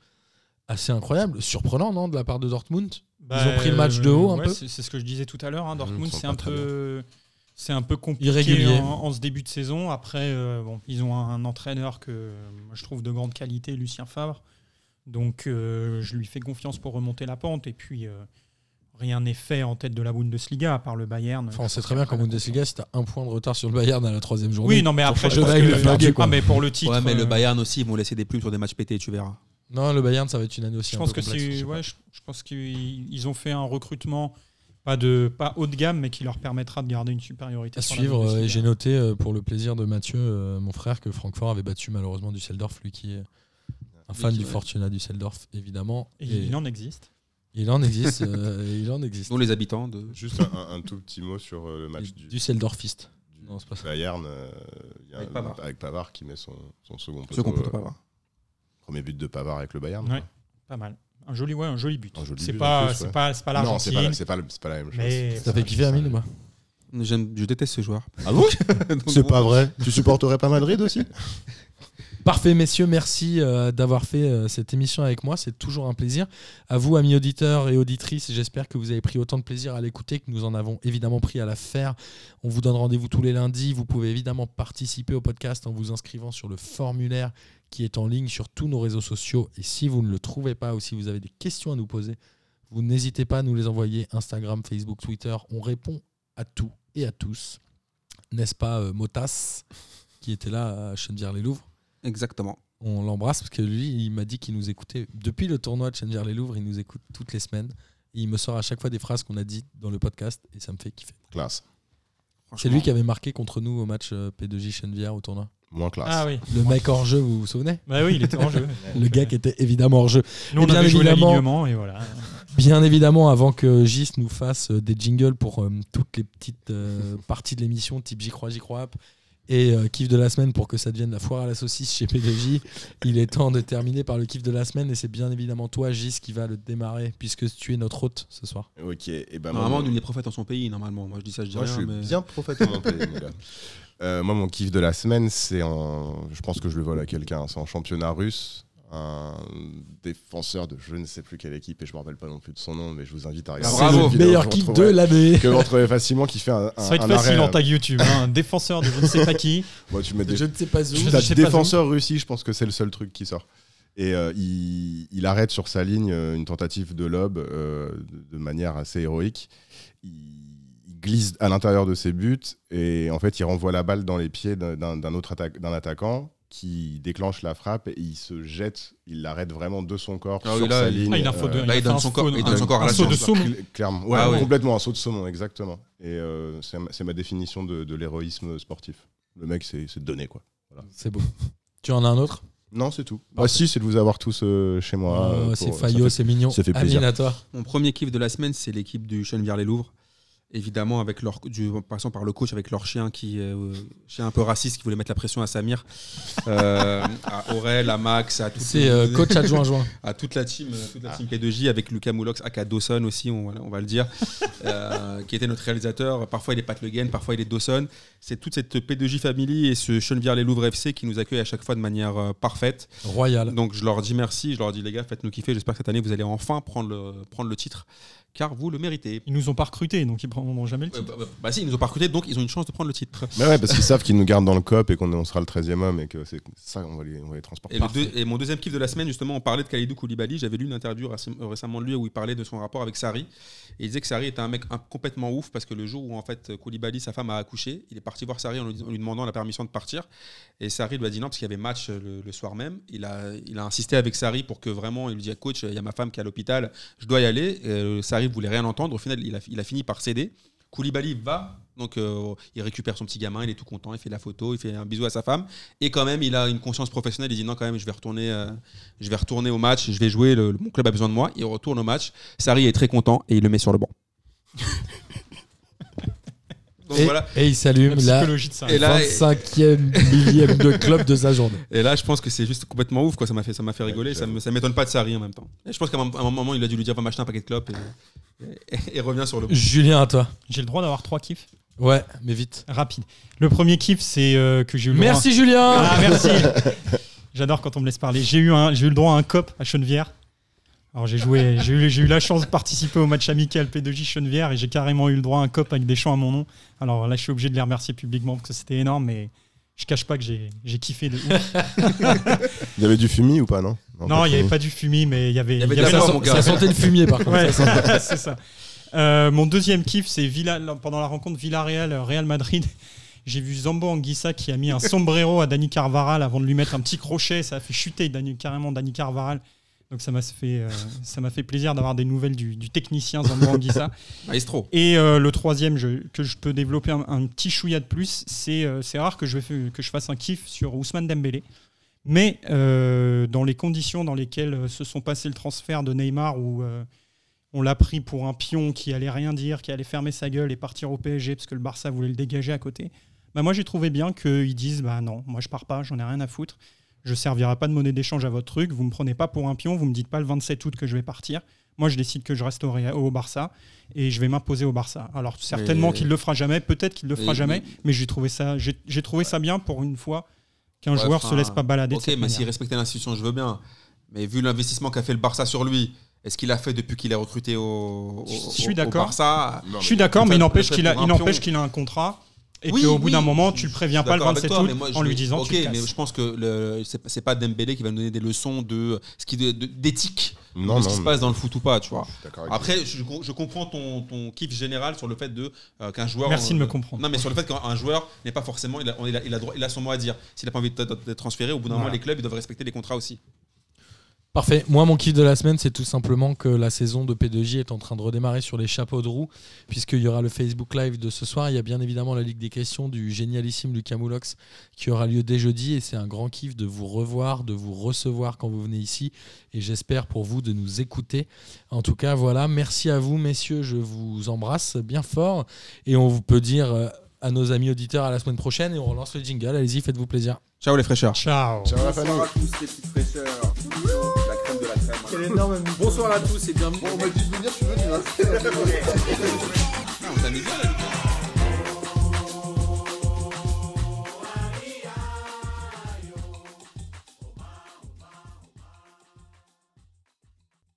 Assez incroyable, surprenant, non, de la part de Dortmund ont pris le match de haut, un Bah, ouais, peu C'est c'est ce que je disais tout à l'heure. hein. Ils Dortmund, sont c'est pas un très peu. C'est un peu compliqué Irrégulier. en, en ce début de saison. Après, euh, bon, ils ont un, un entraîneur que euh, moi, je trouve de grande qualité, Lucien Favre. Donc, euh, je lui fais confiance pour remonter la pente. Et puis, euh, rien n'est fait en tête de la Bundesliga, à part le Bayern. Enfin, on Je sait pense très bien qu'après qu'en la Bundesliga, si t'as un point de retard sur le Bayern à la troisième journée. Oui, non, mais après, je Schweinsteiger, pense il a que, flingué, quoi. Ah, mais pour le titre. Ouais, mais le euh, Bayern aussi, ils vont laisser des plumes sur des matchs pétés, tu verras. Non, le Bayern, ça va être une année aussi. Je un pense peu que complexe, je c'est, sais ouais, je, je pense qu'ils ils ont fait un recrutement pas de pas haut de gamme, mais qui leur permettra de garder une pas. supériorité. À sur la suivre, euh, Bundesliga. et j'ai noté euh, pour le plaisir de Mathieu, euh, mon frère, que Francfort avait battu malheureusement Düsseldorf, lui qui est un fan qui- du ouais. Fortuna Düsseldorf, évidemment. Et Et il en existe. il en existe. euh, il en existe. Dont les habitants de. Juste un, un- un tout petit mot sur euh, le match du, Düsseldorfiste. du- Non, c'est pas ça. Bayern, euh, il y a Avec un- Pavard. avec Pavard qui met son, son second poteau. Second poteau, euh, Pavard. Premier but de Pavard avec le Bayern. Ouais, quoi. pas mal. Un joli, ouais, un joli but. Un joli C'est but en pas, plus, c'est ouais. pas, c'est pas Non, c'est l'Argentine. pas, la- c'est pas, le- c'est pas la même chose. Mais- C'est Ça fait pas- kiffer c'est à pas- mille, moi. J'aime- Je déteste ce joueur. Ah bon (laughs) Donc C'est bon. pas vrai. Tu supporterais pas Madrid aussi Parfait, messieurs, merci euh, d'avoir fait euh, cette émission avec moi. C'est toujours un plaisir. À vous, amis auditeurs et auditrices, j'espère que vous avez pris autant de plaisir à l'écouter que nous en avons évidemment pris à la faire. On vous donne rendez-vous tous les lundis. Vous pouvez évidemment participer au podcast en vous inscrivant sur le formulaire qui est en ligne sur tous nos réseaux sociaux. Et si vous ne le trouvez pas ou si vous avez des questions à nous poser, vous n'hésitez pas à nous les envoyer Instagram, Facebook, Twitter. On répond à tout et à tous. N'est-ce pas, euh, Motas, qui était là à Chenvière-les-Louvres Exactement. on l'embrasse parce que lui, il m'a dit qu'il nous écoutait depuis le tournoi de Challenger les Louvres. Il nous écoute toutes les semaines. Et il me sort à chaque fois des phrases qu'on a dites dans le podcast et ça me fait kiffer. Classe. C'est lui qui avait marqué contre nous au match euh, P2J Chenvière au tournoi. Moins classe. Ah oui. Le mec hors jeu, vous vous souvenez Bah oui, il était en jeu. (laughs) Le gars qui était évidemment hors jeu. Nous, Et on Eh bien avait joué évidemment- l'alignement et voilà. Bien évidemment, avant que Gis nous fasse euh, des jingles pour euh, toutes les petites euh, parties de l'émission, type J'y crois, J'y crois app, et euh, kiff de la semaine pour que ça devienne la foire à la saucisse chez P2J, il est temps de terminer par le kiff de la semaine et c'est bien évidemment toi, Gis, qui va le démarrer puisque tu es notre hôte ce soir. Ok. Et ben, Normalement, moi, nul n'est prophète en son pays, normalement. Moi, je dis ça, je dis Moi, rien. je suis mais- bien (laughs) prophète en mon pays, mon gars. Euh, moi, mon kiff de la semaine, c'est en. Je pense que je le vole à quelqu'un. C'est en championnat russe. Un défenseur de je ne sais plus quelle équipe et je me rappelle pas non plus de son nom, mais je vous invite à regarder. Ah, bravo. cette vidéo Meilleur que kiff vous de retrouverez- l'année Que vous retrouvez facilement qui fait un. un- Ça va être un facile arrêt, en euh, tag YouTube. hein, Un défenseur de je ne sais pas (laughs) qui. moi, tu mets des Je ne sais pas où. Je Tu sais tapes pas défenseur Russie, je pense que c'est le seul truc qui sort. Et euh, il, il arrête sur sa ligne euh, une tentative de lob euh, de, de manière assez héroïque. Il, il glisse à l'intérieur de ses buts et en fait il renvoie la balle dans les pieds d'un- d'un d'un autre atta- d'un attaquant qui déclenche la frappe et il se jette, il l'arrête vraiment de son corps Ah oui, sur là, sa il- ligne. Ah, il a un faux de- euh, Là, a il fait donne un son faux corps- de- il donne un- son corps à un la saut de science, saumon. Cl- Clairement, ouais, Ah ouais. complètement un saut de saumon, exactement. Et euh, c'est ma- c'est ma définition de, de l'héroïsme sportif. Le mec, c'est c'est donné quoi. C'est beau. Tu en as un autre Non, c'est tout. Ah, si, c'est de vous avoir tous euh, chez moi. Oh, euh, C'est pour- Fayot, ça c'est mignon. ça fait Amine, plaisir. à toi. Mon premier kiff de la semaine, c'est l'équipe du Chenvière-les-Louvres. Évidemment, avec leur, du, en passant par le coach avec leur chien qui euh, chien un peu raciste qui voulait mettre la pression à Samir, (laughs) euh, à Aurel, à Max, à toute, C'est euh, coach adjoint adjoint. à toute la team, euh, toute la team P2J avec Lucas Moulox, aka Dawson aussi, on, voilà, on va le dire, (laughs) euh, qui était notre réalisateur. Parfois il est Pat Le Guen, parfois il est Dawson. C'est toute cette P2J family et ce Chenvière-les-Louvres FC qui nous accueille à chaque fois de manière euh, parfaite. Royal. Donc je leur dis merci, je leur dis les gars, faites-nous kiffer. J'espère que cette année vous allez enfin prendre le, prendre le titre, car vous le méritez. Ils nous ont pas recrutés, donc ils prendront jamais le titre. bah, bah, bah, si, ils nous ont pas recruté, donc ils ont une chance de prendre le titre. fait- Mais ouais, parce qu'ils savent qu'ils nous gardent dans le cop et qu'on est- on sera le 13e homme et que c'est ça, on va les, on va les transporter. Et, le deux- et mon deuxième kiff de la semaine, justement, on parlait de Khalidou Koulibaly. J'avais lu une interview récem- euh, récemment de lui où il parlait de son rapport avec Sari. Et il disait que Sari était un mec un- complètement ouf parce que le jour où en fait Koulibaly, sa femme, a accouché, il est parti voir Sari en lui, en lui demandant la permission de partir. Et Sari lui a dit non parce qu'il y avait match euh, le, le soir même. Il a, il a insisté avec Sari pour que vraiment, il lui dise coach, il y a ma femme qui est à l'hôpital, je dois y aller. Et, euh, Sarri voulait rien entendre. Au final, il a, il a fini par céder. Koulibaly va, donc euh, il récupère son petit gamin, il est tout content, il fait la photo, il fait un bisou à sa femme. Et quand même, il a une conscience professionnelle. Il dit non, quand même, je vais retourner, euh, je vais retourner au match, je vais jouer. le- le- mon club a besoin de moi. Il retourne au match. Sarri est très content et il le met sur le (laughs) banc. Donc (laughs) et, voilà. et il s'allume La là. psychologie de ça. Et là- 25e millième de club de sa journée. Et là, je pense que c'est juste complètement ouf. Quoi. Ça m'a fait, ça m'a fait rigoler. Ouais, ça me- ça m'étonne pas de Sarri en même temps. Et je pense qu'à un, à un moment, il a dû lui dire va m'acheter un paquet de clopes et, et- et revient sur le banc. Julien, à toi. J'ai le droit d'avoir trois kiffs Ouais, mais vite. rapides. Le premier kiff, c'est euh, que j'ai eu le droit- Merci Julien Ah, (laughs) merci. J'adore quand on me laisse parler. J'ai eu, un- j'ai eu le droit à un COP à Chenevière. Alors j'ai joué, j'ai eu, j'ai eu la chance de participer au match amical P2J Chenevière et j'ai carrément eu le droit à un COP avec des chants à mon nom. Alors là, je suis obligé de les remercier publiquement parce que c'était énorme, mais je cache pas que j'ai, j'ai kiffé de ouf. Il y avait du fumier ou pas, non Oh, Non, bah, pas il n'y avait de fumier. pas du fumier, mais il y avait, avait il y de la avait ça, mort, sent- mon gars. ça sentait le fumier par contre. Ouais, Ça sentait- (laughs) c'est ça. Euh, mon deuxième kiff, c'est Villa, pendant la rencontre Villarreal-Real Madrid. (laughs) J'ai vu Zambo Anguissa qui a mis un sombrero à Dani Carvaral avant de lui mettre un petit crochet. Ça a fait chuter Dani- carrément Dani Carvaral. Donc ça m'a fait, euh, ça m'a fait plaisir d'avoir des nouvelles du, du technicien Zambo Anguissa. Maestro. Et euh, le troisième je- que je peux développer un, un petit chouïa de plus, c'est euh, c'est rare que je, fais- que je fasse un kiff sur Ousmane Dembélé. Mais euh, dans les conditions dans lesquelles euh, se sont passés le transfert de Neymar, où euh, on l'a pris pour un pion qui allait rien dire, qui allait fermer sa gueule et partir au PSG parce que le Barça voulait le dégager à côté, Bah, moi, j'ai trouvé bien qu'ils disent bah non, moi je pars pas, j'en ai rien à foutre. Je servirai pas de monnaie d'échange à votre truc. Vous me prenez pas pour un pion. Vous me dites pas le 27 août que je vais partir. Moi, je décide que je reste au, Real- au Barça et je vais m'imposer au Barça. Alors certainement Mais- qu'il le fera jamais. Peut-être qu'il le fera Mais- jamais. Mais j'ai trouvé ça, j'ai j'ai trouvé ça bien pour une fois qu'un Ouais, joueur enfin, se laisse pas balader. de Ok, cette mais manière. s'il respectait l'institution, je veux bien. Mais vu l'investissement qu'a fait le Barça sur lui, est-ce qu'il a fait depuis qu'il est recruté au, au, Je suis au- au d'accord. Barça Non, Je suis d'accord, Peut-être- mais il n'empêche peut-être qu'il a, pour il un pion. n'empêche qu'il a un contrat et Oui, qu'au bout oui. d'un moment, tu le préviens pas le D'accord avec 27 toi, août mais moi, je en lui me- disant ok, tu te mais casses. je pense que le, c'est, c'est pas Dembélé qui va nous donner des leçons de ce qui, de- de- d'éthique Non, de non, ce qui se mais- passe dans le foot ou pas, tu vois. je suis d'accord avec toi. Après, je, je comprends ton, ton kiff général sur le fait de euh, qu'un joueur. Merci de euh, me comprendre. Non, mais sur le fait qu'un joueur n'est pas forcément, il a, il a- il a droit- il a son mot à dire. S'il n'a pas envie d'être d'être transféré, au bout d'un Voilà. moment, les clubs ils doivent respecter les contrats aussi. Parfait. Moi, mon kiff de la semaine, c'est tout simplement que la saison de P2J est en train de redémarrer sur les chapeaux de roue, puisqu'il y aura le Facebook Live de ce soir. Il y a bien évidemment la Ligue des questions du génialissime Lucas Moulox qui aura lieu dès jeudi. Et c'est un grand kiff de vous revoir, de vous recevoir quand vous venez ici. Et j'espère pour vous de nous écouter. En tout cas, voilà. Merci à vous, messieurs. Je vous embrasse bien fort. Et on vous peut dire euh, à nos amis auditeurs à la semaine prochaine. Et on relance le jingle. Allez-y, faites-vous plaisir. Ciao les fraîcheurs. Ciao. Ciao la famille. Bonsoir à tous les petites fraîcheurs. La crème de la crème. Bonsoir à tous et bienvenue. on t'a mis bien, là,